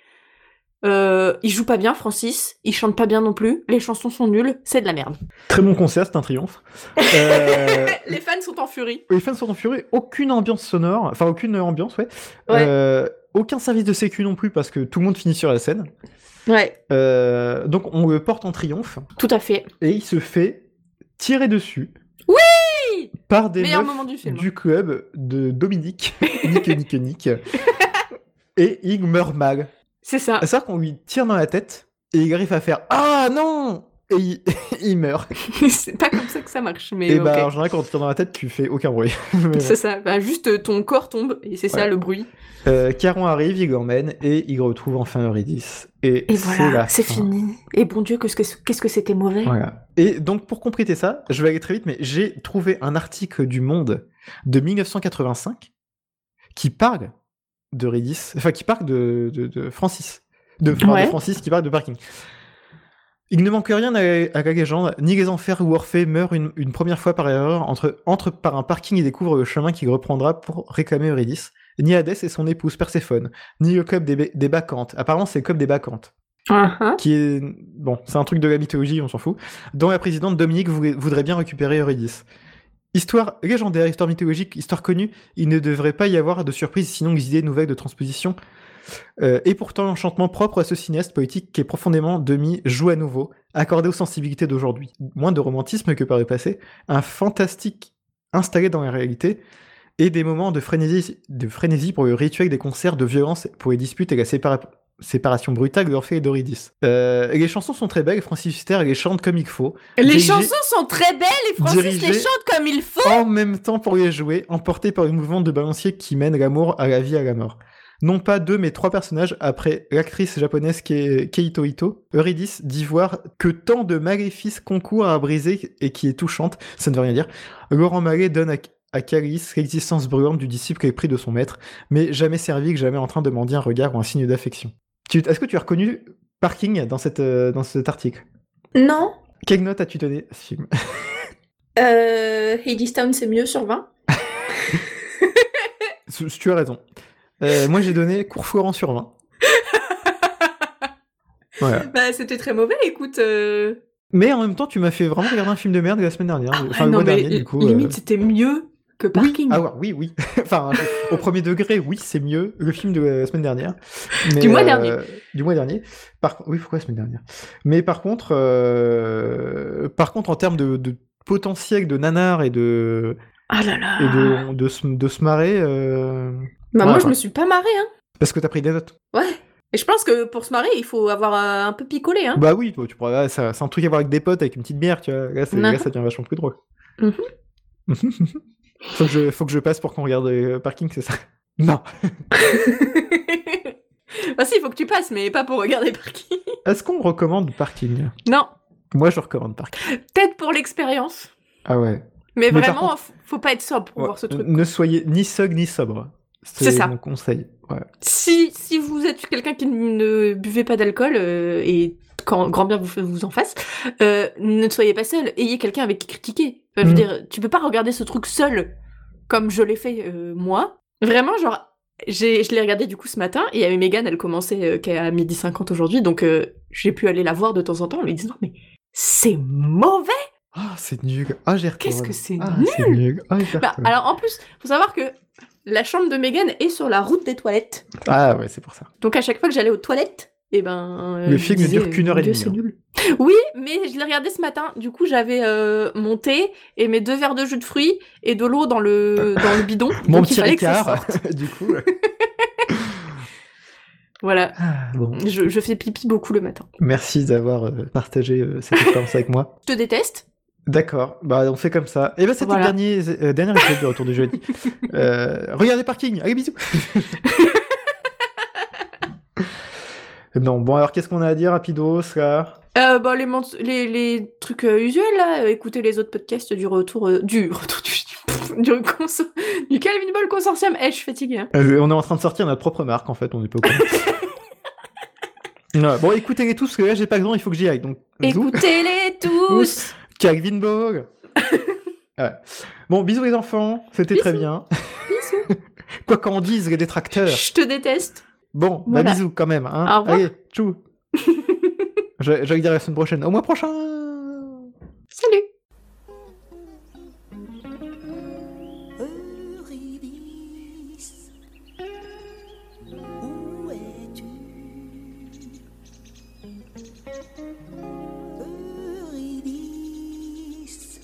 [SPEAKER 8] Euh, Il joue pas bien, Francis. Il chante pas bien non plus. Les chansons sont nulles. C'est de la merde.
[SPEAKER 7] Très bon concert, c'est un triomphe. Euh, [laughs]
[SPEAKER 8] Les fans sont en furie.
[SPEAKER 7] les fans sont en furie, aucune ambiance sonore, enfin aucune ambiance, ouais.
[SPEAKER 8] Ouais.
[SPEAKER 7] Euh, aucun service de sécu non plus parce que tout le monde finit sur la scène.
[SPEAKER 8] Ouais,
[SPEAKER 7] Euh, donc on le porte en triomphe
[SPEAKER 8] tout à fait.
[SPEAKER 7] et il se fait tirer dessus.
[SPEAKER 8] Oui
[SPEAKER 7] Par des
[SPEAKER 8] Meilleur
[SPEAKER 7] meufs
[SPEAKER 8] moment du film. hein.
[SPEAKER 7] club de Dominique. [laughs] Nick, nique,
[SPEAKER 8] [laughs]
[SPEAKER 7] nique. Et il meurt mal.
[SPEAKER 8] C'est ça. [laughs]
[SPEAKER 7] C'est-à-dire qu'on lui tire dans la tête et il arrive à faire Ah non Et il, [laughs] il meurt.
[SPEAKER 8] c'est pas comme ça que ça marche, mais
[SPEAKER 7] Et,
[SPEAKER 8] ok.
[SPEAKER 7] bah en général, quand on te tire dans la tête, tu fais aucun bruit. [laughs] Mais bon.
[SPEAKER 8] C'est ça. Bah, juste euh, ton corps tombe et c'est ça
[SPEAKER 7] Ouais.
[SPEAKER 8] le bruit.
[SPEAKER 7] Euh, Caron arrive, il l'emmène et il retrouve enfin Eurydice. Et,
[SPEAKER 8] Et
[SPEAKER 7] c'est
[SPEAKER 8] voilà,
[SPEAKER 7] la
[SPEAKER 8] c'est
[SPEAKER 7] fin.
[SPEAKER 8] fini. Et bon Dieu, qu'est-ce que qu'est-ce que c'était mauvais.
[SPEAKER 7] Voilà. Et donc, pour compléter ça, je vais aller très vite, mais j'ai trouvé un article du Monde de 1985 qui parle de Redis, enfin, qui parle de, de- de Francis. De, enfin, de
[SPEAKER 8] Ouais.
[SPEAKER 7] Francis qui parle de Parking. Il ne manque rien à, la- à la légende, ni les enfers où Orphée meurt une, une première fois par erreur, entre, entre par un parking et découvre le chemin qu'il reprendra pour réclamer Eurydice, ni Hadès et son épouse Perséphone, ni le club des, Bé- des Bacchantes. Apparemment, c'est le club des Bacchantes
[SPEAKER 8] Uh-huh.
[SPEAKER 7] qui est bon, c'est un truc de la mythologie, on s'en fout, dont la présidente Dominique voulait- voudrait bien récupérer Eurydice. Histoire légendaire, histoire mythologique, histoire connue, il ne devrait pas y avoir de surprise sinon les idées nouvelles de transposition. Euh, et pourtant, l'enchantement propre à ce cinéaste poétique qui est profondément demi joue à nouveau, accordé aux sensibilités d'aujourd'hui. Moins de romantisme que par le passé, un fantastique installé dans la réalité et des moments de frénésie, de frénésie pour le rituel des concerts de violence, pour les disputes et la sépara- séparation brutale d'Orphée et d'Eurydice. Euh, et les chansons sont très belles, Francis Huster les chante comme il faut,
[SPEAKER 8] Les
[SPEAKER 7] Dirigé-
[SPEAKER 8] chansons sont très belles et Francis les
[SPEAKER 7] Dirigé-
[SPEAKER 8] chante comme il faut.
[SPEAKER 7] en même temps pour les jouer, emporté par le mouvement de balancier qui mène l'amour à la vie à la mort. Non pas deux, mais trois personnages après l'actrice japonaise Ke- Keito Ito, Eurydice, d'ivoire que tant de maléfices concourent à briser et qui est touchante, ça ne veut rien dire. Laurent Mallet donne à, à Calice l'existence brûlante du disciple qui est pris de son maître, mais jamais servi que jamais en train de mendier un regard ou un signe d'affection. Tu- Est-ce que tu as reconnu Parking dans, cette, euh, dans cet article
[SPEAKER 8] Non.
[SPEAKER 7] Quelle note as-tu donné à ce [laughs] film
[SPEAKER 8] Euh, Town c'est mieux sur 20.
[SPEAKER 7] Tu tu as raison. Euh, moi, j'ai donné cours Florent sur
[SPEAKER 8] [laughs]
[SPEAKER 7] 20. Voilà.
[SPEAKER 8] Bah c'était très mauvais. Écoute. euh,
[SPEAKER 7] Mais en même temps, tu m'as fait vraiment regarder un film de merde la semaine dernière.
[SPEAKER 8] ah ouais,
[SPEAKER 7] enfin, le
[SPEAKER 8] non
[SPEAKER 7] mois
[SPEAKER 8] mais
[SPEAKER 7] dernier, du
[SPEAKER 8] li-
[SPEAKER 7] coup. euh,
[SPEAKER 8] limite c'était mieux que
[SPEAKER 7] Oui,
[SPEAKER 8] Parking.
[SPEAKER 7] ah ouais, oui, [laughs] oui. enfin, au premier degré, oui, c'est mieux. Le film de la semaine dernière. Mais, euh,
[SPEAKER 8] Du mois dernier.
[SPEAKER 7] Du mois dernier. Par, co- oui, pourquoi la semaine dernière Mais par contre, euh, par contre, en termes de, de potentiel de nanar et de,
[SPEAKER 8] Ah là là.
[SPEAKER 7] et de, de, se- de se marrer, euh,
[SPEAKER 8] Bah moi
[SPEAKER 7] Ouais,
[SPEAKER 8] je me suis pas marrée hein.
[SPEAKER 7] parce que t'as pris des notes.
[SPEAKER 8] Et je pense que pour se marrer il faut avoir euh, un peu picolé hein.
[SPEAKER 7] Bah oui, toi, tu pourrais, là, ça- c'est un truc à voir avec des potes, avec une petite bière, tu vois. Là, c'est- là,
[SPEAKER 8] Mhm.
[SPEAKER 7] ça devient vachement plus drôle.
[SPEAKER 8] Mhm. Mm-hmm.
[SPEAKER 7] [laughs] faut, que je, faut que je passe pour qu'on regarde euh, Parking, c'est ça Non.
[SPEAKER 8] [laughs] bah si il faut que tu passes mais pas pour regarder Parking.
[SPEAKER 7] Est-ce qu'on recommande Parking
[SPEAKER 8] Non,
[SPEAKER 7] Moi, je recommande Parking.
[SPEAKER 8] peut-être pour l'expérience.
[SPEAKER 7] Ah ouais.
[SPEAKER 8] Mais,
[SPEAKER 7] Mais par
[SPEAKER 8] vraiment, f- faut pas être sobre pour
[SPEAKER 7] Ouais. euh,
[SPEAKER 8] voir ce truc.
[SPEAKER 7] Ne soyez ni sog ni sobre.
[SPEAKER 8] C'est ça.
[SPEAKER 7] mon conseil. Ouais.
[SPEAKER 8] Si, si vous êtes quelqu'un qui ne buvez pas d'alcool, euh, et quand grand bien vous, fa- vous en fasse, euh, ne soyez pas seul, ayez quelqu'un avec qui critiquer. Enfin, je veux
[SPEAKER 7] Mm.
[SPEAKER 8] dire, tu peux pas regarder ce truc seul, comme je l'ai fait euh, moi. Vraiment, genre, j'ai, je l'ai regardé du coup ce matin, et euh, Megan, elle commençait euh, qu'à midi 50 aujourd'hui, donc euh, j'ai pu aller la voir de temps en temps en lui disant, mais c'est mauvais
[SPEAKER 7] Ah, c'est nul. Ah, j'ai
[SPEAKER 8] Qu'est-ce
[SPEAKER 7] recommandé.
[SPEAKER 8] que c'est
[SPEAKER 7] Ah, c'est nul. Ah, j'ai
[SPEAKER 8] Bah,
[SPEAKER 7] recommandé.
[SPEAKER 8] Alors en plus, faut savoir que la chambre de Megan est sur la route des toilettes.
[SPEAKER 7] Ah ouais, c'est pour ça.
[SPEAKER 8] Donc à chaque fois que j'allais aux toilettes, eh ben. euh,
[SPEAKER 7] Le
[SPEAKER 8] je
[SPEAKER 7] film ne
[SPEAKER 8] disais,
[SPEAKER 7] dure qu'une heure et
[SPEAKER 8] Dieu,
[SPEAKER 7] demie,
[SPEAKER 8] c'est
[SPEAKER 7] hein.
[SPEAKER 8] nul. [laughs] Oui, mais je l'ai regardé ce matin. Du coup, j'avais euh, mon thé et mes deux verres de jus de fruits et de l'eau
[SPEAKER 7] [laughs]
[SPEAKER 8] dans le dans le bidon.
[SPEAKER 7] Mon
[SPEAKER 8] Donc, il
[SPEAKER 7] petit
[SPEAKER 8] fallait que ça
[SPEAKER 7] Ricard, [laughs]
[SPEAKER 8] sorte.
[SPEAKER 7] du coup.
[SPEAKER 8] Voilà.
[SPEAKER 7] Ah, bon.
[SPEAKER 8] Je, je fais pipi beaucoup le matin.
[SPEAKER 7] Merci d'avoir euh, partagé euh, cette expérience avec moi.
[SPEAKER 8] Je te déteste.
[SPEAKER 7] D'accord, bah on fait comme ça. Et ben c'était
[SPEAKER 8] Voilà.
[SPEAKER 7] le dernier, euh, dernier épisode de Retour du
[SPEAKER 8] [laughs]
[SPEAKER 7] jeudi. Euh, regardez Parking, allez bisous Non, bon alors qu'est-ce qu'on a à dire rapidos là
[SPEAKER 8] Euh, bah, les, mens- les, les trucs euh, usuels, là, euh, écoutez les autres podcasts du retour euh, du [laughs] retour du, pff, du, [laughs] conso- du Calvin Ball Consortium. Eh, je suis fatiguée. hein.
[SPEAKER 7] Euh, On est en train de sortir notre propre marque en fait, on n'est pas
[SPEAKER 8] [laughs]
[SPEAKER 7] au courant. Ouais, bon écoutez-les tous, parce que là j'ai pas le temps, il faut que j'y aille. Donc, zou,
[SPEAKER 8] Écoutez-les
[SPEAKER 7] [laughs]
[SPEAKER 8] tous.
[SPEAKER 7] Calvin
[SPEAKER 8] [laughs]
[SPEAKER 7] Ball Ouais. Bon bisous les enfants, c'était très
[SPEAKER 8] Bisous.
[SPEAKER 7] bien. [laughs] Quoi qu'en disent les détracteurs.
[SPEAKER 8] Je te déteste.
[SPEAKER 7] Bon,
[SPEAKER 8] Voilà.
[SPEAKER 7] bah bisous quand même. Hein.
[SPEAKER 8] Au revoir.
[SPEAKER 7] Allez,
[SPEAKER 8] [laughs]
[SPEAKER 7] tchou. je, je vais dire à la semaine prochaine. Au mois prochain.
[SPEAKER 8] Salut.
[SPEAKER 3] Eurydice, où es-tu Eurydice,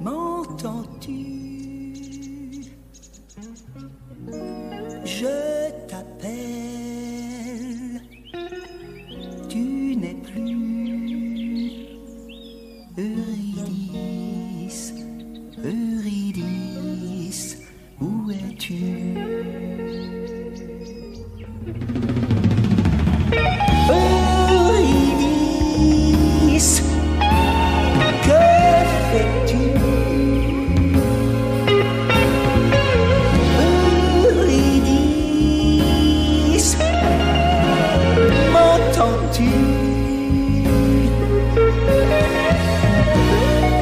[SPEAKER 3] m'entends-tu Je t'appelle, tu n'es plus Eurydice. Eurydice, où es-tu Eurydice, que fais-tu Eurydice, m'entends-tu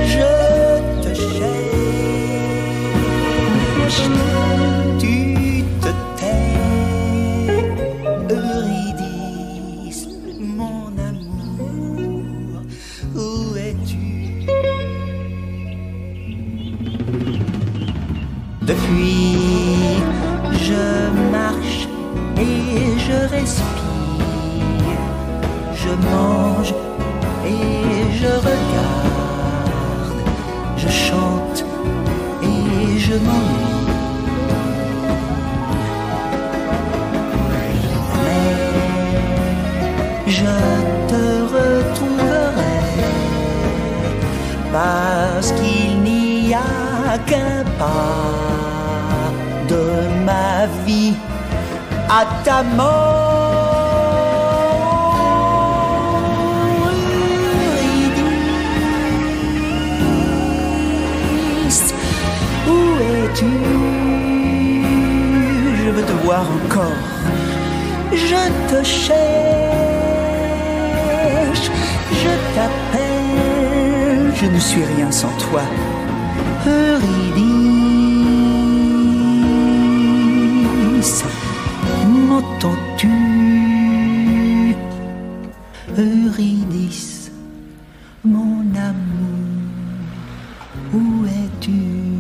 [SPEAKER 3] je te cherche, tu te tais, Eurydice, mon amour, où es-tu Depuis, je marche et je respire, je mange et je regarde, je chante et je m'ennuie. Mais je te retrouverai parce qu'il n'y a qu'un pas de ma vie à ta mort. Eurydice, où es-tu Je veux te voir encore. Je te cherche, je t'appelle. Je ne suis rien sans toi. Eurydice. M'entends-tu Eurydice, mon amour, où es-tu